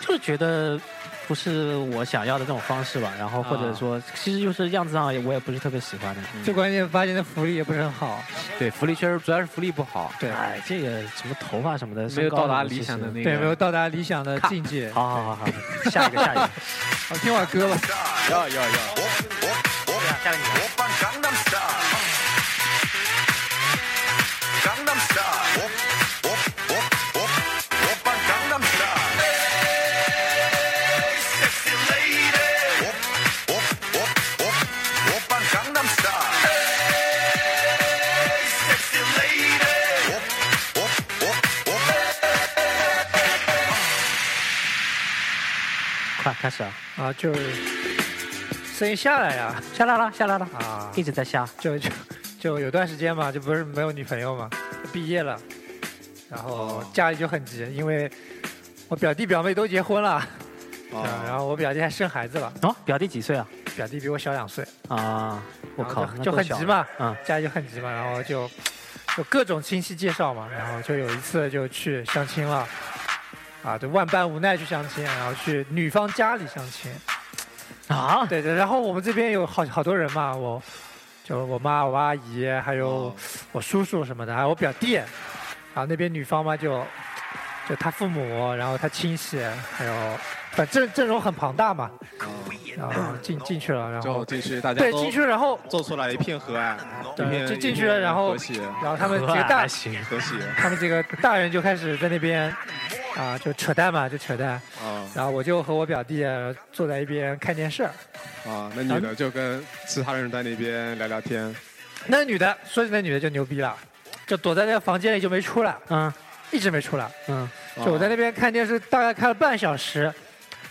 Speaker 3: 就是觉得不是我想要的这种方式吧。然后或者说，其实就是样子上也我也不是特别喜欢的。
Speaker 4: 最关键发现的福利也不是很好，
Speaker 6: 对，福利确实主要是福利不好，
Speaker 4: 对
Speaker 3: 哎，这个什么头发什么的，
Speaker 6: 没
Speaker 3: 身
Speaker 6: 有
Speaker 3: 高
Speaker 6: 到达
Speaker 3: 什么
Speaker 6: 理想的
Speaker 3: 其实
Speaker 6: 那个。
Speaker 4: 对，没有到达理想的境界。
Speaker 3: 好好好好，下一个下一个，
Speaker 4: 好，听会儿歌吧。
Speaker 5: 要要要，
Speaker 3: 下一个你。快开始啊！
Speaker 4: 啊，就是声音下来呀、
Speaker 3: 下来了，下来了，
Speaker 4: 啊，啊，
Speaker 3: 一直在下。
Speaker 4: 就就就有段时间嘛，就不是没有女朋友嘛，毕业了，然后家里就很急，因为我表弟表妹都结婚了，
Speaker 5: 啊
Speaker 4: 然后我表弟还生孩子了，
Speaker 3: 哦，表弟几岁啊？
Speaker 4: 表弟比我小两岁，
Speaker 3: 啊，我
Speaker 4: 然
Speaker 3: 靠
Speaker 4: 后，
Speaker 3: 那
Speaker 4: 就就
Speaker 3: 够
Speaker 4: 很
Speaker 3: 小
Speaker 4: 急
Speaker 3: 了。
Speaker 4: 嘛，
Speaker 3: 嗯，
Speaker 4: 家里就很急嘛，然后就就各种亲戚介绍嘛，然后就有一次就去相亲了，啊，就万般无奈去相亲，然后去女方家里相亲，
Speaker 3: 啊，
Speaker 4: 对对，然后我们这边有好好多人嘛，我就我妈、我阿姨，还有
Speaker 5: 哦
Speaker 4: 我叔叔什么的，还有我表弟，然后那边女方嘛就就他父母，然后他亲戚，还有反正阵阵容很庞大嘛，
Speaker 5: 哦
Speaker 4: 然后进进去了，然
Speaker 5: 就
Speaker 4: 后
Speaker 5: 进去大家
Speaker 4: 对
Speaker 5: 都
Speaker 4: 进去，然后
Speaker 5: 做出来一片和蔼，
Speaker 4: 对
Speaker 5: 一片
Speaker 4: 就进去
Speaker 5: 一片
Speaker 4: 了然后
Speaker 5: 和谐
Speaker 4: 然后他 们几个大
Speaker 6: 还行，
Speaker 5: 和谐
Speaker 4: 他们几个大人就开始在那边啊就扯淡嘛就扯淡，
Speaker 5: 啊
Speaker 4: 然后我就和我表弟坐在一边看电视，
Speaker 5: 啊，那女的就跟其他人在那边聊聊天，
Speaker 4: 那个女的说起那女的就牛逼了，就躲在那个房间里就没出来，
Speaker 3: 嗯
Speaker 4: 一直没出来。
Speaker 3: 嗯，
Speaker 5: 啊
Speaker 4: 就我在那边看电视，大概看了半小时，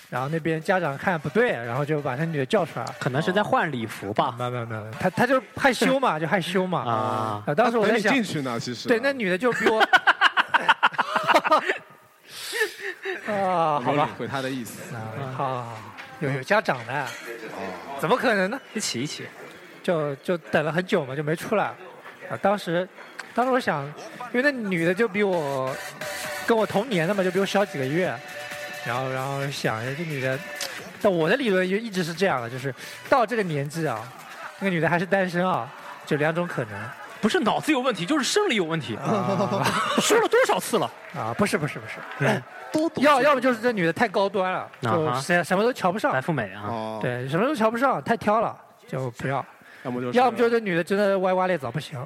Speaker 4: 然后那边家长看不对，然后就把那女的叫出来了。
Speaker 3: 可能是在换礼服吧。
Speaker 4: 没有没有没有，她她就害羞嘛，就害羞嘛。
Speaker 3: 啊，
Speaker 4: 啊，当时我
Speaker 5: 等
Speaker 4: 在
Speaker 5: 你啊
Speaker 4: 想，
Speaker 5: 进去呢，其实
Speaker 4: 对，那女的就比我。啊，好
Speaker 5: 我
Speaker 4: 吧
Speaker 5: 领，会他的意思
Speaker 4: 啊好好好，有有家长的，怎么可能呢？
Speaker 3: 一起一起。
Speaker 4: 就就等了很久嘛，就没出来。啊，当时，当时我想，因为那女的就比我跟我同年的嘛，就比我小几个月，然后然后想，哎这女的，但我的理论就一直是这样的，就是到这个年纪啊，那个女的还是单身啊，就两种可能
Speaker 3: 不是脑子有问题，就是生理有问题。
Speaker 4: 啊
Speaker 3: 说了多少次了？
Speaker 4: 啊，不是不是不 是，要要不就是这女的太高端了，就
Speaker 3: 嗯啊哈
Speaker 4: 什什么都瞧不
Speaker 3: 白
Speaker 4: 上，
Speaker 3: 富美啊，
Speaker 5: 哦，
Speaker 4: 对，什么都瞧不上，太挑了，就不要。
Speaker 5: 要么就是
Speaker 4: 要不就这女的真的歪瓜裂枣不行，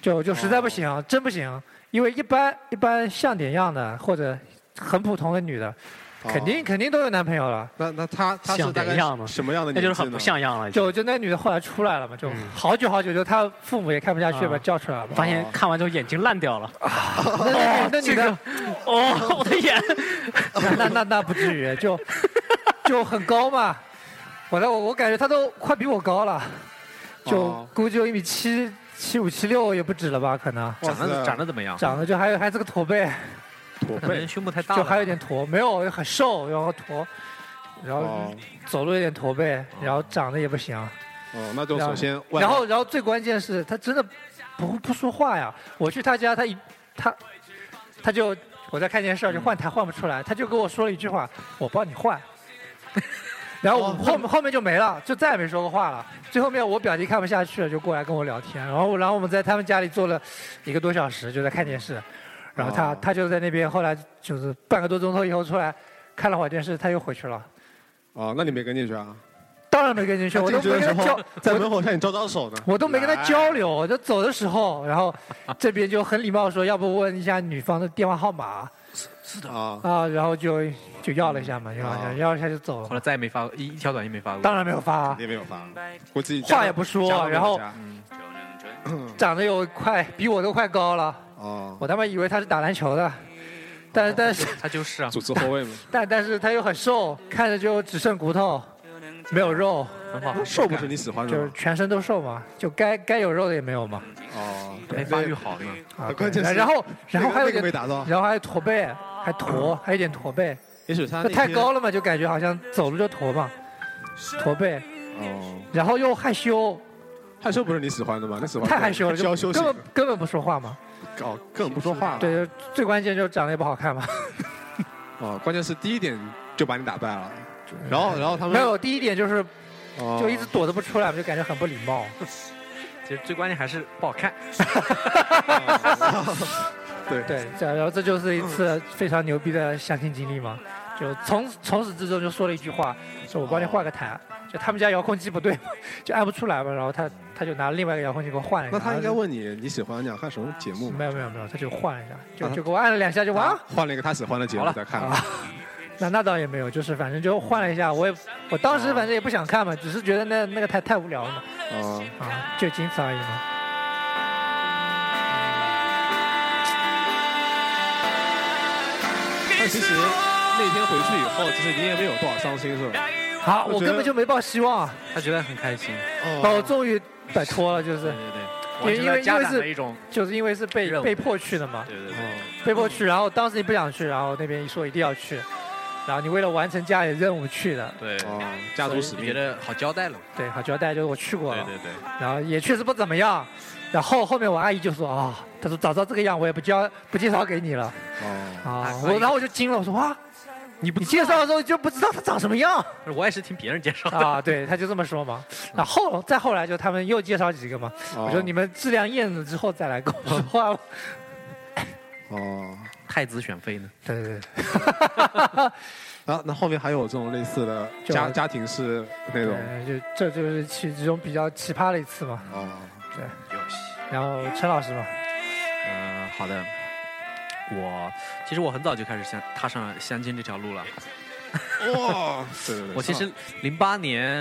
Speaker 4: 就哦就实在不行，真不行，因为一般一般像点样的或者很普通的女的，肯定肯定都有男朋友了。
Speaker 5: 啊那那他他是
Speaker 3: 像
Speaker 5: 大
Speaker 3: 人
Speaker 5: 概
Speaker 3: 样吗
Speaker 5: 什么样的
Speaker 3: 那
Speaker 5: 年纪
Speaker 3: 就
Speaker 5: 呢？
Speaker 3: 是很不像样了。已经
Speaker 4: 就就那女的后来出来了嘛，就好久好久，就她父母也看不下
Speaker 3: 啊
Speaker 4: 去，把她叫出来了嘛。
Speaker 3: 发现看完之后眼睛烂掉了。
Speaker 4: 那那那女的
Speaker 3: 哦，我的眼。
Speaker 4: 那那那那不至于， 就就很高嘛。我的我我感觉她都快比我高了， 就
Speaker 5: 哦
Speaker 4: 估计有一米七七五七六也不止了吧，可能
Speaker 5: 哇
Speaker 6: 长得
Speaker 5: 塞
Speaker 6: 长得怎么 样？
Speaker 4: 长得就还有还是个驼背。
Speaker 5: 驼
Speaker 6: 可能
Speaker 5: 背，
Speaker 6: 胸部太大
Speaker 4: 就
Speaker 6: 了，
Speaker 4: 还有点驼，没有很瘦，然后驼，然后
Speaker 5: 哦
Speaker 4: 走路有点驼背，然后长得也不行，
Speaker 5: 哦，那就首先外
Speaker 4: 然后然后最关键是他真的不不说话呀。我去他家，他一他他就我在看电视，就换台换不出来，他就跟我说了一句话：“我帮你换。”然后我后面后面就没了，就再也没说过话了。最后面我表弟看不下去了，就过来跟我聊天。然后然后我们在他们家里坐了一个多小时，就在看电视。然后他、
Speaker 5: 哦
Speaker 4: 他就在那边，后来就是半个多钟头以后出来，看了会儿电视，他又回去了。
Speaker 5: 哦，那你没跟进去啊？
Speaker 4: 当然没跟进去，我都
Speaker 5: 进
Speaker 4: 没
Speaker 5: 去
Speaker 4: 跟
Speaker 5: 的时
Speaker 4: 他交
Speaker 5: 候，在门口向你招招手呢。
Speaker 4: 我都没跟他
Speaker 5: 来
Speaker 4: 交流，我就走的时候，然后这边就很礼貌地说，要不问一下女方的电话号码
Speaker 5: 啊，
Speaker 4: 啊，然后就就要了一下嘛，要了一下，
Speaker 5: 哦
Speaker 4: 要了一下就走
Speaker 6: 后
Speaker 4: 了。
Speaker 6: 来再也没发过一一条短信没发过。
Speaker 4: 当然没有发啊，
Speaker 5: 也没有发，估计家
Speaker 4: 话也不
Speaker 5: 家都
Speaker 4: 说，
Speaker 5: 没
Speaker 4: 然后
Speaker 5: 加
Speaker 4: 长得有快比我都快高了，
Speaker 5: 哦，
Speaker 4: 我他妈以为他是打篮球的，但是但是
Speaker 6: 他就是啊，
Speaker 5: 组织后卫嘛，
Speaker 4: 但但是他又很瘦，看着就只剩骨头，没有肉，
Speaker 6: 很好，
Speaker 5: 瘦不是你喜
Speaker 6: 嗯
Speaker 5: 欢的
Speaker 4: 就是
Speaker 5: 吗？
Speaker 4: 全身都瘦嘛，就该该有肉的也没有嘛。
Speaker 5: 哦，
Speaker 6: 没发育好呢。
Speaker 4: 啊，对
Speaker 5: 关键是
Speaker 4: 然后然后还有一
Speaker 5: 那个那个
Speaker 4: 个
Speaker 5: 没达到，
Speaker 4: 然后还有驼背，还驼，还有点驼背。
Speaker 5: 也许他
Speaker 4: 那
Speaker 5: 哦那
Speaker 4: 太
Speaker 5: 天
Speaker 4: 高了嘛，就感觉好像走路就驼嘛，驼背，
Speaker 5: 哦，
Speaker 4: 然后又害羞，
Speaker 5: 害羞不是你喜欢的吗？你喜欢
Speaker 4: 太害羞了，
Speaker 5: 需要
Speaker 4: 就
Speaker 5: 休息
Speaker 4: 根，本根本不说话嘛。
Speaker 5: 搞哦根本不说话。，
Speaker 4: 对，最关键就是长得也不好看嘛。
Speaker 5: 哦，关键是第一点
Speaker 7: 就把你打败了。然后，然后
Speaker 5: 啊
Speaker 7: 他们
Speaker 4: 没有，第一点就是
Speaker 7: 哦
Speaker 4: 就一直躲着不出来，就感觉很不礼貌。
Speaker 6: 其实最关键还是不好看。
Speaker 7: 对
Speaker 4: 对，这然后这就是一次非常牛逼的相亲经历嘛。就从从始至终就说了一句话，说我帮你换个台。就他们家遥控器不对嘛，就按不出来嘛，然后他他就拿另外一个遥控器给我换了一下。
Speaker 7: 那他应该
Speaker 4: 然后
Speaker 7: 问你你喜欢想看什么节目
Speaker 6: 嗯
Speaker 7: 吗？
Speaker 4: 没有没有没有，他就换了一下，就
Speaker 7: 啊
Speaker 4: 就给我按了两下就
Speaker 6: 啊
Speaker 4: 哇，
Speaker 7: 换了一个他喜欢的节
Speaker 4: 啊好
Speaker 7: 目
Speaker 4: 了
Speaker 7: 再看。
Speaker 4: 啊那那倒也没有，就是反正就换了一下，我也我当时反正也不想看嘛，只是觉得那那个台太无聊了嘛，
Speaker 7: 哦，
Speaker 4: 啊，就仅此而已嘛。
Speaker 5: 但其实那天回去以后，其实你也没有多少伤心，是吧？
Speaker 4: 好，
Speaker 7: 我觉
Speaker 4: 我
Speaker 7: 得
Speaker 4: 根本就没抱希望，
Speaker 6: 他觉得很开心，
Speaker 4: 然后我终于摆脱了，就是
Speaker 6: 哦对对对，
Speaker 4: 因为
Speaker 6: 完全地
Speaker 4: 因
Speaker 6: 加
Speaker 4: 为
Speaker 6: 满
Speaker 4: 是
Speaker 6: 了一种，
Speaker 4: 就是因为是被
Speaker 6: 任务
Speaker 4: 被迫去的嘛，
Speaker 6: 对对
Speaker 5: 哦
Speaker 6: 对，
Speaker 4: 被迫去，然后当时你不想去，然后那边一说一定要去，然后你为了完成家里任务去的，
Speaker 6: 对，
Speaker 7: 哦，家族使
Speaker 6: 你觉
Speaker 7: 命。
Speaker 6: 得好交代了嘛？
Speaker 4: 对，好交代就是我去过
Speaker 6: 对
Speaker 4: 了，
Speaker 6: 对对，
Speaker 4: 然后也确实不怎么样，然后后面我阿姨就说啊、她说早知道这个样我也不教不介绍给你了
Speaker 7: 哦，
Speaker 4: 啊，
Speaker 6: 所以
Speaker 4: 我然后我就惊了，我说哇，
Speaker 6: 你不
Speaker 4: 你介绍的时候就不知道他长什么样
Speaker 6: 我也是听别人介绍的，嗯
Speaker 4: 啊，对，他就这么说嘛，然后再后来就他们又介绍几个嘛，
Speaker 7: 我
Speaker 6: 哦
Speaker 4: 我说
Speaker 5: 哦
Speaker 4: 你们质量验了之后再来跟我说 话吧，
Speaker 7: 哦。
Speaker 6: 太子选妃呢？
Speaker 4: 对对对。
Speaker 7: 然后那后面还有这种类似的
Speaker 4: 就
Speaker 7: 家家庭式那种
Speaker 4: 对，呃就这就是其其中比较奇葩的一次嘛。
Speaker 7: 哦，
Speaker 6: 有戏。
Speaker 4: 然后陈老师嘛，
Speaker 6: 嗯，好的。我其实我很早就开始相踏上相亲这条路了。
Speaker 7: 哇，对对对，
Speaker 6: 我其实零八年，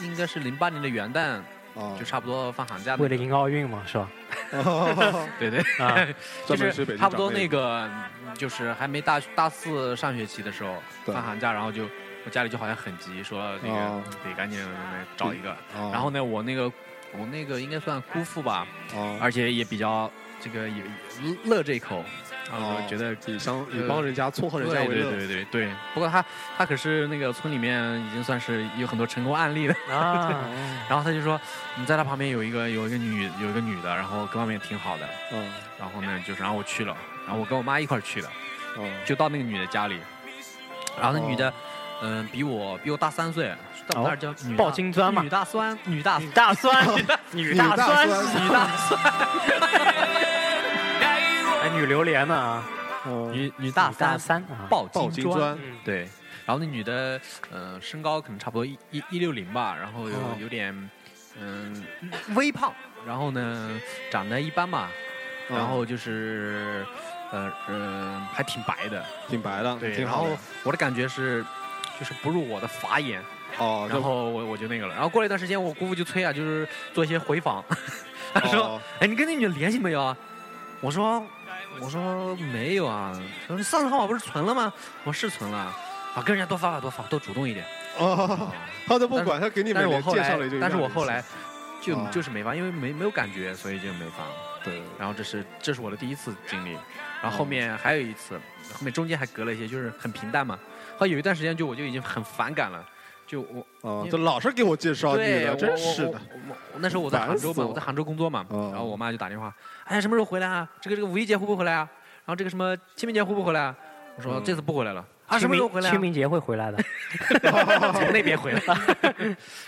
Speaker 6: 应该是零八年的元旦，
Speaker 7: 哦
Speaker 6: 就差不多放寒假的
Speaker 3: 为了赢奥运嘛，是吧？
Speaker 7: 哦
Speaker 6: 对对，
Speaker 3: 啊，
Speaker 6: 就
Speaker 7: 专门去北
Speaker 6: 是
Speaker 7: 京
Speaker 6: 差不多
Speaker 7: 找那
Speaker 6: 那个，就是还没大大四上学期的时候
Speaker 7: 对
Speaker 6: 放寒假，然后就我家里就好像很急，说那
Speaker 7: 哦
Speaker 6: 个得赶紧来找一个。
Speaker 7: 哦
Speaker 6: 然后呢，我那个我那个应该算姑父吧，
Speaker 7: 哦，
Speaker 6: 而且也比较这个也乐这口，然后
Speaker 7: 哦
Speaker 6: 觉得
Speaker 7: 以商以
Speaker 6: 呃
Speaker 7: 帮人家撮合人家
Speaker 6: 对
Speaker 7: 为
Speaker 6: 对
Speaker 7: 乐，
Speaker 6: 对对对。不过他他可是那个村里面已经算是有很多成功案例的。
Speaker 3: 啊，
Speaker 6: 然后他就说，你在他旁边有一个有一个女有一个女的，然后各方面挺好的。
Speaker 7: 嗯
Speaker 6: 然后呢，就是然后我去了，然后我跟我妈一块儿去的，
Speaker 7: 哦
Speaker 6: 就到那个女的家里。然后那
Speaker 7: 哦
Speaker 6: 女的，嗯、比我比我大三岁，到
Speaker 3: 哦
Speaker 6: 那儿叫女
Speaker 3: 抱
Speaker 6: 大
Speaker 3: 金砖嘛
Speaker 6: 女，大酸，女大
Speaker 3: 女啊大酸， 女大酸，女大酸， 哎，女榴莲呢啊？
Speaker 7: 哦
Speaker 6: 女女大
Speaker 3: 女大
Speaker 6: 三
Speaker 3: 三啊，
Speaker 6: 抱
Speaker 7: 抱金砖
Speaker 3: 嗯，
Speaker 6: 对，然后那女的，呃，身高可能差不多一一一六零吧，然后有
Speaker 7: 哦
Speaker 6: 有点，嗯、微胖，然后呢，长得一般吧，
Speaker 5: 哦
Speaker 7: 嗯
Speaker 6: 然后就是，呃呃，还挺白的，
Speaker 7: 挺白的，
Speaker 6: 对，
Speaker 7: 挺
Speaker 6: 然
Speaker 7: 好
Speaker 6: 后
Speaker 7: 的
Speaker 6: 我的感觉是，就是不入我的法眼，
Speaker 7: 哦，
Speaker 6: 然后我我就那个了，然后过了一段时间，我姑父就催啊，就是做一些回访， 他
Speaker 7: 就
Speaker 6: 说，
Speaker 7: 哦
Speaker 6: 哎，你跟那女的联系没有啊？我说，我说没有啊。他说你上次号码不是存了吗？我说是存了。啊，跟人家多发发多发，多主动一点。
Speaker 7: 哦，他都不管，他给你们
Speaker 6: 但是我
Speaker 7: 连
Speaker 6: 后
Speaker 7: 介绍
Speaker 6: 来
Speaker 7: 了一句，，
Speaker 6: 但是我后来就、
Speaker 7: 哦
Speaker 6: 就是没发，因为没没有感觉，所以就没发。
Speaker 7: 对对
Speaker 6: 然后这是这是我的第一次经历，然后后
Speaker 7: 哦
Speaker 6: 面还有一次，后面中间还隔了一些，就是很平淡嘛。后来有一段时间就我就已经很反感了，就我
Speaker 7: 哦，
Speaker 6: 你
Speaker 7: 这老是给我 介绍哦女
Speaker 6: 对，
Speaker 7: 的，
Speaker 6: 我
Speaker 7: 真是的。。
Speaker 6: 我我我那时候我在
Speaker 7: 烦
Speaker 6: 杭州
Speaker 7: 死
Speaker 6: 嘛，
Speaker 7: 我
Speaker 6: 我在杭州工作嘛，
Speaker 7: 嗯
Speaker 6: 然后我妈就打电话，哎，什么时候回来啊？这个这个五一节会不会回来啊？然后这个什么清明节会不会回来啊？我说
Speaker 7: 嗯
Speaker 6: 这次不回来了。啊，
Speaker 3: 清
Speaker 6: 什么时候
Speaker 3: 明
Speaker 6: 回来啊
Speaker 3: 清？明节会回来 的，
Speaker 6: 从那边回 来。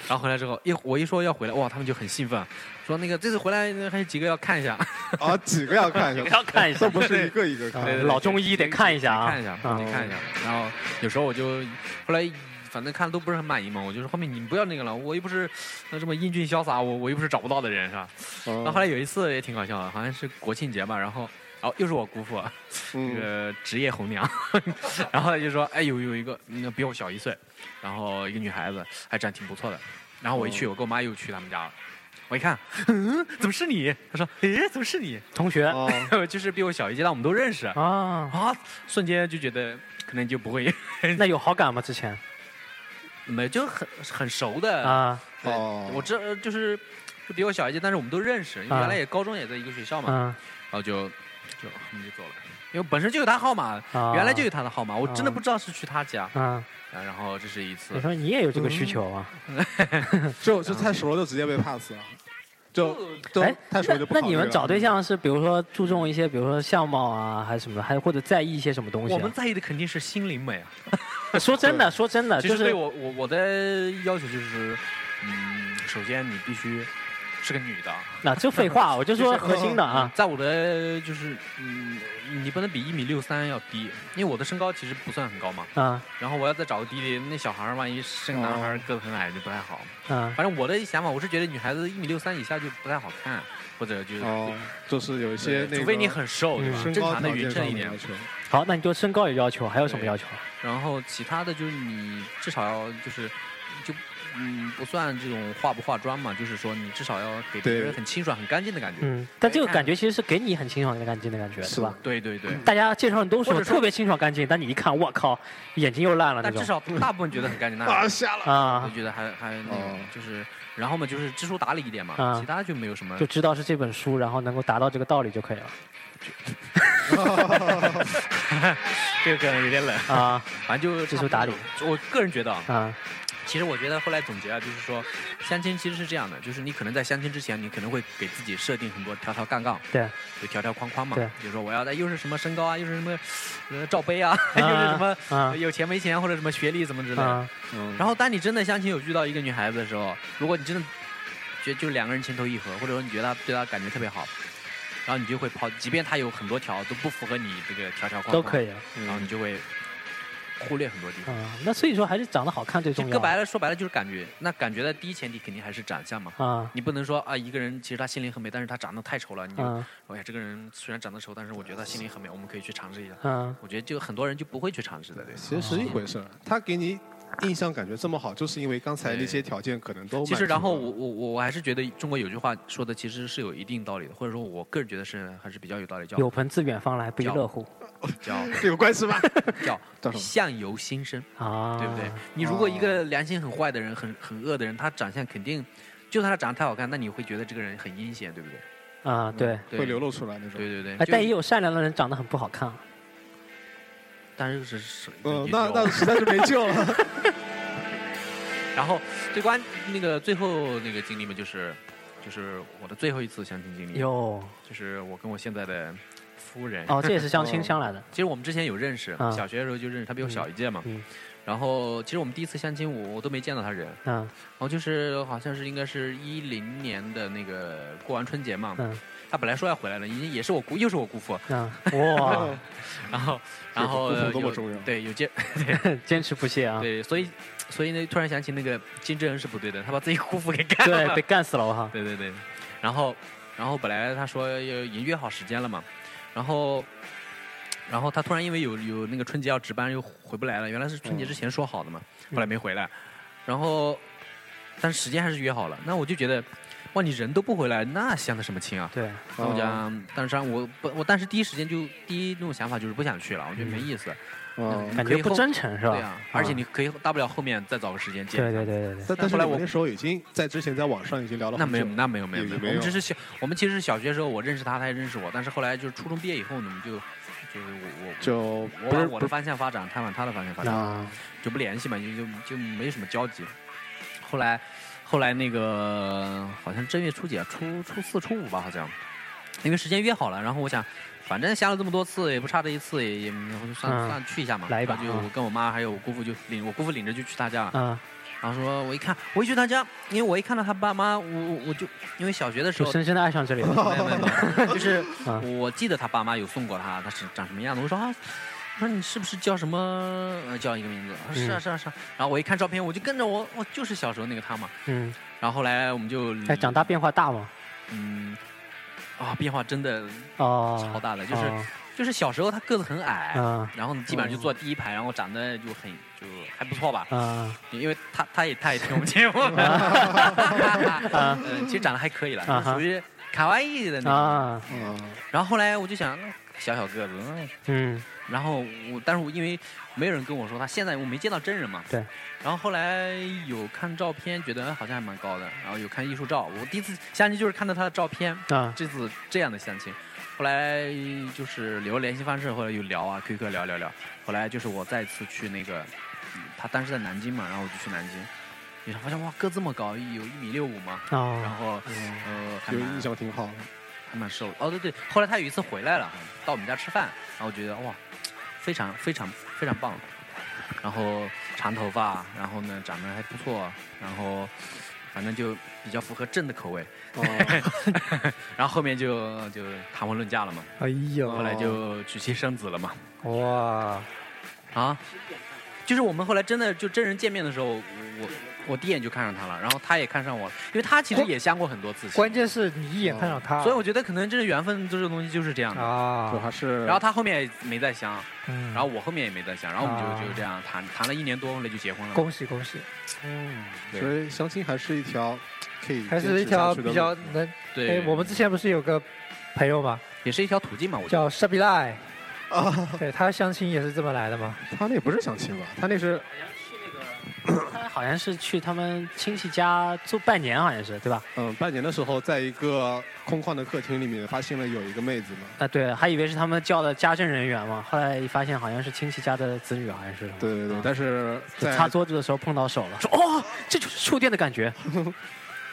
Speaker 6: 然后回来之后，一我一说要回来，哇，他们就很兴奋，说那个这次回来还有几个要看一下，
Speaker 7: 啊，几个要
Speaker 6: 哎
Speaker 7: 看 一下，
Speaker 3: 要看一下
Speaker 7: 这。不是一个一个看
Speaker 3: 啊
Speaker 6: 对对对
Speaker 3: 老中医得看一下啊
Speaker 6: 看一下，
Speaker 7: 嗯
Speaker 6: 你看一下。然后有时候我就后来。反正看都不是很满意嘛，我就说后面你们不要那个了，我又不是呃这么英俊潇洒，我我又不是找不到的人是吧？然后后
Speaker 7: 哦。
Speaker 6: 来有一次也挺搞笑的，好像是国庆节吧，然后。然后又是我姑父，那
Speaker 7: 嗯，
Speaker 6: 个职业红娘， 然后他就说，哎，有有一个嗯比我小一岁，然后一个女孩子，还长得挺不错的。然后我一去，我跟我妈又去他们家了，我一看，嗯，怎么是你？她说，哎，怎么是你？
Speaker 3: 同学
Speaker 7: 哦，
Speaker 6: 就是比我小一届，但我们都认识啊，
Speaker 3: 啊，
Speaker 6: 瞬间就觉得可能就不会，
Speaker 3: 那有好感吗？之前
Speaker 6: 没就很很熟的。
Speaker 3: 啊，
Speaker 6: 对
Speaker 7: 哦
Speaker 6: 我这就是就比我小一届，但是我们都认识，因为
Speaker 3: 啊
Speaker 6: 原来也高中也在一个学校嘛。
Speaker 3: 嗯
Speaker 6: 然后就就他们就走了，因为本身就有他号码，
Speaker 3: 啊，
Speaker 6: 原来就有他的号码，我真
Speaker 3: 啊
Speaker 6: 的不知道是去他家。
Speaker 3: 啊，
Speaker 6: 啊然后这是一次嗯
Speaker 3: 你，说你也有这个需求啊？
Speaker 7: 就就太熟了，就直接被 pass 了。就都
Speaker 3: 哎，
Speaker 7: 太熟就不
Speaker 3: 那
Speaker 7: 考虑了。嗯
Speaker 3: 那你们找对象是比如说注重一些，比如说相貌啊，还是什么的，还或者在意一些什么东西、
Speaker 6: 我们在意的肯定是心灵美啊。
Speaker 3: 们说真的，说真的，
Speaker 6: 其
Speaker 3: 就
Speaker 6: 实对
Speaker 3: 是
Speaker 6: 我我我的要求就是，嗯，首先你必须是个女的，
Speaker 3: 那这废话，啊我就 说核心的啊，
Speaker 6: 在我的就是嗯，你不能比一米六三要低，因为我的身高其实不算很高嘛。
Speaker 3: 啊
Speaker 6: 然后我要再找个弟弟，那小孩儿万一是个男孩儿，个子很矮就不太好。
Speaker 3: 啊，
Speaker 6: 反正我的想法，我是觉得女孩子一米六三以下就不太好看，或者就是，
Speaker 7: 哦，就是有一些那个，嗯
Speaker 6: 除非你很瘦，对吧？
Speaker 7: 身
Speaker 6: 正
Speaker 7: 高
Speaker 6: 常的
Speaker 7: 条
Speaker 6: 匀
Speaker 7: 件上
Speaker 6: 称
Speaker 7: 的
Speaker 6: 一点
Speaker 7: 要。求。
Speaker 3: 好，那你对身高有要求，还有什么
Speaker 6: 对嗯
Speaker 3: 要求？啊
Speaker 6: 然后其他的就是你至少要就是就嗯不算这种化不化妆嘛，就是说你至少要给别
Speaker 7: 对
Speaker 6: 人很清爽、很干净的感觉。
Speaker 3: 嗯，但这个感觉其实是给你很清爽的干净的感觉，
Speaker 7: 是
Speaker 3: 对吧？
Speaker 6: 对对对。
Speaker 3: 大家介绍人都说
Speaker 6: 或者说
Speaker 3: 特别清爽干净，但你一看，我靠，眼睛又烂了那
Speaker 6: 但至
Speaker 3: 种
Speaker 6: 少大部分觉得很干净，那
Speaker 7: 啊，瞎了。
Speaker 6: 我
Speaker 3: 啊，
Speaker 6: 觉得还还那个
Speaker 7: 哦
Speaker 6: 就是，然后嘛就是知书达理一点嘛，
Speaker 3: 啊
Speaker 6: 其他就没有什么
Speaker 3: 就。知道是这本书，然后能够达到这个道理就可以了
Speaker 6: 这个梗有点冷，
Speaker 3: 啊
Speaker 6: 反正就
Speaker 3: 知书达理
Speaker 6: 差不多。我个人觉得啊，
Speaker 3: 啊
Speaker 6: 其实我觉得后来总结啊，就是说，相亲其实是这样的，就是你可能在相亲之前，你可能会给自己设定很多条条杠杠，
Speaker 3: 对，
Speaker 6: 就条条框框嘛，
Speaker 3: 对
Speaker 6: 比如说我要在又是什么身高啊，又是什么呃罩杯啊，
Speaker 3: 啊
Speaker 6: 又是什么
Speaker 3: 啊
Speaker 6: 有钱没钱或者什么学历怎么之类的。
Speaker 3: 啊
Speaker 7: 嗯
Speaker 6: 然后当你真的相亲有遇到一个女孩子的时候，如果你真的觉就两个人情投意合，或者说你觉得她对她感觉特别好，然后你就会抛，即便她有很多条都不符合你这个条条框框，
Speaker 3: 都可
Speaker 6: 以，
Speaker 3: 以了
Speaker 6: 然后你就会忽略很多地方。
Speaker 3: 啊。那所以说还是长得好看最
Speaker 6: 就
Speaker 3: 重
Speaker 6: 搁
Speaker 3: 要
Speaker 6: 白了，说白了就是感觉。那感觉的第一前提肯定还是长相嘛。
Speaker 3: 啊
Speaker 6: 你不能说啊，一个人其实他心灵很美，但是他长得太丑了。你就，
Speaker 3: 啊
Speaker 6: 哎呀，这个人虽然长得丑，但是我觉得他心灵很美，我们可以去尝试一下。
Speaker 3: 啊
Speaker 6: 我觉得就很多人就不会去尝试的，对。
Speaker 7: 其实是一回事儿，他给你印象感觉这么好，就是因为刚才那些条件可能都满足
Speaker 6: 其
Speaker 7: 了
Speaker 6: 实，然后我我我我还是觉得中国有句话说的其实是有一定道理的，或者说我个人觉得是还是比较有道理，叫
Speaker 3: 有朋自远方来，不亦乐乎
Speaker 6: 叫
Speaker 7: 有关 系吧？
Speaker 6: 叫
Speaker 7: 叫什么
Speaker 6: 相由心生，
Speaker 3: 啊，
Speaker 6: 对不对？？你如果一个良心很坏的人，很很恶的人，他长相肯定，就算他长得太好看，那你会觉得这个人很阴险，对不对？
Speaker 3: 啊，对。
Speaker 6: 对
Speaker 7: 会流露出来那种。
Speaker 6: 对对对，
Speaker 3: 哎，
Speaker 6: 嗯就
Speaker 3: 但也有善良的人长得很不好看，啊
Speaker 6: 但是是是，
Speaker 7: 嗯
Speaker 6: 也，
Speaker 7: 那
Speaker 6: 有
Speaker 7: 那实在是没 救了。
Speaker 6: 然后最关那个最后那个经历嘛，就是就是我的最后一次相亲经历，
Speaker 3: 哟
Speaker 6: 就是我跟我现在的夫人，
Speaker 3: 哦，这也是相亲相来的
Speaker 6: 其实我们之前有认识，
Speaker 3: 啊
Speaker 6: 小学的时候就认识，她比我小一届嘛。
Speaker 3: 嗯嗯
Speaker 6: 然后其实我们第一次相亲，我我都没见到她人，
Speaker 3: 啊
Speaker 6: 然后就是好像是应该是一零年的那个过完春节嘛，
Speaker 3: 嗯
Speaker 6: 她本来说要回来了，也也是我姑又是我姑父，
Speaker 3: 啊！
Speaker 7: 哦
Speaker 3: 哇，
Speaker 6: 然后然后呃
Speaker 7: 这个姑父多
Speaker 6: 有
Speaker 7: 么重要
Speaker 6: 对有接
Speaker 3: 坚持不懈啊！
Speaker 6: 对，所以所以呢，突然想起那个金正恩是不对的，他把自己姑父给干了。
Speaker 3: 对，被干死了我靠！
Speaker 6: 对对对，然后然后本来他说要已经约好时间了嘛，然后然后他突然因为有有那个春节要值班又回不来了，原来是春节之前说好的嘛，
Speaker 3: 嗯
Speaker 6: 后来没回来，然后但是时间还是约好了，那我就觉得哇你人都不回来，那相的什么亲啊？
Speaker 3: 对，
Speaker 6: 那我
Speaker 7: 哦
Speaker 6: 讲，但是我不我当时第一时间就第一那种想法就是不想去了，我觉得没意思，
Speaker 7: 哦
Speaker 3: 感
Speaker 6: 可以
Speaker 3: 觉不
Speaker 6: 后
Speaker 3: 真诚嗯是
Speaker 6: 对
Speaker 3: 吧？
Speaker 6: 啊，而且你可以大不了后面再找个时间见
Speaker 3: 对对对对对，
Speaker 7: 但但是
Speaker 6: 后来
Speaker 7: 你
Speaker 6: 我
Speaker 7: 们那时候已经在之前在网上已经聊了
Speaker 6: 那
Speaker 7: 很
Speaker 6: 没
Speaker 7: 久
Speaker 6: 有，
Speaker 7: 了，
Speaker 6: 那没有，没有，
Speaker 7: 哦也
Speaker 6: 没有。
Speaker 7: 没
Speaker 6: 我们
Speaker 7: 有
Speaker 6: 只是小，我们其实是小学的时候，我认识他，他也认识我，但是后来就是初中毕业以后呢，我们就就是我我
Speaker 7: 就
Speaker 6: 我
Speaker 7: 不
Speaker 6: 往
Speaker 7: 是
Speaker 6: 我
Speaker 7: 不
Speaker 6: 的
Speaker 7: 是
Speaker 6: 方向发展，他往他的方向发展，
Speaker 3: 啊
Speaker 6: 就不联系嘛，就就就没什么交集。后来后来那个好像正月初几啊，初初四初五吧，好像，因为时间约好了，然后我想。反正相了这么多次，也不差这一次，也也我就算、
Speaker 3: 嗯
Speaker 6: 算去一下嘛。
Speaker 3: 来一把
Speaker 6: 然后就
Speaker 3: 嗯
Speaker 6: 我跟我妈还有我姑父就领我姑父领着就去他家了。
Speaker 3: 啊，
Speaker 6: 然后说，我一看，我一去他家，因为我一看到他爸妈，我我我就因为小学的时
Speaker 3: 就
Speaker 6: 候，
Speaker 3: 深深的爱上这里 了。
Speaker 6: 没有没有没有，就是
Speaker 3: 啊
Speaker 6: 我记得他爸妈有送过他，他是长什么样子。我说啊，我说你是不是叫什么呃叫一个名字？他说是啊
Speaker 3: 嗯
Speaker 6: 是啊是啊。然后我一看照片，我就跟着我我就是小时候那个他嘛。
Speaker 3: 嗯，
Speaker 6: 然后后来我们就
Speaker 3: 哎，长大变化大吗？
Speaker 6: 嗯啊变化真的
Speaker 3: 哦，
Speaker 6: 超大的，就是哎
Speaker 3: 哦
Speaker 6: 就是小时候他个子很矮，
Speaker 3: 啊
Speaker 6: 然后基本上就坐第一排，然后长得就很就还不错吧。
Speaker 3: 啊
Speaker 6: 因为他他也他也听我们节 目，
Speaker 3: 啊
Speaker 6: 嗯，其实长得还可以了，
Speaker 3: 啊
Speaker 6: 就
Speaker 3: 哈
Speaker 6: 属于卡哇伊 的那种。
Speaker 3: 啊，
Speaker 7: 嗯
Speaker 6: 然后后来我就想，那小小个子，嗯
Speaker 3: 嗯
Speaker 6: 然后我但是我因为没有人跟我说他，现在我没见到真人嘛。
Speaker 3: 对。
Speaker 6: 然后后来有看照片，觉得哎好像还蛮高的，然后有看艺术照，我第一次相亲就是看到他的照片，
Speaker 3: 啊
Speaker 6: 这次这样的相亲。后来就是留了联系方式，后来有聊啊，QQ 聊聊聊。后来就是我再次去那个，嗯他当时在南京嘛，然后我就去南京，一上发现哇，个这么高，有一米六五嘛，然
Speaker 3: 哦，
Speaker 6: 后
Speaker 4: 嗯
Speaker 6: 呃，还
Speaker 5: 有
Speaker 6: 蛮
Speaker 5: 印象挺好。
Speaker 6: 还蛮瘦的。哦，对对，后来他有一次回来了，到我们家吃饭，然后我觉得哇，非常非常非常棒。然后长头发，然后呢长得还不错，然后反正就比较符合正的口味。
Speaker 7: 哦
Speaker 6: 然后后面就就谈婚论嫁了嘛，
Speaker 4: 哎呦，
Speaker 6: 后来就
Speaker 4: 哦
Speaker 6: 娶妻生子了嘛。
Speaker 4: 哇，
Speaker 6: 啊，就是我们后来真的就真人见面的时候，我我我第一眼就看上他了，然后他也看上我了，因为他其实也相过很多次，
Speaker 4: 关键是你一眼看上他，
Speaker 6: 所以我觉得可能这是缘分，这种东西就是这样的。
Speaker 5: 我
Speaker 4: 啊，
Speaker 5: 还是
Speaker 6: 然后他后面也没再相，
Speaker 4: 嗯
Speaker 6: 然后我后面也没再相，然后我们就就这样谈谈了一年多，后来就结婚了。
Speaker 4: 恭喜恭喜，
Speaker 6: 对
Speaker 5: 所以相亲还是一条可以
Speaker 4: 还是一
Speaker 5: 嗯坚持下
Speaker 4: 条
Speaker 5: 去的
Speaker 4: 比较
Speaker 5: 路
Speaker 4: 能，哎
Speaker 6: 对，，
Speaker 4: 我们之前不是有个朋友嘛，
Speaker 6: 也是一条途径嘛，我觉得。
Speaker 4: 叫 s h a b i l a
Speaker 5: 啊，
Speaker 4: 对他相亲也是这么来的嘛，
Speaker 5: 他那不是相亲吧？他那是
Speaker 3: 他好像是去他们亲戚家住半年，好像是对吧？
Speaker 5: 嗯，半年的时候，在一个空旷的客厅里面，发现了有一个妹子嘛。
Speaker 3: 啊，对，还以为是他们叫的家政人员嘛，后来一发现好像是亲戚家的子女，好像是。
Speaker 5: 对对对，但是
Speaker 3: 就
Speaker 5: 在
Speaker 3: 擦桌子的时候碰到手 了，说哦，这就是触电的感觉。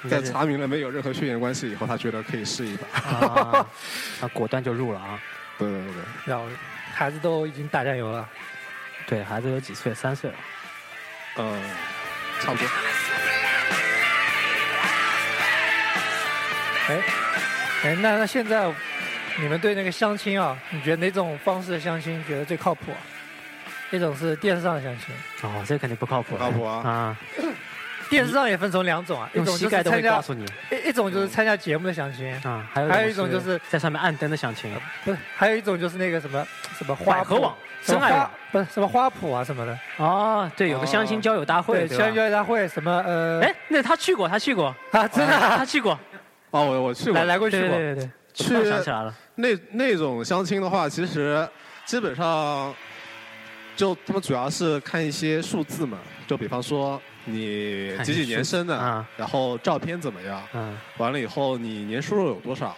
Speaker 5: 在查明了没有任何血缘关系以后，他觉得可以试一 把。
Speaker 3: 啊，啊，果断就入了啊。
Speaker 5: 对对对对，
Speaker 4: 然后孩子都已经打酱油了，
Speaker 3: 对，孩子有几岁？三岁了。
Speaker 5: 嗯，差不多。
Speaker 4: 哎，那那现在你们对那个相亲啊，你觉得哪种方式的相亲觉得最靠谱啊？一种是电视上的相亲，
Speaker 3: 哦，这肯定不靠谱。
Speaker 5: 不靠谱啊
Speaker 3: 啊，
Speaker 4: 电视上也分成两种啊，一
Speaker 3: 用
Speaker 4: 种
Speaker 3: 膝
Speaker 4: 就
Speaker 3: 盖
Speaker 4: 是
Speaker 3: 都会
Speaker 4: 参
Speaker 3: 告
Speaker 4: 加，
Speaker 3: 诉你嗯
Speaker 4: 一一种就是参加节目的相亲，
Speaker 3: 啊。还有
Speaker 4: 还有一种就是
Speaker 3: 在上面按灯的相亲，
Speaker 4: 不是，还有一种就是那个什么什么花
Speaker 3: 百
Speaker 4: 圃
Speaker 3: 合网、
Speaker 4: 什
Speaker 3: 真
Speaker 4: 么
Speaker 3: 爱
Speaker 4: 花
Speaker 3: 网。
Speaker 4: 不是什么花圃啊什么的，
Speaker 3: 哦，对，有个相亲交友大会，
Speaker 4: 对，
Speaker 3: 对
Speaker 4: 相
Speaker 3: 吧？
Speaker 4: 约大会什么 呃，
Speaker 3: 哎，那他去过，他去 过，
Speaker 4: 啊，真的啊
Speaker 3: 他去过，
Speaker 5: 哦，我我去过
Speaker 4: 来来过
Speaker 3: 对
Speaker 4: 去
Speaker 3: 对
Speaker 4: 过，
Speaker 3: 对对对。
Speaker 5: 去
Speaker 3: 我想起来了，
Speaker 5: 那那种相亲的话，其实基本上就他们主要是看一些数字嘛，就比方说你
Speaker 3: 看一些
Speaker 5: 几几年生的，
Speaker 3: 数字啊
Speaker 5: 然后照片怎么样，
Speaker 3: 嗯，
Speaker 5: 完了以后你年收入有多少，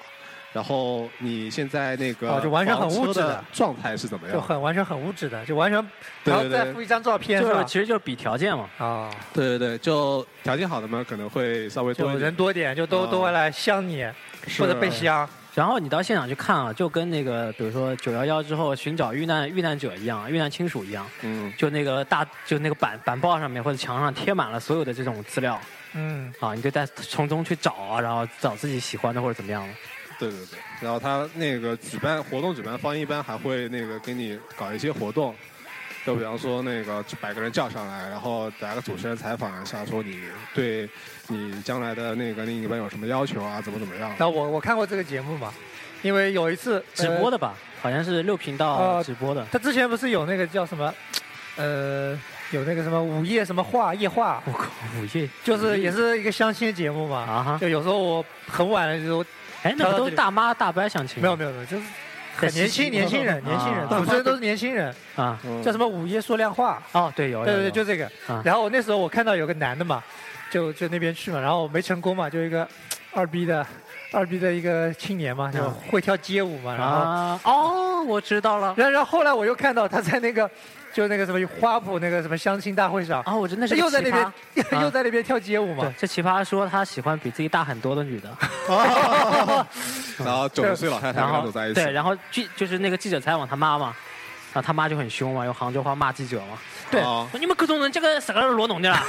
Speaker 5: 然后你现在那个
Speaker 4: 哦就完全很
Speaker 5: 房车
Speaker 4: 物质的
Speaker 5: 的状态是怎么
Speaker 4: 就
Speaker 5: 样？
Speaker 4: 很完全很物质的，就完全，
Speaker 5: 对
Speaker 4: 然
Speaker 5: 哎
Speaker 4: 后
Speaker 5: 对对
Speaker 4: 再附一张照片
Speaker 3: 就是是
Speaker 4: 吧？
Speaker 3: 其实就是比条件嘛，
Speaker 4: 啊，
Speaker 5: 对对对，就条件好的嘛，可能会稍微多
Speaker 4: 就
Speaker 5: 一
Speaker 4: 人
Speaker 5: 点，
Speaker 4: 多点，就都
Speaker 5: 啊
Speaker 4: 都会来相你
Speaker 5: 是
Speaker 4: 或者被相，
Speaker 3: 然后你到现场去看啊，就跟那个比如说九幺幺之后寻找遇难遇难者一样，遇难亲属一样，
Speaker 5: 嗯，
Speaker 3: 就那个大就那个板板报上面或者墙上贴满了所有的这种资料
Speaker 4: 嗯，
Speaker 3: 啊，你就在从中去找啊，然后找自己喜欢的或者怎么
Speaker 4: 呃
Speaker 3: 样的。
Speaker 5: 对对对，然后他那个举办活动举办方一般还会那个给你搞一些活动，就比方说那个把个人叫上来，然后来个主持人采访一下，说你对你将来的那个另一半有什么要求啊，怎么怎么样
Speaker 4: 然。后我我看过这个节目嘛，因为有一次
Speaker 3: 直播
Speaker 4: 的，
Speaker 3: 的吧，好像是六频道
Speaker 4: 啊
Speaker 3: 直播的。
Speaker 4: 他之前不是有那个叫什么，呃，有那个什么午夜什么话夜话，
Speaker 3: 我靠，午夜
Speaker 4: 就是也是一个相亲的节目嘛。
Speaker 3: 啊哈！
Speaker 4: 就有时候我很晚了，就
Speaker 3: 哎，那不都是大妈大伯相亲
Speaker 4: 呃没
Speaker 3: 吗？
Speaker 4: 有没有没有，就是
Speaker 3: 在
Speaker 4: 很年
Speaker 3: 西
Speaker 4: 轻
Speaker 3: 西
Speaker 4: 年轻人
Speaker 3: 啊
Speaker 4: 年轻人，
Speaker 3: 啊
Speaker 4: 主持人都是年轻人，
Speaker 3: 啊？
Speaker 5: 嗯
Speaker 4: 叫什么午夜说亮话，
Speaker 3: 哦，对，有有
Speaker 4: 对对
Speaker 3: 有
Speaker 4: 对，就这个
Speaker 3: 啊。
Speaker 4: 然后我那时候我看到有个男的嘛，就就那边去嘛，然后我没成功嘛，就一个二逼的二逼的一个青年嘛，就
Speaker 3: 嗯
Speaker 4: 会跳街舞嘛，然后
Speaker 3: 啊哦，我知道了
Speaker 4: 然后然后后来我又看到他在那个就那个什么花圃那个什么相亲大会上，
Speaker 3: 啊，我真的是
Speaker 4: 又
Speaker 3: 个
Speaker 4: 在
Speaker 3: 奇
Speaker 4: 那
Speaker 3: 葩
Speaker 4: 边
Speaker 3: 啊
Speaker 4: 又在那边跳街舞嘛
Speaker 3: 对，，这奇葩说他喜欢比自己大很多的女的，
Speaker 5: 然后九十岁老太太
Speaker 3: 然
Speaker 5: 跟他
Speaker 3: 后
Speaker 5: 走在一起，
Speaker 3: 对，然后记就是那个记者采访他妈妈，然后他妈就很凶嘛，用杭州话骂记者嘛，对，
Speaker 5: 哦
Speaker 3: 你们各种人这个啥个罗弄的 啦，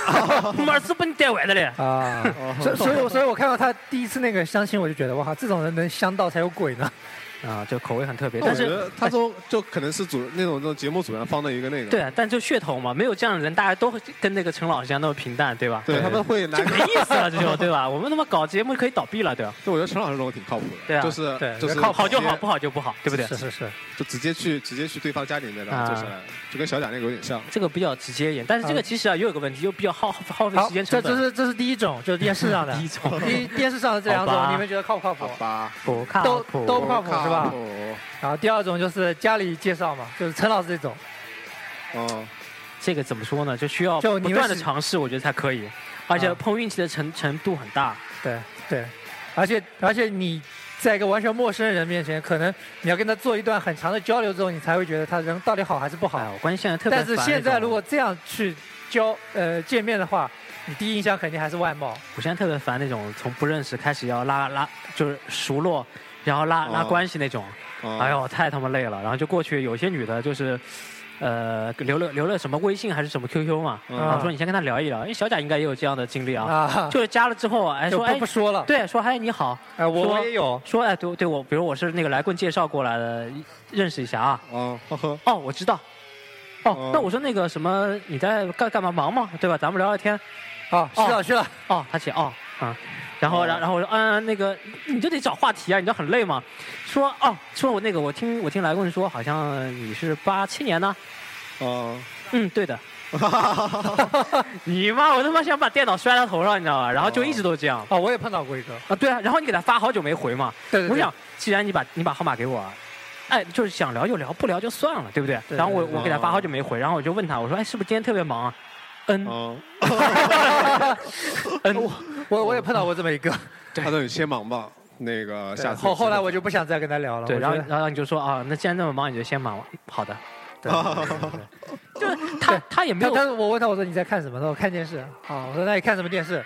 Speaker 3: 马儿子把你带坏的嘞，
Speaker 4: 啊， 所以所以我所以我看到他第一次那个相亲，我就觉得哇，这种人能相到才有鬼呢。
Speaker 3: 啊，就口味很特别，
Speaker 5: 那哦我
Speaker 3: 但
Speaker 5: 觉
Speaker 3: 是
Speaker 5: 得他都就可能是主那种那种节目主办方的一个那个，
Speaker 3: 对，但就噱头嘛，没有这样的人，大家都会跟那个陈老师一样那么平淡，对吧？
Speaker 5: 对他们会拿
Speaker 3: 就没意思了，这就对吧？我们他妈搞节目可以倒闭了，对吧？
Speaker 5: 就我觉得陈老师这种挺靠谱的，
Speaker 3: 对啊
Speaker 5: 就是
Speaker 4: 对
Speaker 5: 就是
Speaker 3: 靠好就好，
Speaker 5: 直接
Speaker 3: 不好就不好，对不对
Speaker 4: 是？是是，
Speaker 5: 就直接去直接去对方家里面然后坐下来，就跟小贾那个有点像。
Speaker 3: 这个比较直接一点，但是这个其实啊，又有个问题，又比较耗 耗费
Speaker 4: 嗯好，
Speaker 3: 时间
Speaker 4: 这
Speaker 3: 成
Speaker 4: 这
Speaker 3: 本。
Speaker 4: 是这是第一种，就是电视上 的。
Speaker 3: 第一种
Speaker 4: 第一电视上的这两
Speaker 3: 好吧
Speaker 4: 种，你们觉得靠不靠谱
Speaker 5: 好？吧，
Speaker 3: 不靠
Speaker 4: 都
Speaker 3: 谱，
Speaker 4: 都不靠谱是吧
Speaker 5: 靠哦谱？
Speaker 4: 然后第二种就是家里介绍嘛，就是陈老师这种，
Speaker 5: 哦，
Speaker 3: 这个怎么说呢？就需要
Speaker 4: 就
Speaker 3: 不
Speaker 4: 你们
Speaker 3: 断的
Speaker 4: 是
Speaker 3: 尝试，我觉得才可以，而且
Speaker 4: 啊
Speaker 3: 碰运气的程程度很大。
Speaker 4: 对对，而且而且你在一个完全陌生人面前，可能你要跟他做一段很长的交流之后，你才会觉得他人到底好还是不
Speaker 3: 哎，
Speaker 4: 好。
Speaker 3: 我关键现在特别
Speaker 4: 但
Speaker 3: 烦
Speaker 4: 是
Speaker 3: 那种。
Speaker 4: 现在如果这样去交呃见面的话，你第一印象肯定还是外貌。
Speaker 3: 我现在特别烦那种从不认识开始要拉拉，就是熟络，然后拉、拉
Speaker 7: 哦
Speaker 3: 关系那种。
Speaker 7: 啊
Speaker 3: 哎呦，太他妈累了。然后就过去，有些女的就是，呃，留了留了什么微信还是什么 QQ 嘛，
Speaker 5: 哦
Speaker 7: 嗯
Speaker 3: 然后说你先跟她聊一聊。因为小贾应该也有这样的经历啊，
Speaker 4: 啊，
Speaker 3: 就是加了之后，哎，
Speaker 4: 就
Speaker 3: 说哎
Speaker 4: 不不，说了。
Speaker 3: 对，说哎你好，
Speaker 4: 哎，我
Speaker 3: 说
Speaker 4: 我也有，
Speaker 3: 说哎对对我，比如我是那个来棍介绍过来的，认识一下啊。
Speaker 7: 啊，呵呵，
Speaker 3: 哦，我知道。哦
Speaker 7: 哦，
Speaker 3: 那我说那个什么，你在干干嘛忙吗？对吧？咱们聊聊天。
Speaker 4: 啊，是了是了，
Speaker 3: 哦，他写哦啊，然后然后然后我说嗯那个你就得找话题啊，你知道很累吗？说哦说我那个我听我听来问说好像你是八七年呢，
Speaker 5: 哦
Speaker 7: 啊，
Speaker 3: 嗯对的。你妈！我他妈想把电脑摔他头上，你知道吧？然后就一直都这样
Speaker 4: 啊，我也碰到过一个，
Speaker 3: 啊，对啊。然后你给他发好久没回嘛，
Speaker 4: 对对对
Speaker 3: 我想，既然你把你把号码给我，哎，就是想聊就聊，不聊就算了，对不对？
Speaker 4: 对嗯
Speaker 3: 然后我
Speaker 4: 对
Speaker 3: 我给他发好久没回，然后我就问他，我说，哎，是不是今天特别忙啊？
Speaker 4: 哦
Speaker 3: 嗯
Speaker 5: 哦
Speaker 7: 啊，
Speaker 3: 嗯，
Speaker 4: 我我也碰到过这么一个，
Speaker 7: 他说你先忙吧，那个下次
Speaker 4: 后后来我就不想再跟他聊了。
Speaker 3: 对，
Speaker 4: 我
Speaker 3: 然后
Speaker 4: 觉得
Speaker 3: 然后你就说啊，那既然那么忙，你就先忙吧。好的，对，对对对就是他他也没
Speaker 4: 他
Speaker 3: 有
Speaker 4: 哦他我问他我说你在看什么？他说我看电视。啊，我说那你看什么电视？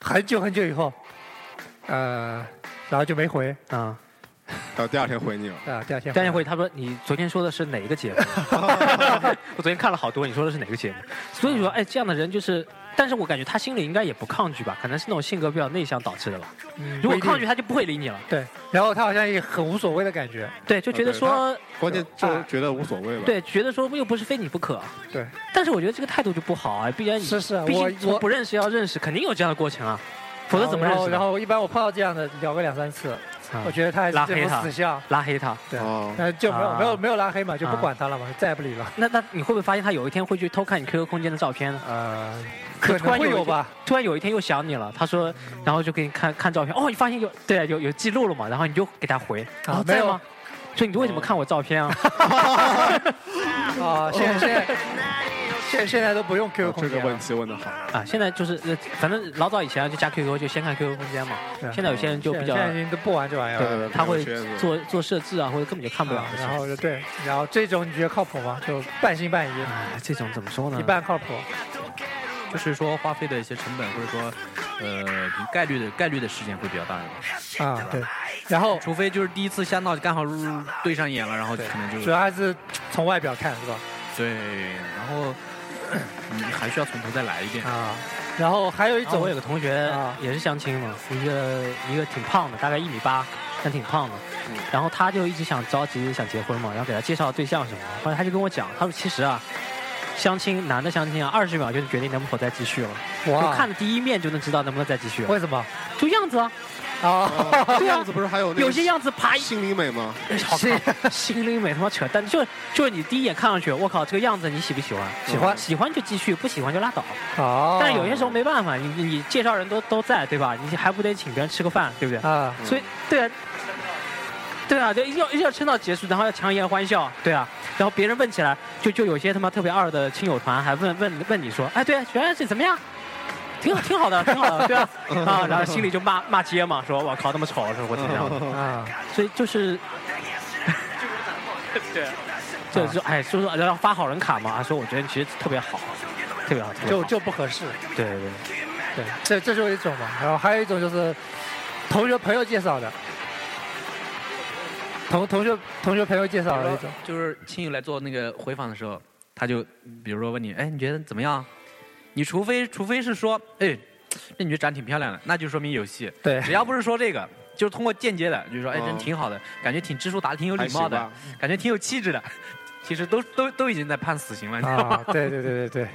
Speaker 4: 很久很久以后，呃，然后就没回
Speaker 3: 啊，
Speaker 7: 到第二天回你了，
Speaker 4: 啊。第二天
Speaker 3: 张建辉他说你昨天说的是哪一个 节目？我昨天看了好多，你说的是哪个节目？所以说，哎，这样的人就是，但是我感觉他心里应该也不抗拒吧，可能是那种性格比较内向导致的吧。
Speaker 4: 嗯
Speaker 3: 如果
Speaker 4: 不一定
Speaker 3: 抗拒，他就不会理你了。
Speaker 4: 对，然后他好像也很无所谓的感觉。
Speaker 3: 对，就觉
Speaker 4: 啊
Speaker 3: 得
Speaker 7: 对
Speaker 3: 说，
Speaker 7: 关键就觉得无所谓吧。
Speaker 3: 对，觉得说又不是非你不可。
Speaker 4: 对，
Speaker 3: 但是我觉得这个态度就不好啊，必然你
Speaker 4: 是是，
Speaker 3: 毕
Speaker 4: 我
Speaker 3: 竟从
Speaker 4: 我
Speaker 3: 不认识要认识，肯定有这样的过程啊，否则怎么认识
Speaker 4: 然后
Speaker 3: 呢？
Speaker 4: 然后一般我碰到这样的聊个两三次，
Speaker 3: 啊
Speaker 4: 我觉得他还
Speaker 3: 拉
Speaker 4: 是
Speaker 3: 黑
Speaker 4: 这副
Speaker 3: 他
Speaker 4: 死相，
Speaker 3: 嗯拉黑他。
Speaker 4: 对
Speaker 5: 哦
Speaker 7: 啊，
Speaker 4: 呃，就没有
Speaker 3: 啊
Speaker 4: 没有没有拉黑嘛，就不
Speaker 3: 啊
Speaker 4: 管他了嘛，再也不理了。
Speaker 3: 那那你会不会发现他有一天会去偷看你 QQ 空间的照片呢？
Speaker 4: 呃，可
Speaker 3: 突然
Speaker 4: 能会
Speaker 3: 有
Speaker 4: 有
Speaker 3: 一
Speaker 4: 吧。
Speaker 3: 突然有一天又想你了，他说，然后就给你看看照片，哦，你发现有对有有记录了嘛，然后你就给他回，然后
Speaker 4: 啊没
Speaker 3: 在
Speaker 4: 有
Speaker 3: 吗？说你为什么看我照片啊？
Speaker 4: 啊，现在现在现现在都不用 QQ
Speaker 7: 哦
Speaker 4: 空
Speaker 7: 这
Speaker 4: 间
Speaker 7: 个
Speaker 4: 了
Speaker 7: 问题问的好，
Speaker 3: 啊，现在就是呃反正老早以前就加 QQ 就先看 QQ 空间嘛，
Speaker 4: 对啊
Speaker 3: 现在有些人就比较
Speaker 4: 现在已经都不玩这玩意儿
Speaker 7: 对
Speaker 4: 了。
Speaker 3: 他会
Speaker 7: 朋友圈子
Speaker 3: 做做设置啊，或者根本就看不了
Speaker 4: 啊
Speaker 3: 的事
Speaker 4: 然
Speaker 3: 情。
Speaker 4: 后就对，然后这种你觉得靠谱吗？就半信半疑，
Speaker 3: 哎，这种怎么说呢？
Speaker 4: 一半靠谱。
Speaker 6: 就是说花费的一些成本，或者说，呃，概率的概率的事件会比较大一点。
Speaker 4: 啊，对。然后
Speaker 6: 除非就是第一次相到，刚好入对上眼了，然后可能
Speaker 4: 主
Speaker 6: 就
Speaker 4: 要还是从外表看是吧？
Speaker 6: 对，然后 你还需要从头再来一遍。
Speaker 4: 啊，然后还有一
Speaker 3: 然后
Speaker 4: 种
Speaker 3: 我有个同学
Speaker 4: 啊
Speaker 3: 也是相亲嘛，一个一个挺胖的，大概一米八，但挺胖的。然后他就一直想着急想结婚嘛，然后给他介绍对象什么的。后来他就跟我讲，他说其实啊，相亲男的相亲啊，二十秒就能决定能否再继续了。我
Speaker 4: 哇，
Speaker 3: 看了第一面就能知道能不能再继续了，
Speaker 4: 为什么
Speaker 3: 就样子啊，
Speaker 4: 啊？
Speaker 7: 这
Speaker 3: 对啊
Speaker 7: 样子不是还有那个
Speaker 3: 有些样子啪一
Speaker 7: 心灵美吗？
Speaker 3: 好看，心灵美他妈扯淡，就是就是你第一眼看上去，我靠这个样子你喜不喜欢？
Speaker 4: 喜欢
Speaker 3: 喜欢就继续，不喜欢就拉倒。
Speaker 4: 哦，
Speaker 3: 但是有些时候没办法，你你你介绍人都都在对吧？你还不得请别人吃个饭，对不对？
Speaker 4: 啊，
Speaker 3: 所以对啊，对啊，就要要撑到结束，然后要强颜欢笑，对啊，然后别人问起来，就就有些他妈特别二的亲友团还问问问你说，哎，对、啊，原来是怎么样？挺好，挺好的，挺好的，对 啊，啊，然后心里就骂骂街嘛，说我靠，那么丑，说我怎么样？
Speaker 7: 嗯
Speaker 4: 啊，
Speaker 3: 所以就是，对，就就哎，就是然后发好人卡嘛，说我觉得你其实特别好，特别好，特别
Speaker 4: 就
Speaker 3: 好
Speaker 4: 就不合适。
Speaker 3: 对对对，
Speaker 4: 对，这这就是一种嘛。然后还有一种就是同学朋友介绍的，同同学同学朋友介绍的一种。
Speaker 6: 就是亲友来做那个回访的时候，他就比如说问你，哎，你觉得怎么样？你除非除非是说，哎，这女的长得挺漂亮的，那就说明有戏。
Speaker 4: 对
Speaker 6: 只要不是说这个，就是通过间接的，就是说，哎，
Speaker 7: 嗯
Speaker 6: 人挺好的，感觉挺知书达理，挺有
Speaker 7: 还
Speaker 6: 礼
Speaker 7: 行
Speaker 6: 貌的
Speaker 7: 吧，，
Speaker 6: 感觉挺有气质的，其实都都都已经在判死刑了，你知道吗？
Speaker 4: 啊，对对对对对。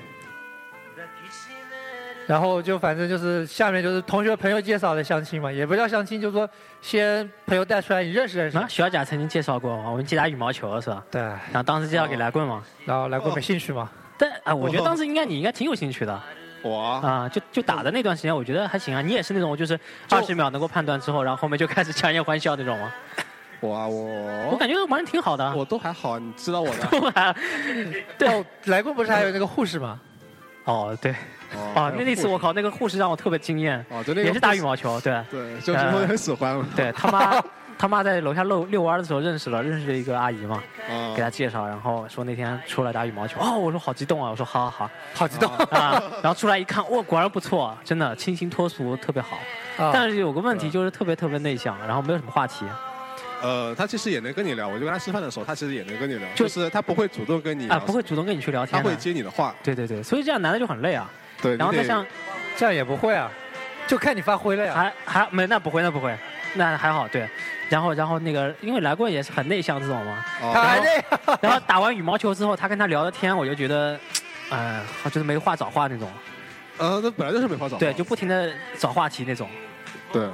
Speaker 4: 然后就反正就是下面就是同学朋友介绍的相亲嘛，也不叫相亲，就是说先朋友带出来你认识认识。
Speaker 3: 啊，小贾曾经介绍过啊我们去打羽毛球是吧？
Speaker 4: 对，
Speaker 3: 然后当时介绍给来棍嘛，
Speaker 4: 然后来过没兴趣嘛？
Speaker 3: 但啊，我觉得当时应该你应该挺有兴趣的
Speaker 7: 我
Speaker 3: 啊，就就打的那段时间，我觉得还行啊。你也是那种就是
Speaker 7: 就
Speaker 3: 二十秒能够判断之后，然后后面就开始强颜欢笑那种吗？
Speaker 7: 我啊
Speaker 3: 我
Speaker 7: 我
Speaker 3: 感觉玩的挺好的啊。
Speaker 7: 我都还好，你知道我 的
Speaker 3: 对
Speaker 4: 哦，来过不是还有那个护士嘛？
Speaker 3: 哦对哦，那那次我靠，那个护士让我特别惊艳，
Speaker 7: 哦，就那个
Speaker 3: 也是打羽毛球，对
Speaker 7: 对，就是我很喜欢嘛。
Speaker 3: 呃 对，他妈他妈在楼下遛遛弯的时候认识了，认识了一个阿姨嘛，
Speaker 7: 啊
Speaker 3: 给他介绍，然后说那天出来打羽毛球，哦，我说好激动啊，我说好好
Speaker 4: 好激动
Speaker 3: 好啊，然后出来一看，哇，果然不错，真的清新脱俗，特别好。
Speaker 4: 啊！
Speaker 3: 但是有个问题就是特别特别内向，然后没有什么话题，
Speaker 7: 呃，他其实也能跟你聊，我就跟他吃饭的时候，他其实也能跟你聊，就
Speaker 3: 就
Speaker 7: 是他不会主动跟你
Speaker 3: 啊，
Speaker 7: 聊
Speaker 3: 不会，主动跟你去聊
Speaker 7: 他
Speaker 3: 天的
Speaker 7: 会。接你的话，
Speaker 3: 对对对，所以这样男的就很累啊。
Speaker 7: 对，
Speaker 3: 然后
Speaker 7: 你
Speaker 3: 再
Speaker 7: 得
Speaker 3: 像
Speaker 4: 这样也不会啊，就看你发挥了呀。
Speaker 3: 还还没那不会那不会，那还好对。然后然后那个因为来过也是很内向这种 嘛，
Speaker 7: 哦
Speaker 4: 他还哎那样，
Speaker 3: 然后打完羽毛球之后，他跟他聊的天，我就觉得，呃，我觉得没话找话那种，
Speaker 7: 呃，那本来就是没法找话，
Speaker 3: 对，就不停的找话题那种，
Speaker 7: 对，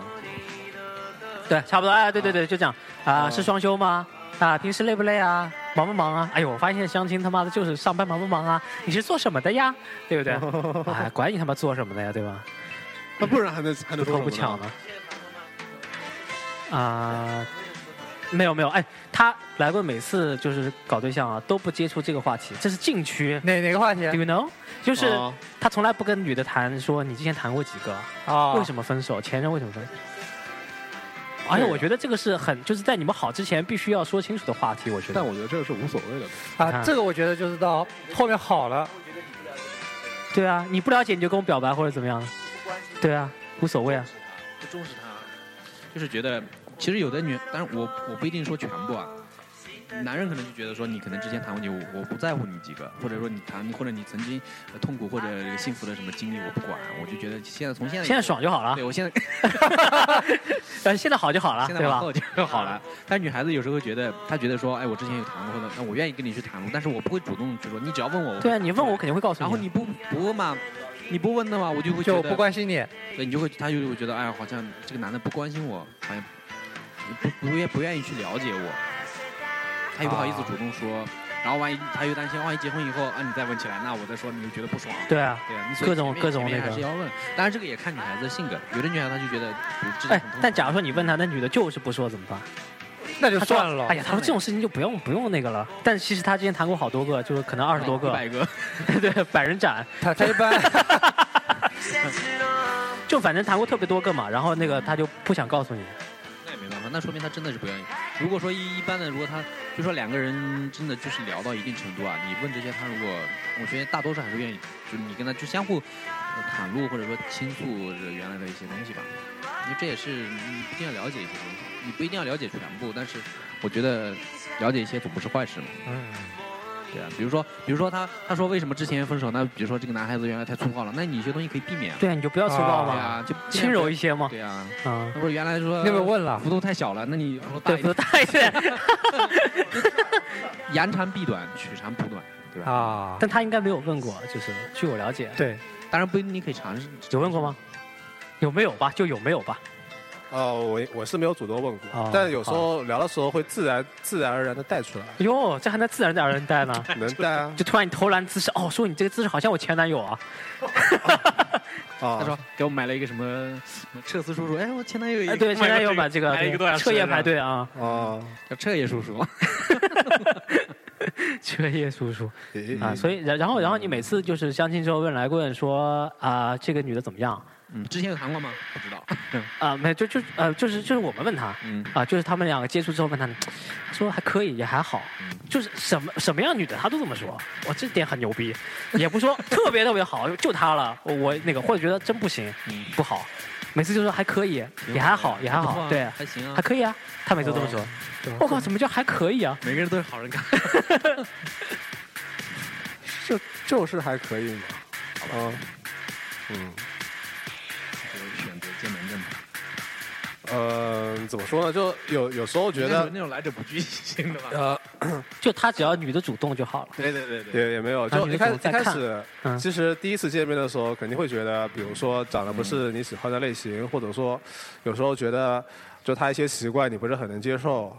Speaker 3: 对，差不多，哎，对对对，就这样，啊、
Speaker 7: 哦
Speaker 3: 是双休吗？啊、平时累不累啊？忙不忙啊？哎呦，我发现相亲他妈的就是上班忙不忙啊？你是做什么的呀？对不对？
Speaker 7: 哦
Speaker 3: 哎，管你他妈做什么的呀，对 吧？
Speaker 7: 那不然还能还能
Speaker 3: 不
Speaker 7: 说
Speaker 3: 偷不
Speaker 7: 什么
Speaker 3: 抢
Speaker 7: 呢？
Speaker 3: 呢？啊、没有没有，哎，他来过每次就是搞对象啊，都不接触这个话题，这是禁区。
Speaker 4: 哪哪个话题啊
Speaker 3: Do you know？就是
Speaker 7: 嗯哦
Speaker 3: 他从来不跟女的谈，说你之前谈过几个，
Speaker 4: 啊？
Speaker 3: 为什么分手，前任为什么分手？而且我觉得这个是很，就是在你们好之前必须要说清楚的话题。我觉
Speaker 7: 但
Speaker 3: 得，
Speaker 7: 我觉得这个是无所谓的，
Speaker 4: 啊？这个我觉得就是到后面好了，
Speaker 3: 对啊，你不了解你就跟我表白或者怎么样，对啊，无所谓啊。
Speaker 6: 不重视他，就是觉得其实有的女，当然我我不一定说全部啊，男人可能就觉得说你可能之前谈过你，我我不在乎你几个，或者说你谈或者你曾经呃痛苦或者这个幸福的什么经历我不管，我就觉得现在从现在
Speaker 3: 现在爽就好了
Speaker 6: 对，我现在
Speaker 3: 呃，现在好就好了，
Speaker 6: 现在
Speaker 3: 对
Speaker 6: 往
Speaker 3: 吧？
Speaker 6: 后就好了。但女孩子有时候会觉得，她觉得说，哎，我之前有谈过，或者那我愿意跟你去谈但是我不会主动去说，你只要问我，我
Speaker 3: 对啊，你问我肯定会告诉你。
Speaker 6: 然后你不不问嘛，你不问的话，我就会觉
Speaker 4: 就
Speaker 6: 得
Speaker 4: 我不，关心你。
Speaker 6: 对你就会，她就会觉得，哎呀，好像这个男的不关心我，好像不不愿不愿意去了解我，她又不好
Speaker 3: 啊
Speaker 6: 意思主动说，然后万一她又担心，万一结婚以后啊，你再问起来，那我再说，你就觉得不爽。
Speaker 3: 对啊，
Speaker 6: 对啊，你所以
Speaker 3: 各种
Speaker 6: 前面
Speaker 3: 各种
Speaker 6: 前面
Speaker 3: 那个
Speaker 6: 还是要问，当然这个也看女孩子的性格，有的女孩子她就觉得，比如之前
Speaker 3: 哎
Speaker 6: 很痛苦，
Speaker 3: 但假如说你问他，那女的就是不说怎么办？
Speaker 4: 那就
Speaker 3: 他说
Speaker 4: 算了
Speaker 3: 哎。呀，他说这种事情就不用不用那个了。但其实他之前谈过好多个，就是可能二十多
Speaker 6: 哦一
Speaker 3: 个，
Speaker 6: 百个，
Speaker 3: 对，百人斩，
Speaker 4: 他他一般
Speaker 3: 就反正谈过特别多个嘛。然后那个
Speaker 6: 嗯
Speaker 3: 他就不想告诉你，
Speaker 6: 那也没办法，那说明他真的是不愿意。如果说一一般的，如果他就说两个人真的就是聊到一定程度啊，你问这些，他如果我觉得大多数还是愿意，就是你跟他就相互呃袒露或者说倾诉这原来的一些东西吧。因为这也是你一定要了解一些东西，你不一定要了解全部，但是我觉得了解一些总不是坏事嘛。
Speaker 4: 嗯，
Speaker 6: 对啊，比如说，比如说他他说为什么之前分手？那比如说这个男孩子原来太粗暴了，那你有些东西可以避免啊。
Speaker 3: 对啊，你就不要粗暴
Speaker 6: 对
Speaker 3: 嘛，
Speaker 6: 啊，就
Speaker 3: 轻
Speaker 6: 尽量不
Speaker 3: 柔
Speaker 6: 要
Speaker 3: 一些嘛。
Speaker 6: 对啊，
Speaker 3: 啊，
Speaker 6: 那不是原来说
Speaker 4: 你有没有问了？
Speaker 6: 幅度太小了，那你幅度大
Speaker 3: 对，
Speaker 6: 一
Speaker 3: 不
Speaker 6: 点，
Speaker 3: 大一点。
Speaker 6: 扬长避短，取长补短，对吧？
Speaker 4: 啊，
Speaker 3: 但他应该没有问过，就是据我了解，
Speaker 4: 对，
Speaker 6: 当然不一定，你可以尝试。
Speaker 3: 有问过吗？有没有吧？就有没有吧？
Speaker 5: 哦，我我是没有主动问
Speaker 3: 哦
Speaker 5: 过，但有时候聊的时候会自然自然而然的带 出来，
Speaker 3: 哟，这还能自然而然带呢？
Speaker 5: 能带啊
Speaker 3: 就突然你投篮姿势，哦，说你这个姿势好像我前男友啊。
Speaker 6: 他
Speaker 5: 啊
Speaker 6: 说给我买了一个什么什么彻斯叔叔，哎，我前男友
Speaker 3: 哎，
Speaker 6: 也
Speaker 3: 对，前男友买这个
Speaker 6: 买了一个多小时
Speaker 3: 彻夜排队啊，
Speaker 5: 啊，
Speaker 6: 叫彻夜叔叔，
Speaker 3: 彻夜叔叔。
Speaker 5: 诶
Speaker 3: 啊，所以然然后然后你每次就是相亲之后问来问说啊、这个女的怎么样
Speaker 6: 嗯，之前有谈过吗？不知道，
Speaker 3: 啊、没有就就呃就是就是我们问他啊、
Speaker 6: 嗯，
Speaker 3: 就是他们两个接触之后问他，他说还可以也还好，
Speaker 6: 嗯
Speaker 3: 就是什么什么样女的他都这么说，我这点很牛逼，也不说特别特别好，就她了，我我那个或者觉得真不行
Speaker 6: 嗯
Speaker 3: 不好，每次就说还可以也还好也还
Speaker 6: 不错
Speaker 3: 好
Speaker 6: 啊哦
Speaker 3: 对
Speaker 6: 还行
Speaker 3: 还
Speaker 6: 啊，
Speaker 3: 可以啊，他每次都这么说，我靠怎么叫还可以啊？
Speaker 6: 每个人都是好人卡，
Speaker 5: 就就是还可以嘛，
Speaker 3: 哦
Speaker 5: 啊，嗯。
Speaker 6: 就是选择艰难症嘛，
Speaker 5: 呃，怎么说呢？就有有时候觉
Speaker 6: 那种
Speaker 5: 得，
Speaker 6: 那种来者不拒型的吧，
Speaker 5: 呃，
Speaker 3: 就他只要女的主动就好了，
Speaker 6: 对对对对，
Speaker 5: 也也没有，
Speaker 3: 看
Speaker 5: 就
Speaker 3: 啊你们
Speaker 5: 一开
Speaker 3: 怎
Speaker 5: 一
Speaker 3: 么在
Speaker 5: 开
Speaker 3: 看
Speaker 5: 始
Speaker 3: 嗯，
Speaker 5: 其实第一次见面的时候，肯定会觉得，比如说长得不
Speaker 3: 嗯
Speaker 5: 是你喜欢的类型，或者说有时候觉得就他一些习惯你不是很能接受，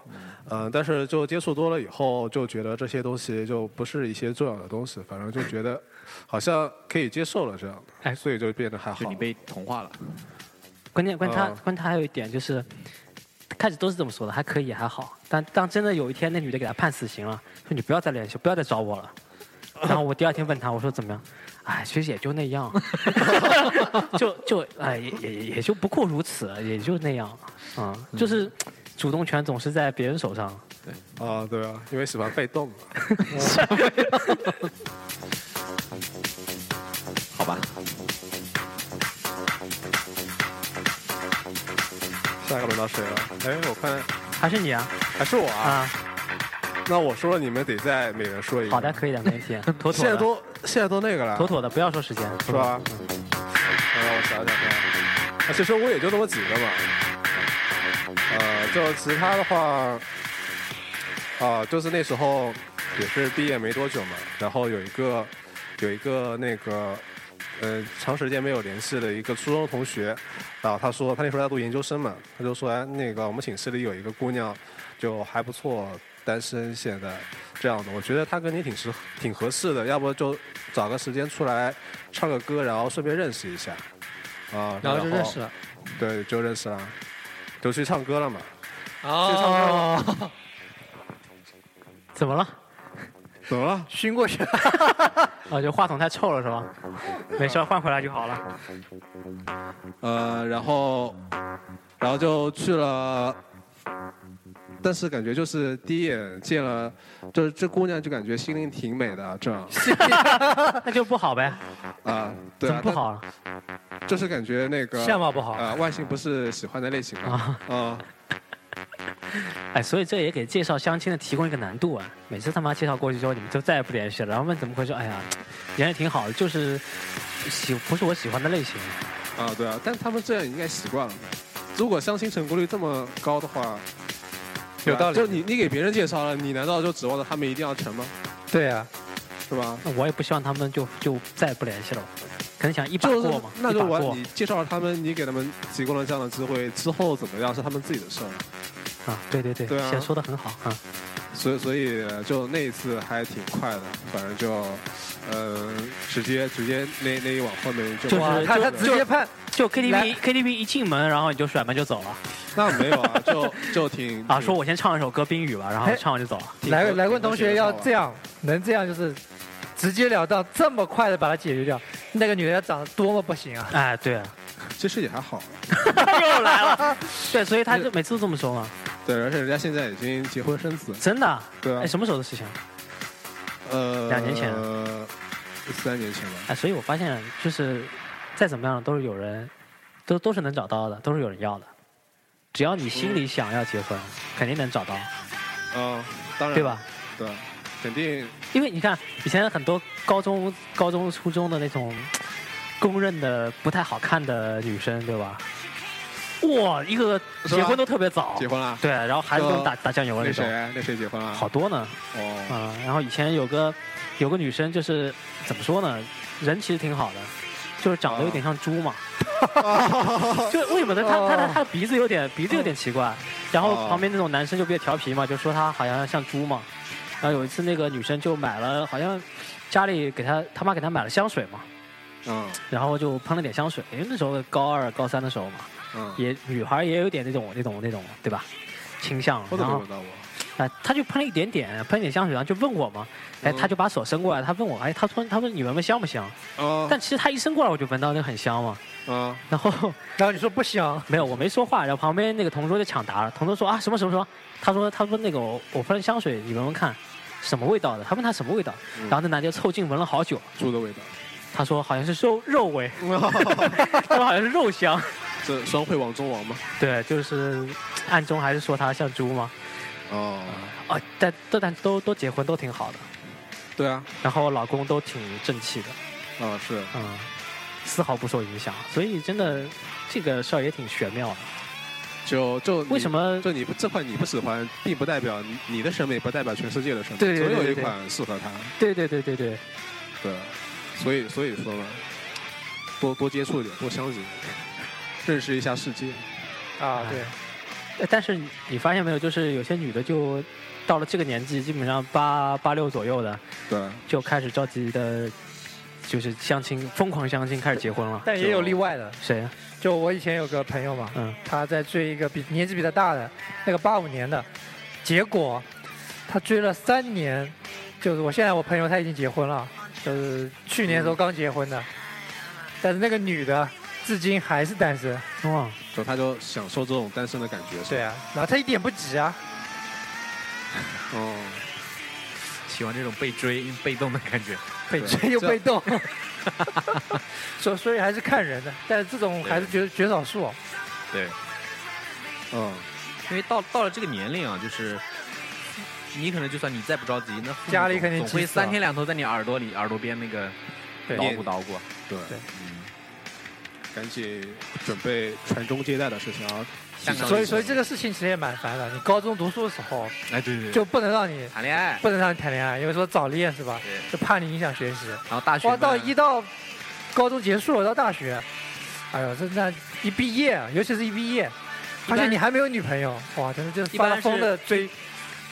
Speaker 5: 嗯，但是就接触多了以后，就觉得这些东西就不是一些重要的东西，反正就觉得好像可以接受了这
Speaker 3: 哎
Speaker 5: 样，所以就变得还好
Speaker 6: 就你。被同化了，
Speaker 3: 关键关键他、
Speaker 5: 嗯
Speaker 3: 关键他还有一点就是，开始都是这么说的，还可以还好，但当真的有一天那女的给他判死刑了，说你不要再联系，不要再找我了。然后我第二天问他，我说怎么样？哎，其实也就那样， 就就哎也也也就不过如此，也就那样，啊、嗯，就是主动权总是在别人手上。
Speaker 5: 啊，对啊，因为喜欢被动嘛。
Speaker 8: 好吧，
Speaker 5: 下一个轮到谁了？哎，我看
Speaker 3: 还是你啊
Speaker 5: 还是我啊。
Speaker 3: 啊，
Speaker 5: 那我说了，你们得再每人说一个。
Speaker 3: 好的，。可以的，没问 题，妥妥
Speaker 5: 现在
Speaker 3: 的，
Speaker 5: 都现在都那个了，
Speaker 3: 妥妥的，不要说时间，
Speaker 5: 是吧？让我想想看，啊其实我也就那么几个嘛。呃，就其他的话，啊、就是那时候也是毕业没多久嘛，然后有一个有一个那个呃长时间没有联系的一个初中同学，然后啊他说他那时候在读研究生嘛，他就说哎那个我们寝室里有一个姑娘就还不错，单身现在这样的，我觉得她跟你挺适挺合适的，要不就找个时间出来唱个歌，然后顺便认识一下啊、
Speaker 4: 然后就认识了。
Speaker 5: 对，就认识了，就去唱歌了嘛。
Speaker 4: 哦，
Speaker 3: 嗯怎么了？
Speaker 5: 怎么了？
Speaker 4: 熏过去了。
Speaker 3: 啊，就话筒太臭了是吧？没事，换回来就好了。
Speaker 5: 呃，然后，然后就去了，但是感觉就是第一眼见了，就是这姑娘就感觉心灵挺美的，啊这样
Speaker 3: 那就不好呗，
Speaker 5: 啊，对
Speaker 3: 怎么，
Speaker 5: 啊
Speaker 3: 不好了？
Speaker 5: 但就是感觉那个
Speaker 4: 相貌不好
Speaker 5: 啊，外形不是喜欢的类型啊
Speaker 3: 啊，
Speaker 5: 啊，
Speaker 3: 哎，所以这也给介绍相亲的提供一个难度啊！每次他妈介绍过去之后，你们就再也不联系了，然后问怎么回事？哎呀，人也挺好的，就是喜不是我喜欢的类型。
Speaker 5: 啊，对啊，但他们这样应该习惯了。如果相亲成功率这么高的话，
Speaker 4: 有
Speaker 5: 对吧啊
Speaker 4: 道理
Speaker 5: 就你你给别人介绍了，你难道就指望着他们一定要成吗？
Speaker 4: 对啊呀、
Speaker 5: 是吧？
Speaker 3: 那我也不希望他们就就再也不联系了，可能想一把
Speaker 5: 就
Speaker 3: 过
Speaker 5: 是
Speaker 3: 嘛，
Speaker 5: 那
Speaker 3: 一
Speaker 5: 就
Speaker 3: 把
Speaker 5: 完，
Speaker 3: 过
Speaker 5: 你介绍了他们，你给他们提供了这样的机会之后怎么样是他们自己的事儿，
Speaker 3: 啊！对对对，
Speaker 5: 对啊
Speaker 3: 写说的很好啊。
Speaker 5: 所以所以呃就那一次还挺快的，反正就，呃，直接直接那那一往后面就
Speaker 3: 就是
Speaker 4: 哇， 他他直接判
Speaker 3: 就
Speaker 4: 来
Speaker 3: KTV KTV 一进门，然后你就甩门就走了
Speaker 5: 那没有啊，就就挺
Speaker 3: 啊，说我先唱一首歌《冰雨》吧，然后
Speaker 4: 哎
Speaker 3: 唱完就走了。
Speaker 4: 来来问同学要这样，能这样就是直截了当，这么快的把他解决掉。那个女的长得多么不行啊！
Speaker 3: 哎，对啊，
Speaker 5: 其实也还好，啊
Speaker 3: 又来了，对，所以他就每次都这么说嘛，
Speaker 5: 对，而且人家现在已经结婚生子，
Speaker 3: 真的啊。
Speaker 5: 对啊
Speaker 3: 哎，，什么时候的事情？
Speaker 5: 呃，
Speaker 3: 两年前
Speaker 5: 呃，三年前吧，
Speaker 3: 哎，所以我发现就是再怎么样都是有人，都都是能找到的，都是有人要的。只要你心里想要结婚，肯定能找到，哦
Speaker 5: 嗯，当然
Speaker 3: 对？吧？
Speaker 5: 对，肯定
Speaker 3: 因为你看以前很多高中、高中、初中的那种公认的不太好看的女生，对吧？哇，一个个
Speaker 5: 是吧
Speaker 3: 结婚都特别早
Speaker 5: 结，婚了。
Speaker 3: 对，然后孩子都打打酱油了
Speaker 5: 那
Speaker 3: 那种，
Speaker 5: 谁，那啊谁结婚了？
Speaker 3: 好多呢。
Speaker 5: 哦，
Speaker 3: 啊、然后以前有个有个女生，就是怎么说呢，人其实挺好的，就是长得有点像猪嘛。就为什么呢？她她她她的鼻子有点鼻子有点奇怪，然后
Speaker 5: 哦
Speaker 3: 旁边那种男生就比较调皮嘛，就说她好像像猪嘛。然后有一次那个女生就买了，好像家里给她她妈给她买了香水嘛，
Speaker 5: 嗯
Speaker 3: 然后就喷了点香水，因为那时候高二高三的时候嘛，
Speaker 5: 嗯，
Speaker 3: 也女孩也有点那种那种那种对吧？倾向，
Speaker 5: 我怎
Speaker 3: 然后
Speaker 5: 么没闻到我？
Speaker 3: 啊，他就喷了一点点，喷一点香水，然后就问我嘛，哎，
Speaker 5: 嗯
Speaker 3: 他就把手伸过来，他问我，哎，他说他问你闻闻香不香？
Speaker 5: 啊
Speaker 3: 但其实他一伸过来，我就闻到那个很香嘛。
Speaker 5: 啊
Speaker 3: 然后
Speaker 4: 然后你说不啊香，
Speaker 3: 没有，我没说话，然后旁边那个同桌就抢答了，同桌说啊什么什么什么，他说他说那个我我喷香水，你闻闻看，什么味道的？他问他什么味道，
Speaker 5: 嗯
Speaker 3: 然后那男的就凑近闻了好久，
Speaker 5: 猪 的味道，
Speaker 3: 他说好像是肉肉 味，他说好像是肉香。
Speaker 5: 这双汇王中王吗？
Speaker 3: 对，就是暗中还是说他像猪嘛。
Speaker 5: 哦，
Speaker 3: 啊，但都但都都结婚都挺好的，
Speaker 5: 对啊，
Speaker 3: 然后老公都挺正气的。
Speaker 5: 啊是，
Speaker 3: 嗯，丝毫不受影响。所以真的，这个事儿也挺玄妙的。
Speaker 5: 就就你
Speaker 3: 为什？么？
Speaker 4: 嗯
Speaker 5: 就你不这款你不喜欢，并不代表你你的审美不代表全世界的审美，
Speaker 3: 对对对
Speaker 5: 总有一
Speaker 3: 对对
Speaker 5: 款适合他。
Speaker 3: 对对对对对，
Speaker 5: 对，所以所以说嘛，多多接触一点，多相信，认识一下世界。
Speaker 4: 啊，对，
Speaker 3: 呃但是你发现没有，就是有些女的就到了这个年纪，基本上八八六左右的
Speaker 5: 对，
Speaker 3: 就开始着急的，就是相亲，疯狂相亲，开始结婚了。
Speaker 4: 但也有例外的。
Speaker 3: 谁呀？
Speaker 4: 就我以前有个朋友嘛，
Speaker 3: 嗯
Speaker 4: 他在追一个比年纪比他大的，那个八五年的，结果他追了三年，就是我现在我朋嗯友他已经结婚了，就是去年的时候刚结婚的，但是那个女的至今还是单身。
Speaker 3: 哇，
Speaker 5: 就他就享受这种单身的感觉。
Speaker 4: 对，啊，然后他一点不急啊，
Speaker 5: 哦，
Speaker 6: 喜欢这种被追、被动的感觉。
Speaker 4: 被追又被动， 所所以还是看人的，但是这种还是绝绝少数。哦
Speaker 6: 对，
Speaker 5: 嗯，
Speaker 6: 因为到到了这个年龄啊，就是你可能就算你再不着急，那父母
Speaker 4: 家里
Speaker 6: 总
Speaker 4: 肯定
Speaker 6: 总
Speaker 4: 急
Speaker 6: 会
Speaker 4: 死了
Speaker 6: 三天两头在你耳朵里、耳朵边那个
Speaker 4: 对
Speaker 6: 捣鼓捣鼓。
Speaker 5: 对嗯
Speaker 4: 对
Speaker 5: 赶紧准备传宗接代的事情啊。
Speaker 6: 像个
Speaker 4: 所以所以这个事情其实也蛮烦的。你高中读书的时候
Speaker 6: 哎，对对对，
Speaker 4: 就不能让你
Speaker 6: 谈恋爱。
Speaker 4: 不能让你谈恋爱，因为说早恋是吧？
Speaker 6: 对，
Speaker 4: 就怕你影响学习。
Speaker 6: 然后大学
Speaker 4: 哇，到
Speaker 6: 嘛
Speaker 4: 一到高中结束了，到大学，哎呦，这那一毕业，啊尤其是一毕业，发现你还没有女朋友，哇，真的就是
Speaker 6: 一
Speaker 4: 发
Speaker 6: 般
Speaker 4: 了疯的
Speaker 6: 是
Speaker 4: 追，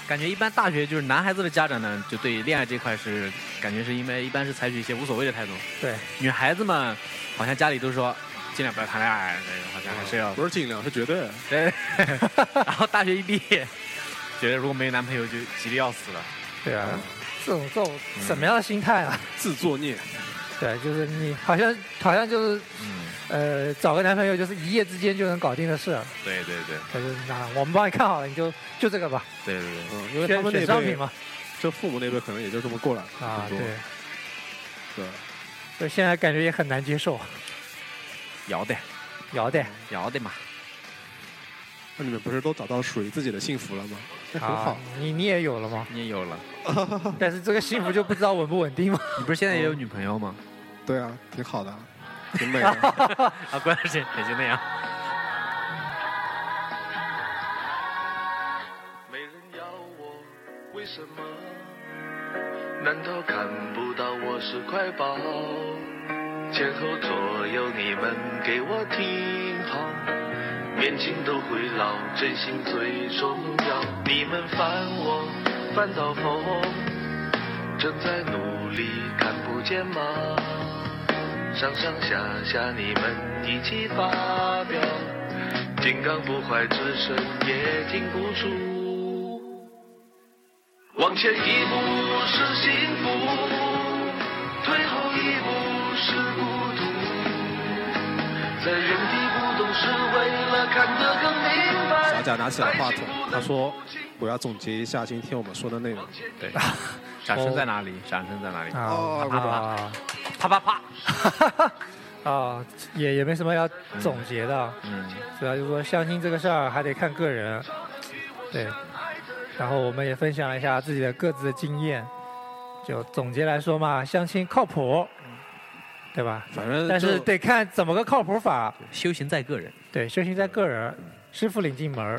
Speaker 6: 感觉一般大学就是男孩子的家长呢，就对恋爱这块是感觉是因为一般是采取一些无所谓的态度。
Speaker 4: 对，
Speaker 6: 女孩子们好像家里都说尽量不要谈恋爱，对好像
Speaker 4: 啊
Speaker 6: 还是要
Speaker 5: 不是尽量，是绝对。
Speaker 6: 对。哦然后大学一毕业，觉得如果没有男朋友就急得要死了。
Speaker 4: 对啊，这种这种
Speaker 6: 嗯
Speaker 4: 什么样的心态啊？
Speaker 5: 自作孽，
Speaker 4: 对，就是你好像好像就是
Speaker 6: 嗯，
Speaker 4: 呃找个男朋友就是一夜之间就能搞定的事，啊
Speaker 6: 对对对
Speaker 4: 可是那我们帮你看好了，你就就这个吧，
Speaker 6: 对对对。
Speaker 5: 嗯，因为他
Speaker 4: 选
Speaker 5: 们
Speaker 4: 选
Speaker 5: 那
Speaker 4: 商品
Speaker 5: 辈，
Speaker 4: 嘛，
Speaker 5: 就父母那辈可能也就这么过来
Speaker 4: 啊
Speaker 5: 很多
Speaker 4: 对，
Speaker 5: 对，
Speaker 4: 所以现在感觉也很难接受，
Speaker 6: 摇的
Speaker 4: 摇的
Speaker 5: 嗯
Speaker 6: 摇的嘛，
Speaker 5: 那你们不是都找到属于自己的幸福了吗？那很
Speaker 4: 啊
Speaker 5: 好，，嗯
Speaker 4: 你你也有了吗？
Speaker 6: 你也有了，
Speaker 4: 但是这个幸福就不知道稳不稳定嘛。
Speaker 6: 你不是现在也有女朋 友吗？
Speaker 5: 对啊，挺好的，挺美的。
Speaker 6: 啊，关键是也就那样。
Speaker 8: 没人要我，为什么？难道看不到我是块宝？前后左右你们给我听好，年轻都会老，真心最重要。你们烦我，烦到疯，正在努力看不见吗？上上下下你们一起发表，金刚不坏之身也禁不住。往前一步是幸福，退后一步是孤独。在原地不动是为了看得更明白。
Speaker 5: 小贾拿起了话筒，他说：“我要总结一下今天我们说的内容。
Speaker 6: 对，掌声在哪里？掌声在哪
Speaker 5: 哦
Speaker 6: 里？
Speaker 4: 啊啊
Speaker 6: 啪啪啪！
Speaker 4: 啊，也也没什么要总结的啊，
Speaker 6: 嗯，
Speaker 4: 主要就是说相亲这个事儿还得看个人，对。然后我们也分享了一下自己的各自的经验，就总结来说嘛，相亲靠谱，对吧？”
Speaker 5: 反正
Speaker 4: 但是
Speaker 5: 就
Speaker 4: 得看怎么个靠谱法，
Speaker 6: 修行在个人，
Speaker 4: 对，修行在个人，师傅领进门儿，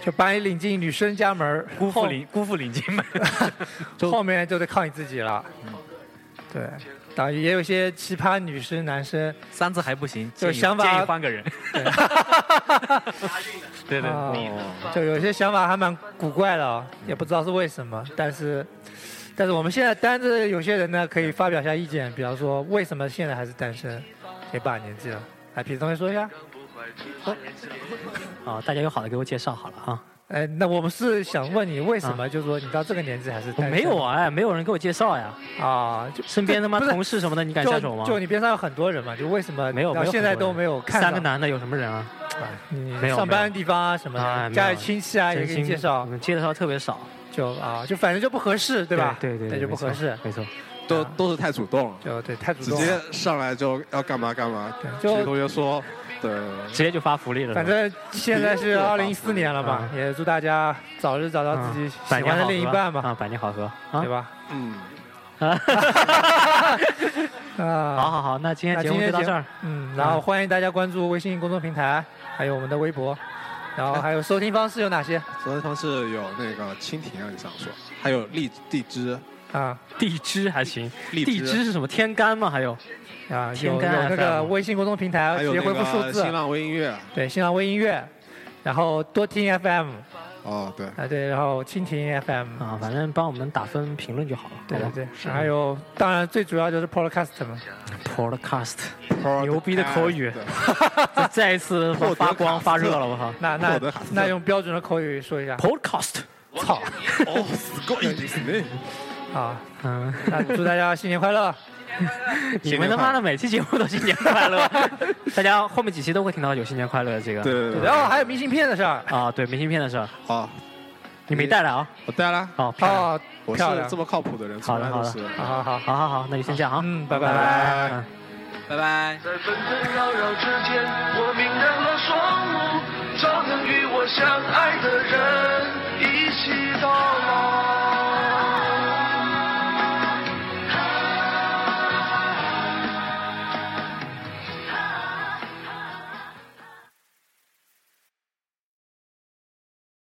Speaker 4: 就把你领进女生家门儿，
Speaker 6: 辜负
Speaker 4: 后
Speaker 6: 领辜负领进门。
Speaker 4: 后面就得靠你自己了。嗯对，当然也有一些奇葩女生、男生，
Speaker 6: 三次还不行，
Speaker 4: 就是
Speaker 6: 建议
Speaker 4: 想法
Speaker 6: 建议换个人。 对对，
Speaker 4: 啊
Speaker 5: 哦，
Speaker 4: 就有些想法还蛮古怪的、哦，也不知道是为什么。但是，但是我们现在单着有些人呢，可以发表一下意见，比方说为什么现在还是单身，也把年纪了。来，痞子同学说一下。
Speaker 3: 啊，大家有好的给我介绍好了啊。
Speaker 4: 哎，那我们是想问你，为什么就是说你到这个年纪还是
Speaker 3: 我
Speaker 4: 单身？
Speaker 3: 没有啊，哎，没有人给我介绍 呀，
Speaker 4: 啊，就
Speaker 3: 身边他妈
Speaker 4: 不是
Speaker 3: 同事什么的，你敢下手
Speaker 4: 就
Speaker 3: 吗？
Speaker 4: 就你边上有很多人嘛，就为什么
Speaker 3: 没有
Speaker 4: 到
Speaker 3: 没有
Speaker 4: 现在都没有看到
Speaker 3: 三个男的有什么人啊？
Speaker 4: 哎你
Speaker 3: 没有
Speaker 4: 上班的地方啊什么
Speaker 3: 哎
Speaker 4: 的，
Speaker 3: 没有
Speaker 4: 家里亲戚啊也
Speaker 3: 真
Speaker 4: 给
Speaker 3: 心
Speaker 4: 你介绍
Speaker 3: 我，们介绍特别少，
Speaker 4: 就啊就反正就不合适，对吧？
Speaker 3: 对对
Speaker 4: 那
Speaker 3: 对，
Speaker 4: 就不合适，
Speaker 3: 没错。没错
Speaker 5: 都都是太主动了，
Speaker 4: 就对太主
Speaker 5: 直
Speaker 4: 动了。
Speaker 5: 接上来就要干嘛干嘛。
Speaker 4: 对
Speaker 5: 有
Speaker 4: 就
Speaker 5: 同学说，对，
Speaker 3: 直接就发福利了。
Speaker 4: 反正现 在是二零一四年了嘛
Speaker 3: 啊，
Speaker 4: 也祝大家早日找
Speaker 3: 是
Speaker 4: 到
Speaker 3: 吧
Speaker 4: 自己
Speaker 3: 嗯
Speaker 4: 喜
Speaker 3: 百年
Speaker 4: 欢的
Speaker 3: 好
Speaker 4: 另一
Speaker 3: 合
Speaker 4: 半吧，
Speaker 3: 啊，百年好合啊
Speaker 4: 对。吧？
Speaker 5: 嗯，
Speaker 3: 好
Speaker 4: 啊，
Speaker 3: 好好，那今天
Speaker 4: 那
Speaker 3: 节
Speaker 4: 今
Speaker 3: 目
Speaker 4: 天
Speaker 3: 就到
Speaker 4: 节
Speaker 3: 这儿。
Speaker 4: 嗯，然后欢迎大家关注微信公众平台，还有我们的微博，然后还有收听方式有哪些
Speaker 5: 昨天方式有那个蜻蜓啊，你想说，还有荔荔枝，
Speaker 4: 啊
Speaker 3: 地支还行，
Speaker 5: 荔
Speaker 3: 地支是什么？天干吗？还有
Speaker 4: 啊？有
Speaker 3: 天
Speaker 4: 有
Speaker 3: 干
Speaker 4: 那
Speaker 3: FM
Speaker 4: 个微信公众平台
Speaker 5: 还
Speaker 4: 直
Speaker 5: 有
Speaker 4: 接
Speaker 5: 那
Speaker 4: 回复数
Speaker 5: 个
Speaker 4: 字
Speaker 5: 新，浪微音乐。
Speaker 4: 对，新浪微音乐，然后多听 FM
Speaker 5: 哦，对，
Speaker 4: 啊，对，然后蜻蜓 FM，
Speaker 3: 啊，反正帮我们打分评论就好了，
Speaker 4: 对
Speaker 3: 好吧
Speaker 4: 对对，还有当然最主要就是 Podcast 嘛，
Speaker 3: ？Podcast，牛 逼的口 语
Speaker 5: 对
Speaker 3: 再再一次发发光发热了，我靠
Speaker 4: 那
Speaker 5: 霍
Speaker 4: 那
Speaker 5: 德卡斯特
Speaker 4: 那用标准的口语说一下，
Speaker 3: ！Podcast，
Speaker 4: 操
Speaker 5: 哦，死狗一直死呢。
Speaker 4: 啊！
Speaker 3: 嗯，
Speaker 4: 那祝大家新年快乐，
Speaker 3: 你们他妈的每期节目都新年快乐，大家后面几期都会听到有新年快乐的这个。
Speaker 7: 对对对对，
Speaker 4: 然后还有明信片的事儿。
Speaker 3: 啊，对明信片的事儿，
Speaker 7: 好，
Speaker 3: 你没带来啊？
Speaker 7: 我带了，
Speaker 3: 好，漂亮
Speaker 4: 哦，
Speaker 7: 哎我是
Speaker 4: 漂亮
Speaker 7: 这么靠谱的人，
Speaker 3: 好
Speaker 7: 从
Speaker 3: 的
Speaker 7: 来
Speaker 3: 好
Speaker 7: 都
Speaker 3: 的
Speaker 7: 是。
Speaker 4: 好好好，
Speaker 3: 好好好，那就先这样啊。
Speaker 4: 嗯，拜拜。
Speaker 3: 拜嗯
Speaker 6: 拜拜。
Speaker 8: 在纷纷扰扰之间，我明亮了双目，照亮与我相爱的人，一起到老。